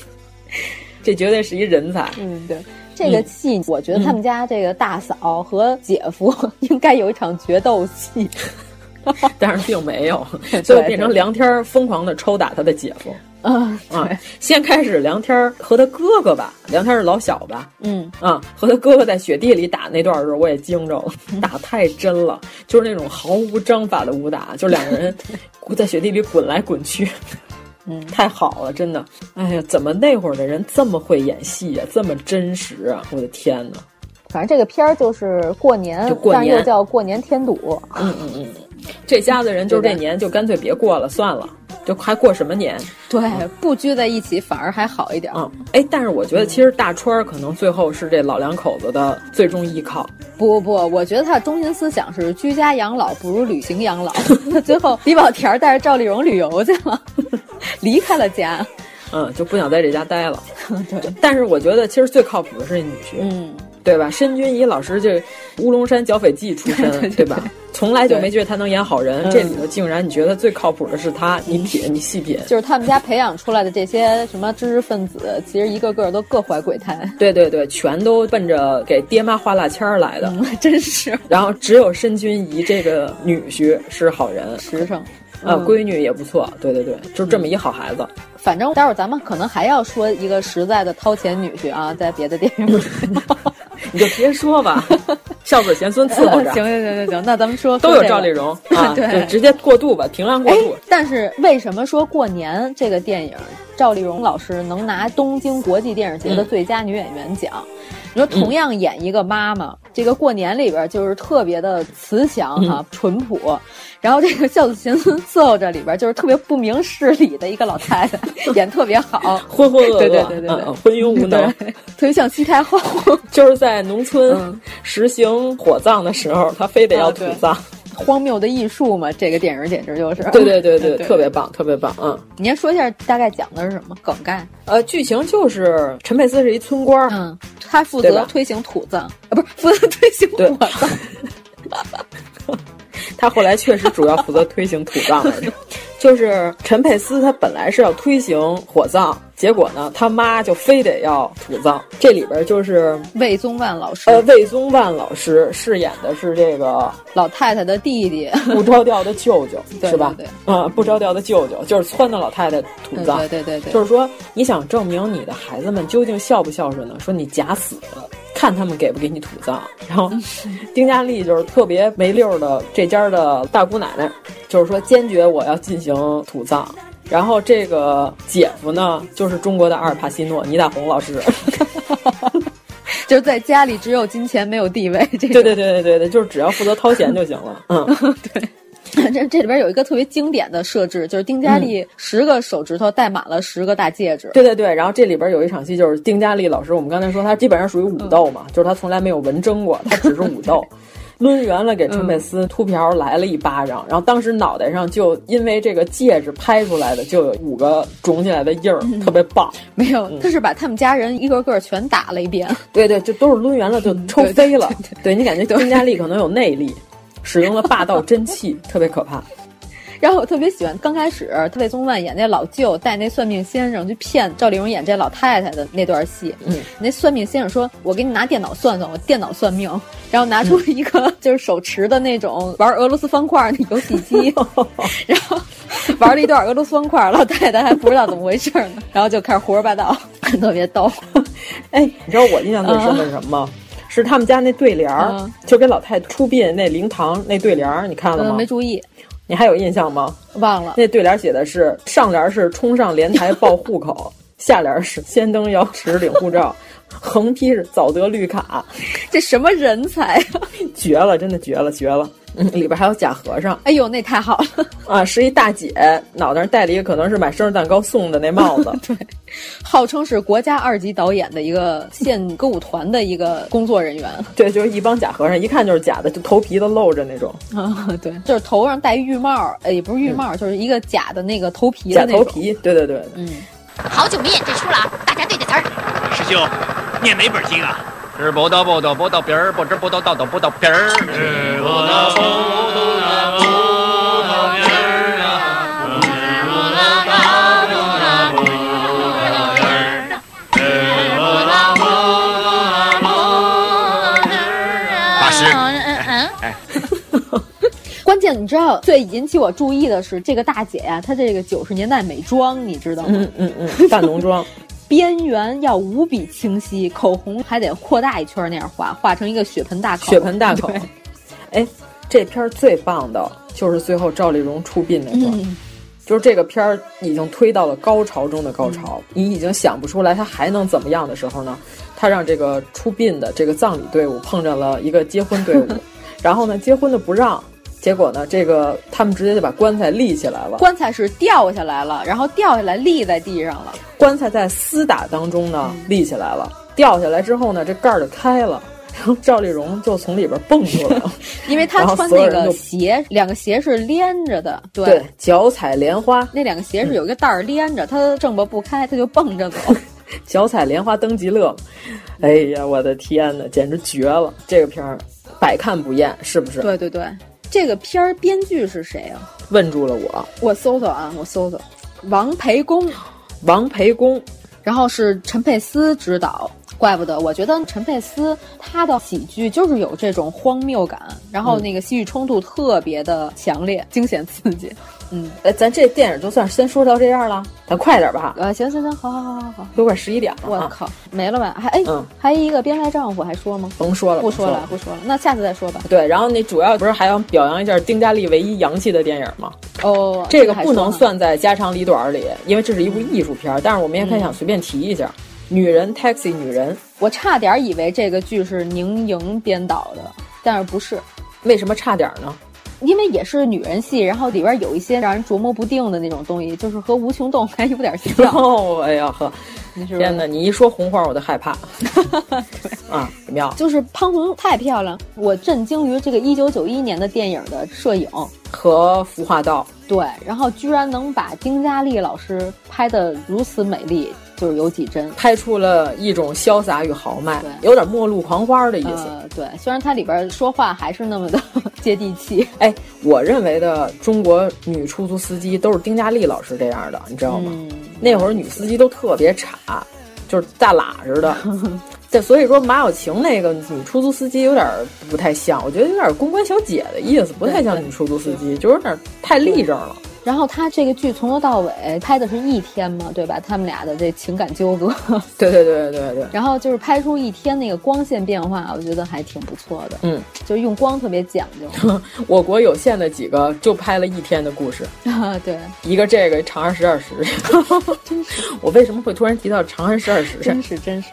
S9: 这绝对是一人才，
S8: 嗯，对。这个戏，我觉得
S9: 嗯
S8: 他们家这个大嫂和姐夫 应该有一场决斗戏。
S9: 但是并没有
S8: 对，
S9: 最后变成
S8: 对
S9: 梁天儿疯狂的抽打他的姐夫。
S8: 啊，
S9: 啊，先开始梁天儿和他哥哥吧，梁天儿是老小吧，
S8: 嗯，
S9: 啊，和他哥哥在雪地里打那段儿的时候，我也惊着了，打太真了，就是那种毫无章法的武打，就两个人在雪地里滚来滚去，
S8: 嗯，
S9: 太好了，真的，哎呀，怎么那会儿的人这么会演戏啊呀、这么真实啊，我的天呐！
S8: 反正这个片儿就是过年，
S9: 就过
S8: 但是又
S9: 年
S8: 叫过年添堵。
S9: 嗯嗯嗯，这家子人就是这年就干脆别过了，算了，就还过什么年？
S8: 对，不聚在一起反而还好一点。
S9: 嗯，哎，但是我觉得其实大川儿可能最后是这老两口子的最终依靠，
S8: 不不不，我觉得他的中心思想是居家养老不如旅行养 老。他最后李保田儿带着赵丽蓉旅游去了，离开了家。
S9: 嗯，就不想在这家待了。
S8: 对，
S9: 但是我觉得其实最靠谱的是那女婿，
S8: 嗯，
S9: 对吧？申军仪老师这乌龙山剿匪记出身，对吧？从来就没觉得他能演好人，这里头竟然你觉得最靠谱的是他，你
S8: 嗯
S9: 品你细品，
S8: 就是他们家培养出来的这些什么知识分子，其实一个个都各怀鬼胎。
S9: 对对对，全都奔着给爹妈画蜡签儿来的，
S8: 嗯 真是。
S9: 然后只有申君怡这个女婿是好人，
S8: 实诚。
S9: 啊，
S8: 嗯
S9: 闺女也不错，对对对，就这么一好孩子。
S8: 反正待会儿咱们可能还要说一个实在的掏钱女婿啊，在别的电 影里。嗯
S9: 你就别说吧， 孝子贤孙伺候 着，
S8: 行行行行行，那咱们说
S9: 都有赵丽
S8: 这个
S9: 蓉啊，
S8: 对
S9: 就直接过渡吧，平量过
S8: 哎
S9: 渡。，
S8: 但是为什么说过年这个电影，赵丽蓉老师能拿东京国际电影节的最佳女演员奖？你说
S9: 嗯
S8: 同样演一个妈妈，这个过年里边就是特别的慈祥哈、
S9: 嗯
S8: 淳朴，然后这个孝子贤孙伺候着里边就是特别不明事理的一个老太 太，演特别好，
S9: 浑浑噩噩，
S8: 对对对对
S9: 嗯
S8: 对，
S9: 嗯昏庸无能，
S8: 特别像西太后，
S9: 就是在农村实行火葬的时候，他非得要土葬。
S8: 荒谬的艺术嘛，这个电影简直就是，
S9: 对对对 对，特别。棒，特别棒，嗯。
S8: 你先说一下大概讲的是什么梗概？
S9: 呃，剧情就是陈佩斯是一村官，
S8: 嗯，他负
S9: 对
S8: 责
S9: 吧
S8: 推行土葬，啊，不是负责推行火葬。
S9: 他后来确实主要负责推行土葬来着。 就是陈佩斯他本来是要推行火葬，结果呢，他妈就非得要土葬。这里边就是
S8: 魏宗万老师，
S9: 呃，魏宗万老师饰演的是这个
S8: 老太太的弟弟，
S9: 不着调的舅 舅
S8: 对
S9: 是吧？
S8: 对对
S9: 嗯，不着调的舅舅就是撺掇老太太土葬，
S8: 对对对对
S9: 就是说你想证明你的孩子们究竟孝不孝顺呢？说你假死了，看他们给不给你土葬。然后丁佳丽就是特别没溜儿的这家的大姑奶奶，就是说坚决我要进行土葬。然后这个姐夫呢，就是中国的阿尔帕西诺，倪大红老师。
S8: 就是在家里只有金钱没有地位。这个
S9: 对对对对对对，就是只要负责掏钱就行了。嗯，
S8: 这这里边有一个特别经典的设置，就是丁佳丽十个手指头戴满了十个大戒指。
S9: 对对对，然后这里边有一场戏就是丁佳丽老师，我们刚才说她基本上属于武斗嘛，就是她从来没有文争过，她只是武斗。抡圆了给陈佩斯秃瓢来了一巴掌，然后当时脑袋上就因为这个戒指拍出来的就有五个肿起来的印儿，特别棒。
S8: 没有，他是把他们家人一个个全打了一遍。
S9: 对对，就都是抡圆了就抽
S8: 对
S9: 飞了。 对你感觉丁佳丽可能有内力，使用了霸道真气，特别可怕。
S8: 然后我特别喜欢刚开始魏宗万演那老舅带那算命先生去骗赵丽蓉演这老太太的那段戏。
S9: 嗯，
S8: 那算命先生说：“我给你拿电脑算算，我电脑算 命。”然后拿出一个就是手持的那种玩俄罗斯方块的游戏 机，然后玩了一段俄罗斯方块，老太太还不知道怎么回事 呢，然后就开始胡说八道，特别逗。
S9: 哎，嗯你知道我印象最深的是什么吗？是他们家那对联儿，
S8: 嗯
S9: 就给老太太出殡那灵堂那对联儿，你看了吗？
S8: 嗯，没注意，
S9: 你还有印象吗？
S8: 忘了。
S9: 那对联儿写的是上联儿是冲上莲台报户 口，下联儿是先登瑶池领护 照，横批是早得绿卡，
S8: 这什么人才 啊！
S9: 绝了，真的绝了，绝了。嗯，里边还有假和尚
S8: 哎呦，那太好了，
S9: 啊，是一大姐，脑袋上戴了一个可能是买生日蛋糕送的那帽 子，
S8: 号称是国家二级导演的一个县歌舞团的一个工作人员。
S9: 对，就是一帮假和尚，一看就是假的，就头皮都露着那种。
S8: 啊， 对，就是头上戴一浴帽，呃，也不是浴帽，就是一个假的那个头皮的
S9: 嗯假
S8: 那种
S9: 头，皮，对对对，
S8: 嗯，
S15: 好久没演这出了啊，大家对着词儿。
S17: 师兄，念哪本经啊？是不到不到不到边儿，不知不到到到不到边儿。是不到不到不到边儿啊，不知不到到不到不到边儿啊，是不到不到不到边儿啊。大师，
S15: 嗯
S17: 哎，
S8: 关键你知道最引起我注意的是这个大姐呀、她这个九十年代美妆，你知道吗？
S9: 嗯嗯嗯，大浓妆。
S8: 边缘要无比清晰，口红还得扩大一圈那样画，画成一个血盆大口。
S9: 血盆大口
S8: 对。
S9: 哎， 这片儿最棒的就是最后赵丽蓉出殡那会儿。
S8: 嗯，
S9: 就是这个片儿已经推到了高潮中的高潮，你已经想不出来他还能怎么样的时候呢，他让这个出殡的这个葬礼队伍碰上了一个结婚队伍，然后呢，结婚的不让，结果呢，这个他们直接就把棺材立起来了，
S8: 棺材是掉下来了，然后掉下来立在地上了。
S9: 棺材在厮打当中呢立起来了，掉下来之后呢，这盖儿就开了，然后赵丽蓉就从里边蹦出来了。
S8: 因为她
S9: 然后
S8: 穿
S9: 所有
S8: 那
S9: 人
S8: 个
S9: 就
S8: 鞋，两个鞋是连着的，对，
S9: 对，脚踩莲花，
S8: 那两个鞋是有一个带儿连着，她挣吧不开，她就蹦着走。
S9: 脚踩莲花登极乐。哎呀，我的天哪，简直绝了！这个片儿百看不厌，是不是？
S8: 对对对，这个片儿编剧是谁啊？
S9: 问住了我，
S8: 我搜搜啊，我搜搜，王培公，
S9: 王培公，
S8: 然后是陈佩斯执导。怪不得，我觉得陈佩斯他的喜剧就是有这种荒谬感，然后那个戏剧冲突特别的强烈，惊险刺激。
S9: 嗯，哎，咱这电影就算先说到这样了，咱快点吧。
S8: 呃，行行行，好好好好好，
S9: 都快十一点了。
S8: 我靠，没了吧？还哎，
S9: 啊嗯、
S8: 还一个边塞丈夫还说吗？
S9: 甭说了，
S8: 不说
S9: 了，
S8: 不说了。那下次再说吧。
S9: 对，然后那主要不是还要表扬一下丁嘉丽唯一洋气的电影吗？
S8: 哦，
S9: 这个不能算在家长里短里，因为这是一部
S8: 嗯
S9: 艺术片，但是我们也可以想随便提一下。嗯女人 taxi 女人，
S8: 我差点以为这个剧是宁莹编导的，但是不是？
S9: 为什么差点呢？
S8: 因为也是女人戏，然后里边有一些让人琢磨不定的那种东西，就是和《无穷动》还有 点像。
S9: 哦，哎呀呵，天哪！你一说红花我就害怕。
S8: 对
S9: 啊，怎么样？
S8: 就是潘虹太漂亮，我震惊于这个一九九一年的电影的摄影
S9: 和服化道。
S8: 对，然后居然能把丁嘉丽老师拍的如此美丽。就是有几帧
S9: 拍出了一种潇洒与豪迈，
S8: 有
S9: 点末路狂花的意思、
S8: 呃。对，虽然它里边说话还是那么的 接地气。
S9: 哎，我认为的中国女出租司机都是丁嘉丽老师这样的，你知道吗？
S8: 嗯、
S9: 那会儿女司机都特别差，就是大喇似的。对，所以说马小晴那个女出租司机有点不太像，我觉得有点公关小姐的意思，不太像女出租司机，就有点太立正了。
S8: 然后他这个剧从头到尾拍的是一天嘛，对吧？他们俩的这情感纠葛，
S9: 对对对对对。
S8: 然后就是拍出一天那个光线变化，我觉得还挺不错的。
S9: 嗯，
S8: 就用光特别讲 究。
S9: 我国有限的几个就拍了一天的故事
S8: 啊，对，
S9: 一个这个《长安十二时 辰》
S8: 真是。
S9: 我为什么会突然提到《长安十二
S8: 辰》？
S9: 时
S8: 真是真是。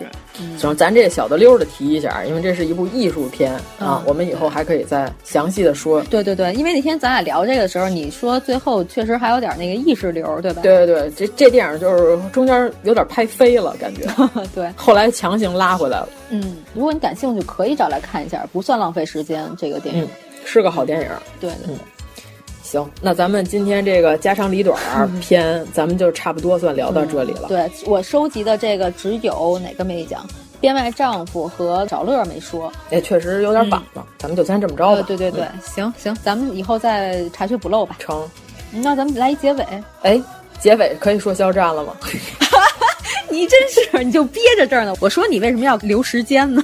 S9: 行、嗯，咱这小的溜的提一下，因为这是一部艺术片啊，我们以后还可以再详细的说。
S8: 对对对，因为那天咱俩聊这个的时候，你说最后确。确实还有点那个意识流，对吧？
S9: 对对对，这这电影就是中间有点拍飞了，感 觉。
S8: 对，
S9: 后来强行拉回来了。
S8: 嗯，如果你感兴趣，可以找来看一下，不算浪费时间。这个电影、嗯、
S9: 是个好电影。
S8: 对,对,对，嗯，
S9: 行，那咱们今天这个家长里短篇，嗯、咱们就差不多算聊到这里了。嗯、
S8: 对我收集的这个只有哪个没讲？编外丈夫和找乐没说，呃
S9: 也哎确实有点晚了，咱们就先这么着吧。
S8: 对对对，行行，咱们以后再查缺补漏吧。嗯
S9: 成。
S8: 那咱们来一结尾，
S9: 哎，结尾可以说肖战了吗？
S8: 你真是，你就憋着这儿呢。我说你为什么要留时间呢？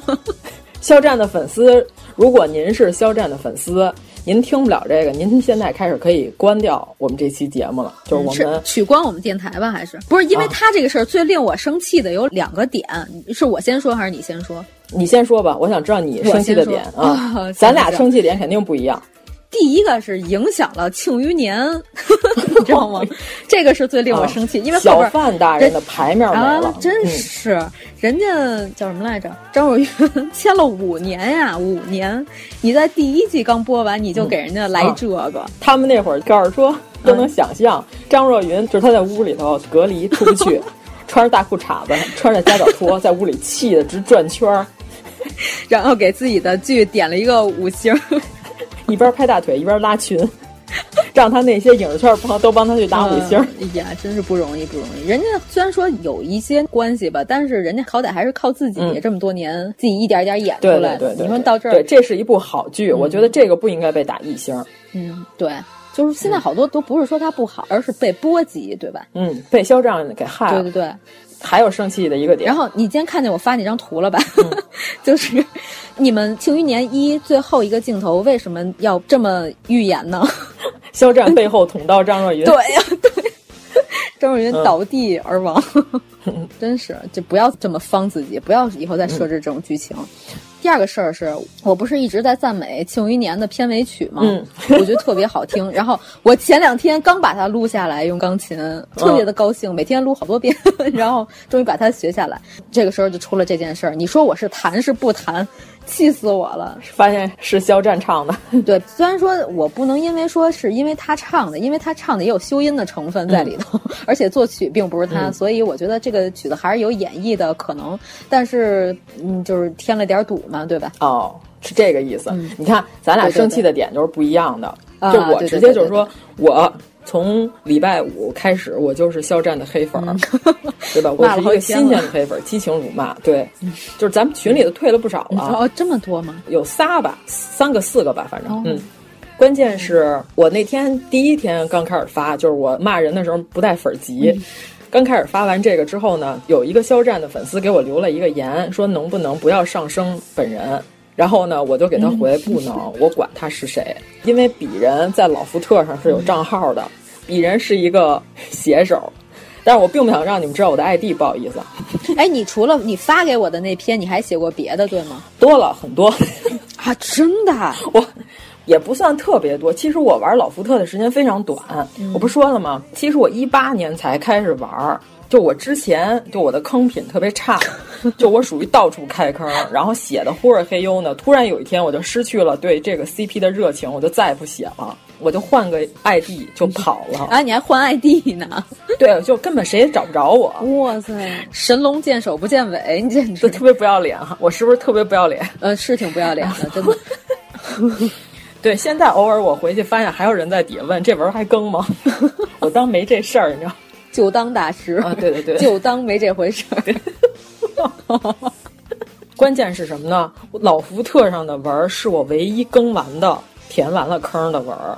S9: 肖战的粉丝，如果您是肖战的粉丝，您听不了这个，您现在开始可以关掉我们这期节目了。就是我们、嗯、
S8: 取关我们电台吧，还是不是？因为他这个事儿最令我生气的有两个点，啊、是我先说还是你先说？
S9: 你先说吧，我想知道你生气的点啊。
S8: 哦、
S9: 咱俩生气点肯定不 一样。
S8: 第一个是影响了《庆余年》 你知道吗？这个是最令我生气，因为
S9: 啊小范大人的牌面没了，嗯
S8: 啊真是人家叫什么来着？张若昀签了五年呀，五年！你在第一季刚播完，你就给人家来这个，
S9: 他们那会儿告诉
S8: 嗯
S9: 说都能想象，张若昀就是他在屋里头隔离出不去， 穿着大裤衩子，穿着夹脚拖，在屋里气得直转圈儿，
S8: 然后给自己的剧点了一个五星。
S9: 一边拍大腿一边拉群， 让他那些影视圈朋都帮他去打五星。
S8: 哎呀，真是不容易，不容易。人家虽然说有一些关系吧，但是人家好歹还是靠自己、
S9: 嗯、
S8: 这么多年自己一点一点演出
S9: 来。对对,对对对，
S8: 你说到这儿，
S9: 对，这是一部好剧，嗯、我觉得这个不应该被打一星。
S8: 嗯，对。就是现在好多都不是说它不好，而是被波及，对吧？
S9: 嗯，被肖战给害
S8: 了。对对对，
S9: 还有生气的一个点。
S8: 然后你今天看见我发那张图了吧？嗯、 就是你们《庆余年一》最后一个镜头为什么要这么预言呢？
S9: 肖战背后捅刀张若昀
S8: 对呀、啊，对，张若昀倒地而亡，嗯、真是就不要这么方自己，不要以后再设置这种剧情。嗯第二个事儿是我不是一直在赞美《庆余年》的片尾曲吗？
S9: 嗯，
S8: 我觉得特别好听。然后我前两天刚把它录下来，用钢琴，特别的高兴，每天录好多遍， 然后终于把它学下来。这个时候就出了这件事儿，你说我是弹是不弹？气死我了！
S9: 发现是肖战唱的，
S8: 对，虽然说我不能因为说是因为他唱的，因为他唱的也有修音的成分在里头，
S9: 嗯、
S8: 而且作曲并不是他，
S9: 嗯、
S8: 所以我觉得这个曲子还是有演绎的可能，但是嗯，就是添了点堵嘛，对吧？
S9: 哦，是这个意思。
S8: 嗯、
S9: 你看，咱俩生气的点就是不一样的，
S8: 对
S9: 啊对对就我直接就是说我。从礼拜五开始，我就是肖战的黑粉，
S8: 嗯、
S9: 对吧？我是一个新鲜 的黑粉，激情辱骂，对，
S8: 嗯、
S9: 就是
S8: 啊
S9: 咱们群里头退了不少了。
S8: 哦，这么多吗？
S9: 有仨吧，三个四个吧，反正、
S8: 哦、
S9: 嗯。关键是我那天第一天刚开始发，就是我骂人的时候不带粉儿急。
S8: 嗯
S9: 刚开始发完这个之后呢，有一个肖战的粉丝给我留了一个言，说能不能不要上升本人。然后呢，我就给他回
S8: 嗯
S9: 不能，我管他是谁，因为鄙人在老福特上是有账号的，
S8: 嗯
S9: 鄙人是一个 写手，但是我并不想让你们知道我的 ID，不好意思啊，
S8: 哎，你除了你发给我的那篇，你还写过别的，对吗？
S9: 多了很多
S8: 啊，真的，
S9: 我也不算特别多。其实我玩老福特的时间非常短，我不说了吗？其实我一八年才开始玩儿，就我之前就我的坑品特别差，就我属于到处开坑，然后写的忽而黑黝呢。突然有一天，我就失去了对这个 CP 的热情，我就再也不写了，我就换个 ID 就跑了。
S8: 啊，你还换 ID 呢？
S9: 对，就根本谁也找不着我。
S8: 哇塞，神龙见首不见尾，你简直
S9: 特别不要脸哈！我是不是特别不要脸？
S8: 呃，是挺不要脸的，真 的。
S9: 对，现在偶尔我回去发现还有人在底下问这文儿还更吗？ 我当没这事儿，你知道？
S8: 就当大师
S9: 啊，对对对，
S8: 就当没这回事儿。
S9: 关键是什么呢？老福特上的文儿是我唯一更完的、填完了坑的文儿，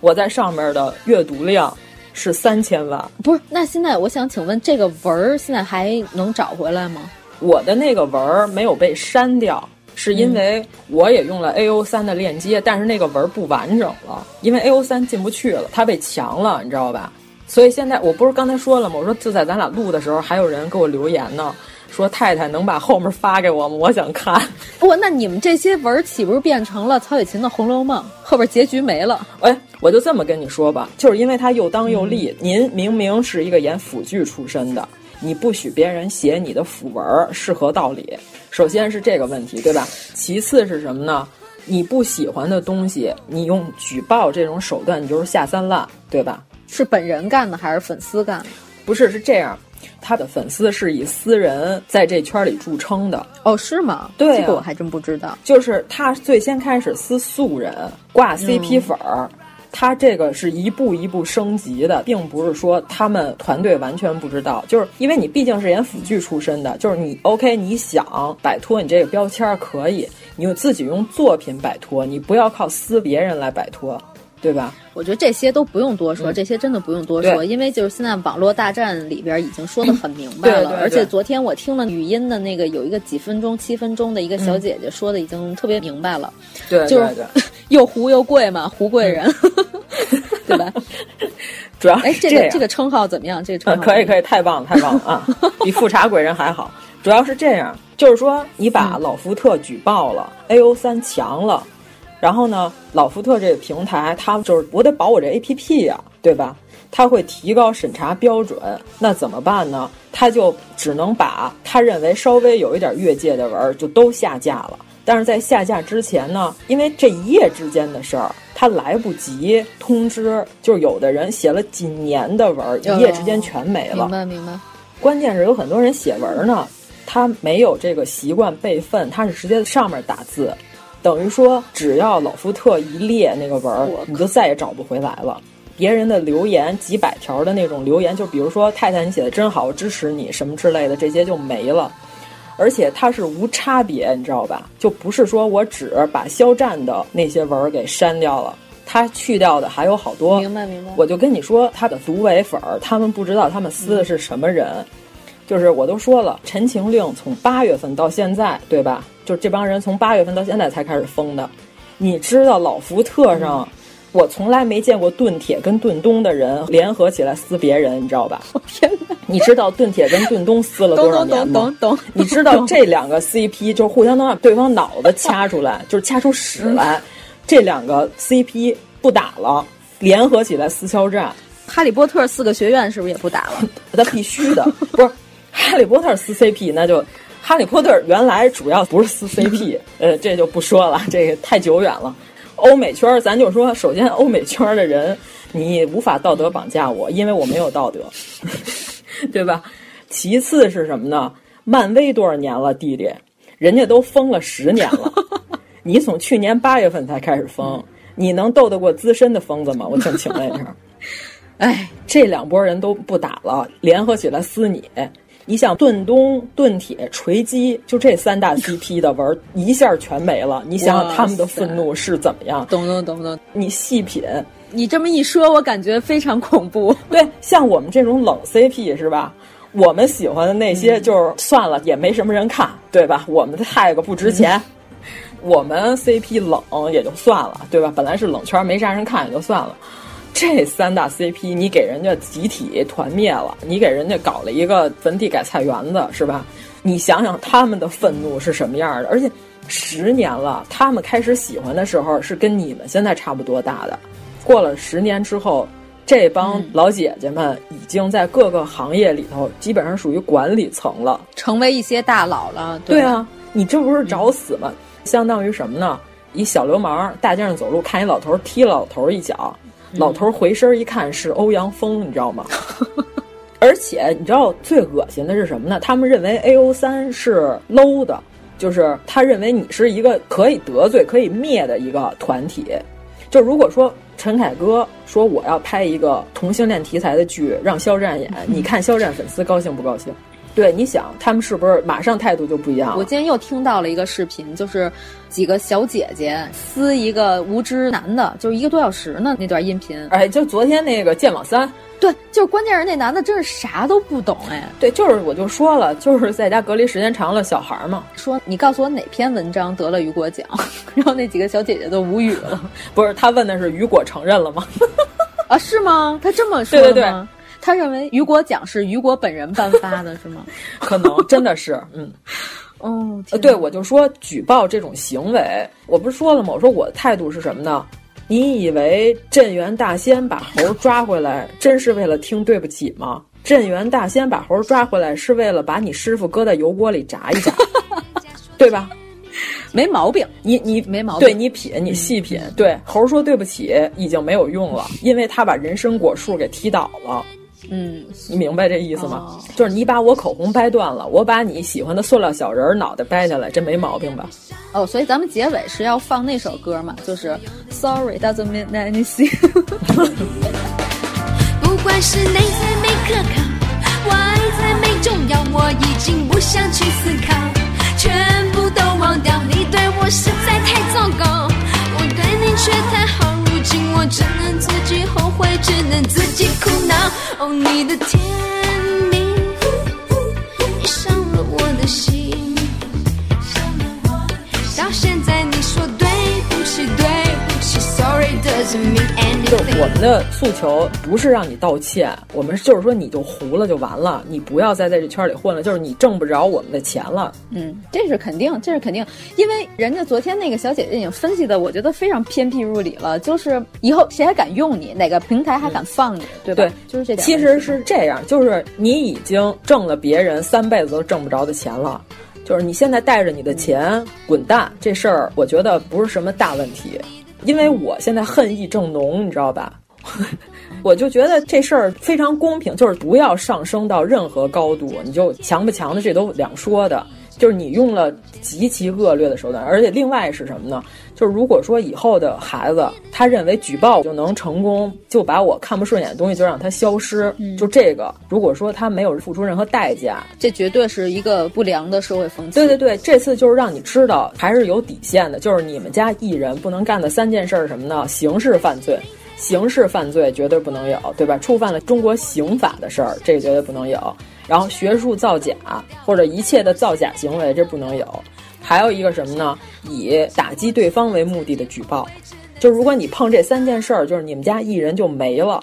S9: 我在上面的阅读量是三千万。
S8: 不是，那现在我想请问，这个文儿现在还能找回来吗？
S9: 我的那个文儿没有被删掉，是因为我也用了 A O 三的链接，但是那个文儿不完整了，因为 A O 三进不去了，它被强了，你知道吧？所以现在我不是刚才说了吗？我说就在咱俩录的时候，还有人给我留言呢，说太太能把后面发给我吗？我想看。
S8: 不，那你们这些文儿岂不是变成了曹雪芹的《红楼梦》，后边结局没了？
S9: 哎，我就这么跟你说吧，就是因为他又当又立，您明明是一个演腐剧出身的，你不许别人写你的腐文儿，是合道理。首先是这个问题，对吧？其次是什么呢？你不喜欢的东西，你用举报这种手段，你就是下三滥，对吧？
S8: 是本人干的还是粉丝干的？
S9: 不是，是这样，他的粉丝是以私人在这圈里著称的。
S8: 哦，是吗？
S9: 对啊
S8: 这个我还真不知道。
S9: 就是他最先开始撕素人，挂
S8: 嗯
S9: CP 粉儿。他这个是一步一步升级的，并不是说他们团队完全不知道，就是因为你毕竟是演腐剧出身的，就是你 OK，你想摆脱你这个标签儿可以，你就自己用作品摆脱，你不要靠撕别人来摆脱，对吧？
S8: 我觉得这些都不用多说，这些真的不用多说，
S9: 对
S8: 因为就是现在网络大战里边已经说的很明白了。
S9: 对对对
S8: 而且昨天我听了语音的那个有一个几分钟、七分钟的一个小姐姐说的已经特别明白了，
S9: 对
S8: 就是
S9: 对
S8: 又胡又贵嘛，胡贵人，对吧？
S9: 主要
S8: 嗯哎，
S9: 是
S8: 这个
S9: 样
S8: 这个称号怎么样？这个 称
S9: 嗯，
S8: 号、
S9: 可以可以，太棒了太棒了啊，比富察鬼人还好。主要是这样，就是说你把老福特举报了、a O 三强了，然后呢，老福特这个平台，它就是我得保我这 APP 呀、对吧？它会提高审查标准，那怎么办呢？他就只能把他认为稍微有一点越界的文儿就都下架了。但是在下架之前呢，因为这一夜之间的事儿，他来不及通知，就是有的人写了几年的文儿，一夜之间全没了。
S8: 明白明白。
S9: 关键是有很多人写文呢，他没有这个习惯备份，他是直接上面打字，等于说只要老福特一列那个文儿
S8: 我靠，
S9: 你就再也找不回来了。别人的留言几百条的那种留言，就比如说“太太你写的真好，我支持你”什么之类的，这些就没了。而且它是无差别，你知道吧？就不是说我只把肖战的那些文儿给删掉了，他去掉的还有好多。
S8: 明白明白
S9: 我就跟你说，他的毒唯粉儿，他们不知道他们撕的是什么人。就是我都说了，《陈情令》从八月份到现在，对吧？就这帮人从八月份到现在才开始封的。你知道老福特上，我从来没见过盾铁跟盾东的人联合起来撕别人，你知道 吧？
S8: 天哪！
S9: 你知道盾铁跟盾东撕了多少年吗？
S8: 懂懂懂懂
S9: 你知道这两个 CP 就是互相能把对方脑子掐出来，就是掐出屎来。这两个 CP 不打了，联合起来撕肖战，
S8: 哈利波特四个学院是不是也不打了？
S9: 他必须的。不是哈利波特撕 CP，那就哈利波特原来主要不是撕 CP，呃，这就不说了，这个太久远了。欧美圈儿，咱就说，首先欧美圈儿的人，你无法道德绑架我，因为我没有道德。 对吧？其次是什么呢？漫威多少年了，弟弟，人家都封了十年了， 你从去年八月份才开始封，你能斗得过资深的疯子吗？我想请问一下。哎，这两拨人都不打了，联合起来撕你，你想盾东、盾铁、锤击，就这三大 CP 的文儿一下全没了。你想想他们的愤怒是怎么样？
S8: 懂懂懂懂。
S9: 你细品，
S8: 你这么一说，我感觉非常恐怖。
S9: 对，像我们这种冷 CP 是吧？我们喜欢的那些就是算了，也没什么人看，对吧？我们的 tag 不值钱。嗯我们 CP 冷也就算了，对吧？本来是冷圈没啥人看也就算了，这三大 CP 你给人家集体团灭了，你给人家搞了一个坟地改菜园子，是吧？你想想他们的愤怒是什么样的？而且十年了，他们开始喜欢的时候是跟你们现在差不多大的，过了十年之后。这帮老姐姐们已经在各个行业里头，基本上属于管理层了，
S8: 成为一些大佬了。
S9: 对啊，你这不是找死吗？嗯相当于什么呢？一小流氓大街上走路，看一老头踢老头一脚，老头回身一看是欧阳锋，你知道吗？而且你知道最恶心的是什么呢？他们认为 A O 三是 low 的，就是他认为你是一个可以得罪、可以灭的一个团体。就如果说陈凯歌说我要拍一个同性恋题材的剧，让肖战演，你看肖战粉丝高兴不高兴？对，你想他们是不是马上态度就不一样了？
S8: 我今天又听到了一个视频，就是几个小姐姐撕一个无知男的，就是一个多小时呢那段音频。
S9: 哎，就昨天那个《剑网三》，
S8: 对，就是关键是那男的真是啥都不懂哎。
S9: 对，就是我就说了，就是在家隔离时间长了，小孩嘛，
S8: 说你告诉我哪篇文章得了雨果奖， 然后那几个小姐姐都无语了。
S9: 不是，他问的是雨果承认了吗？
S8: 啊，是吗？他这么说
S9: 的吗？对对对。
S8: 他认为雨果奖是雨果本人颁发的，是吗？
S9: 可能真的是，嗯，
S8: 哦，
S9: 呃对，我就说举报这种行为，我不是说了吗？我说我的态度是什么呢？你以为镇元大仙把猴抓回来，真是为了听对不起吗？镇元大仙把猴抓回来是为了把你师傅搁在油锅里炸 一炸，对吧？
S8: 没毛病，
S9: 你你
S8: 没毛病，
S9: 对你品，你细品。嗯、对猴说对不起已经没有用了，因为他把人参果树给踢倒了。
S8: 嗯，
S9: 你明白这意思吗？哦、就是你把我口红掰断了，我把你喜欢的塑料小人儿脑袋掰下来，这没毛病吧？
S8: 哦，所以咱们结尾是要放那首歌嘛，就是 Sorry doesn't mean anything。
S4: 不管是内在美可靠，外在美重要，我已经不想去思考，全部都忘掉。你对我实在太糟糕，我对你却太好。我只能自己后悔，只能自己苦恼。哦，你的甜蜜伤了我的心，到现在你说对不起，对不起，Sorry doesn't mean anything。
S9: 就我们的诉求不是让你道歉，我们就是说你就糊了就完了，你不要再在这圈里混了，就是你挣不着我们的钱了。
S8: 嗯，这是肯定，这是肯定，因为人家昨天那个小姐姐已经分析的，我觉得非常偏僻入理了，就是以后谁还敢用你，哪个平台还敢放你，嗯、对吧？
S9: 对，
S8: 就是这点。
S9: 其实是这样，就是你已经挣了别人三辈子都挣不着的钱了。就是你现在带着你的钱滚蛋，这事儿我觉得不是什么大问题，因为我现在恨意正浓，你知道吧？ 我就觉得这事儿非常公平，就是不要上升到任何高度，你就强不强的这都两说的。就是你用了极其恶劣的手段，而且另外是什么呢？就是如果说以后的孩子他认为举报就能成功，就把我看不顺眼的东西就让它消失，嗯、就这个，如果说他没有付出任何代价，
S8: 这绝对是一个不良的社会风气。
S9: 对对对，这次就是让你知道还是有底线的，就是你们家艺人不能干的三件事是什么呢？刑事犯罪。刑事犯罪绝对不能有，对吧？触犯了中国刑法的事儿，这个绝对不能有。然后学术造假或者一切的造假行为，这不能有。还有一个什么呢？以打击对方为目的的举报，就如果你碰这三件事儿，就是你们家艺人就没了，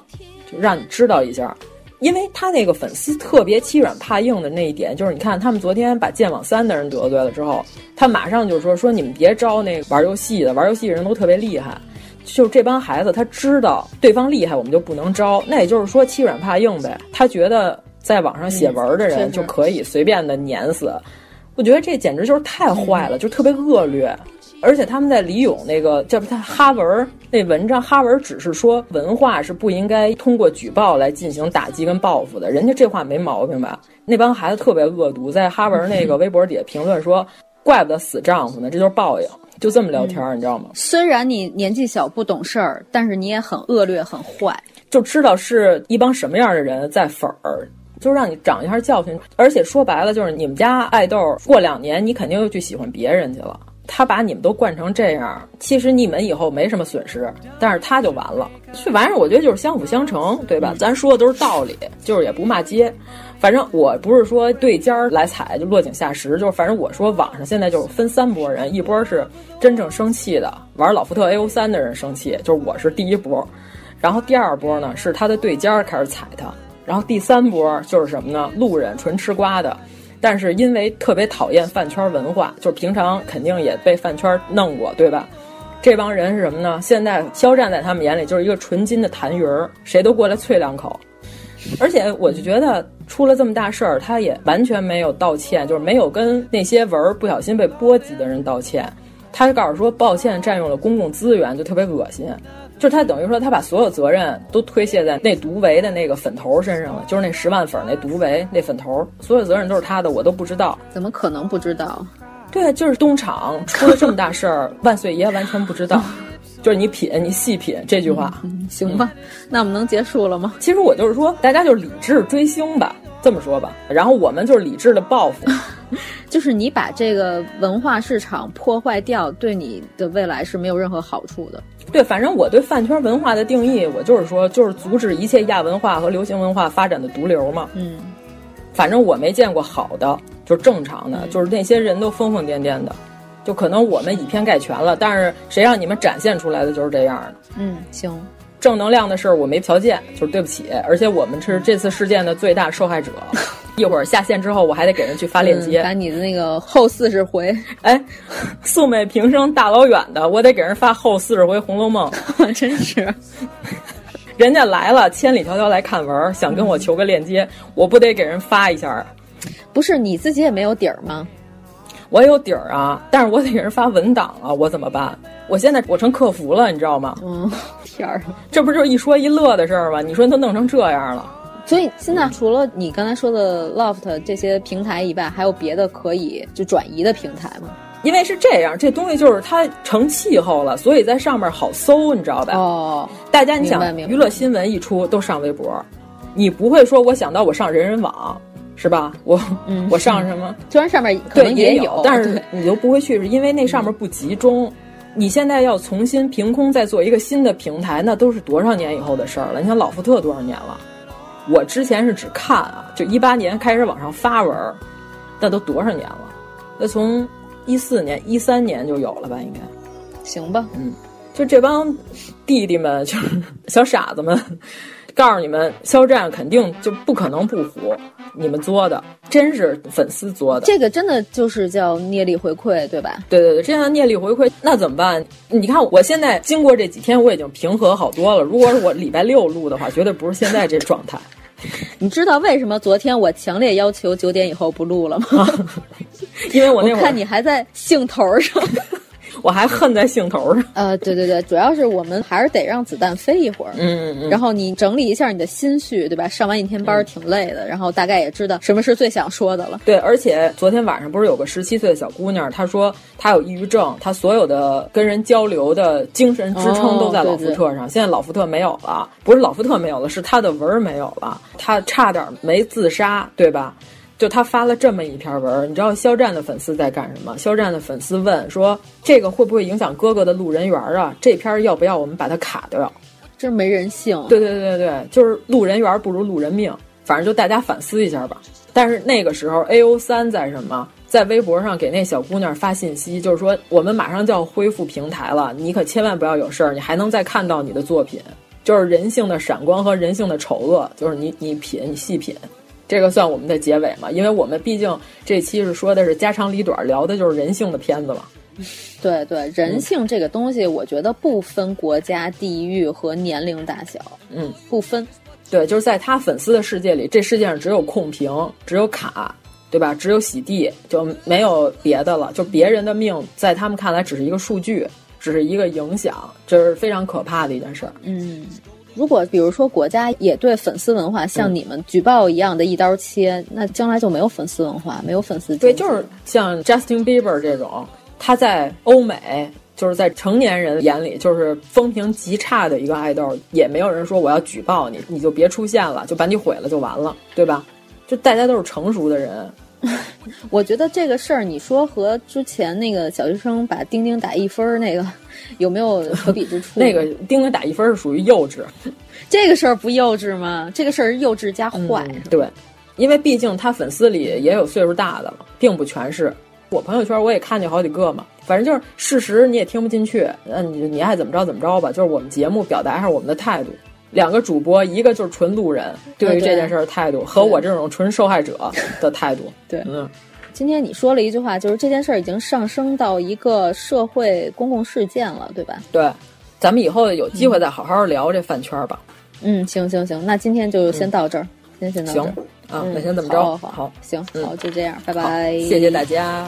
S9: 就让你知道一下。因为他那个粉丝特别欺软怕硬的那一点，就是你看他们昨天把剑网三的人得罪了之后，他马上就说说你们别招那玩游戏的，玩游戏人都特别厉害。就这帮孩子，他知道对方厉害，我们就不能招。那也就是说，欺软怕硬呗。他觉得在网上写文的人就可以随便的碾死。嗯、我觉得这简直就是太坏了，嗯、就特别恶劣。而且他们在李勇那个叫不他哈文那文章，哈文只是说文化是不应该通过举报来进行打击跟报复的。人家这话没毛病吧？那帮孩子特别恶毒，在哈文那个微博底下评论说：“嗯、怪不得死丈夫呢，这就是报应。”就这么聊天，嗯、你知道吗？
S8: 虽然你年纪小不懂事儿，但是你也很恶劣、很坏，
S9: 就知道是一帮什么样的人在粉儿。就是让你长一下教训。而且说白了，就是你们家爱豆过两年，你肯定又去喜欢别人去了。他把你们都惯成这样，其实你们以后没什么损失，但是他就完了。这玩意儿我觉得就是相辅相成，对吧？咱说的都是道理，就是也不骂街。反正我不是说对尖儿来踩就落井下石，就是反正我说网上现在就是分三波人，一波是真正生气的玩老福特 A O 三的人生气，就是我是第一波，然后第二波呢是他的对尖儿开始踩他，然后第三波就是什么呢？路人纯吃瓜的。但是因为特别讨厌饭圈文化，就是平常肯定也被饭圈弄过，对吧？这帮人是什么呢？现在肖战在他们眼里就是一个纯金的痰盂儿，谁都过来啐两口。而且我就觉得出了这么大事儿，他也完全没有道歉，就是没有跟那些文儿不小心被波及的人道歉。他就告诉说抱歉占用了公共资源，就特别恶心。就是他等于说他把所有责任都推卸在那毒唯的那个粉头身上了，就是那十万粉那毒唯那粉头，所有责任都是他的，我都不知道，
S8: 怎么可能不知道？
S9: 对，啊就是东厂出了这么大事儿， 万岁爷完全不知道。就是你品，你细品这句话，
S8: 嗯、行吧？那我们能结束了吗？
S9: 其实我就是说，大家就是理智追星吧，这么说吧。然后我们就是理智的报复，
S8: 就是你把这个文化市场破坏掉，对你的未来是没有任何好处的。
S9: 对，反正我对饭圈文化的定义，我就是说，就是阻止一切亚文化和流行文化发展的毒瘤嘛。
S8: 嗯，
S9: 反正我没见过好的，就是正常的，嗯、就是那些人都疯疯癫癫的。就可能我们以偏概全了，但是谁让你们展现出来的就是这样的？
S8: 嗯，行，
S9: 正能量的事儿我没瞧见，就是对不起，而且我们是这次事件的最大受害者。一会儿下线之后，我还得给人去发链接，
S8: 把、嗯、你的那个后四十回，
S9: 哎，素昧平生大老远的，我得给人发后四十回《红楼梦》，
S8: 真是。
S9: 人家来了，千里迢迢来看文，想跟我求个链接，嗯、我不得给人发一下？
S8: 不是你自己也没有底儿吗？
S9: 我有底儿啊，但是我得给人发文档啊，我怎么办？我现在我成客服了，你知道吗？
S8: 嗯，天儿，
S9: 这不就是一说一乐的事儿吗？你说都弄成这样了，
S8: 所以现在除了你刚才说的 Loft 这些平台以外，还有别的可以就转移的平台吗？
S9: 因为是这样，这东西就是它成气候了，所以在上面好搜，你知道吧？
S8: 哦，
S9: 大家你想
S8: 明白明白，
S9: 娱乐新闻一出都上微博，你不会说我想到我上人人网。是吧？我、
S8: 嗯、
S9: 我上什么？
S8: 虽然上面可能
S9: 也
S8: 有，
S9: 但是你就不会去，是因为那上面不集中。你现在要重新凭空再做一个新的平台，那都是多少年以后的事儿了？你看老福特多少年了？我之前是只看啊，就一八年开始往上发文，那都多少年了？那从一四年、一三年就有了吧？应该
S8: 行吧？
S9: 嗯，就这帮弟弟们，就是 小傻子们。告诉你们，肖战肯定就不可能不火，你们作的真是粉丝作的，
S8: 这个真的就是叫业力回馈，对吧？
S9: 对对对，这叫业力回馈，那怎么办？你看我现在经过这几天，我已经平和好多了。如果我礼拜六录的话，绝对不是现在这状态。
S8: 你知道为什么昨天我强烈要求九点以后不录了吗？
S9: 因为我那
S8: 我看你还在兴头 上。
S9: 我还恨在兴头上。
S8: 呃，对对对，主要是我们还是得让子弹飞一会儿。
S9: 嗯，嗯
S8: 然后你整理一下你的心绪，对吧？上完一天班挺累的，嗯、然后大概也知道什么是最想说的了。
S9: 对，而且昨天晚上不是有个十七岁的小姑娘，她说她有抑郁症，她所有的跟人交流的精神支撑都在老福特上。
S8: 哦、对对
S9: 现在老福特没有了，不是老福特没有了，是她的文儿没有了，她差点没自杀，对吧？就他发了这么一篇文，你知道肖战的粉丝在干什么？肖战的粉丝问说：“这个会不会影响哥哥的路人缘啊？这篇要不要我们把它卡掉？”
S8: 真没人性。
S9: 对对对对，就是路人缘不如路人命，反正就大家反思一下吧。但是那个时候，A O 三在什么？在微博上给那小姑娘发信息，就是说我们马上就要恢复平台了，你可千万不要有事儿，你还能再看到你的作品。就是人性的闪光和人性的丑恶，就是你你品你细品。这个算我们的结尾嘛？因为我们毕竟这期是说的是家长里短，聊的就是人性的片子嘛。
S8: 对对，
S9: 嗯
S8: 人性这个东西，我觉得不分国家、地域和年龄大小，
S9: 嗯，
S8: 不分。
S9: 对，就是在他粉丝的世界里，这世界上只有控评，只有卡，对吧？只有洗地，就没有别的了。就别人的命，在他们看来只是一个数据，只是一个影响，这是非常可怕的一件事儿。
S8: 嗯。如果比如说国家也对粉丝文化
S9: 嗯
S8: 像你们举报一样的一刀切，嗯、那将来就没有粉丝文化，没有粉丝。
S9: 对，就是像 Justin Bieber 这种，他在欧美就是在成年人眼里就是风评极差的一个爱豆，也没有人说我要举报你，你就别出现了，就把你毁了就完了，对吧？就大家都是成熟的人。
S8: 我觉得这个事儿，你说和之前那个小学生把钉钉打一分儿那个 有没有可比之处？
S9: 那个钉钉打一分儿是属于幼稚，
S8: 这个事儿不幼稚吗？这个事儿是幼稚加坏。
S9: 嗯对，因为毕竟他粉丝里也有岁数大的了，并不全是。我朋友圈我也看见好几个嘛，反正就是事实你也听不进去，那你你爱怎么着怎么着吧。就是我们节目表达一下我们的态度。两个主播，一个就是纯路人
S8: 啊
S9: 对于这件事儿的态度，和我这种纯受害者的态度。
S8: 对，
S9: 嗯，
S8: 今天你说了一句话，就是这件事儿已经上升到一个社会公共事件了，对吧？
S9: 对，咱们以后有机会再好好聊这饭圈吧。
S8: 嗯，行行行，那今天就先到这儿，今天先到这
S9: 嗯行
S8: 儿。
S9: 啊，
S8: 嗯
S9: 那先怎么着？
S8: 好好
S9: 好，
S8: 行，
S9: 嗯
S8: 好，就这样，拜
S9: 好
S8: 拜，
S9: 谢谢大家。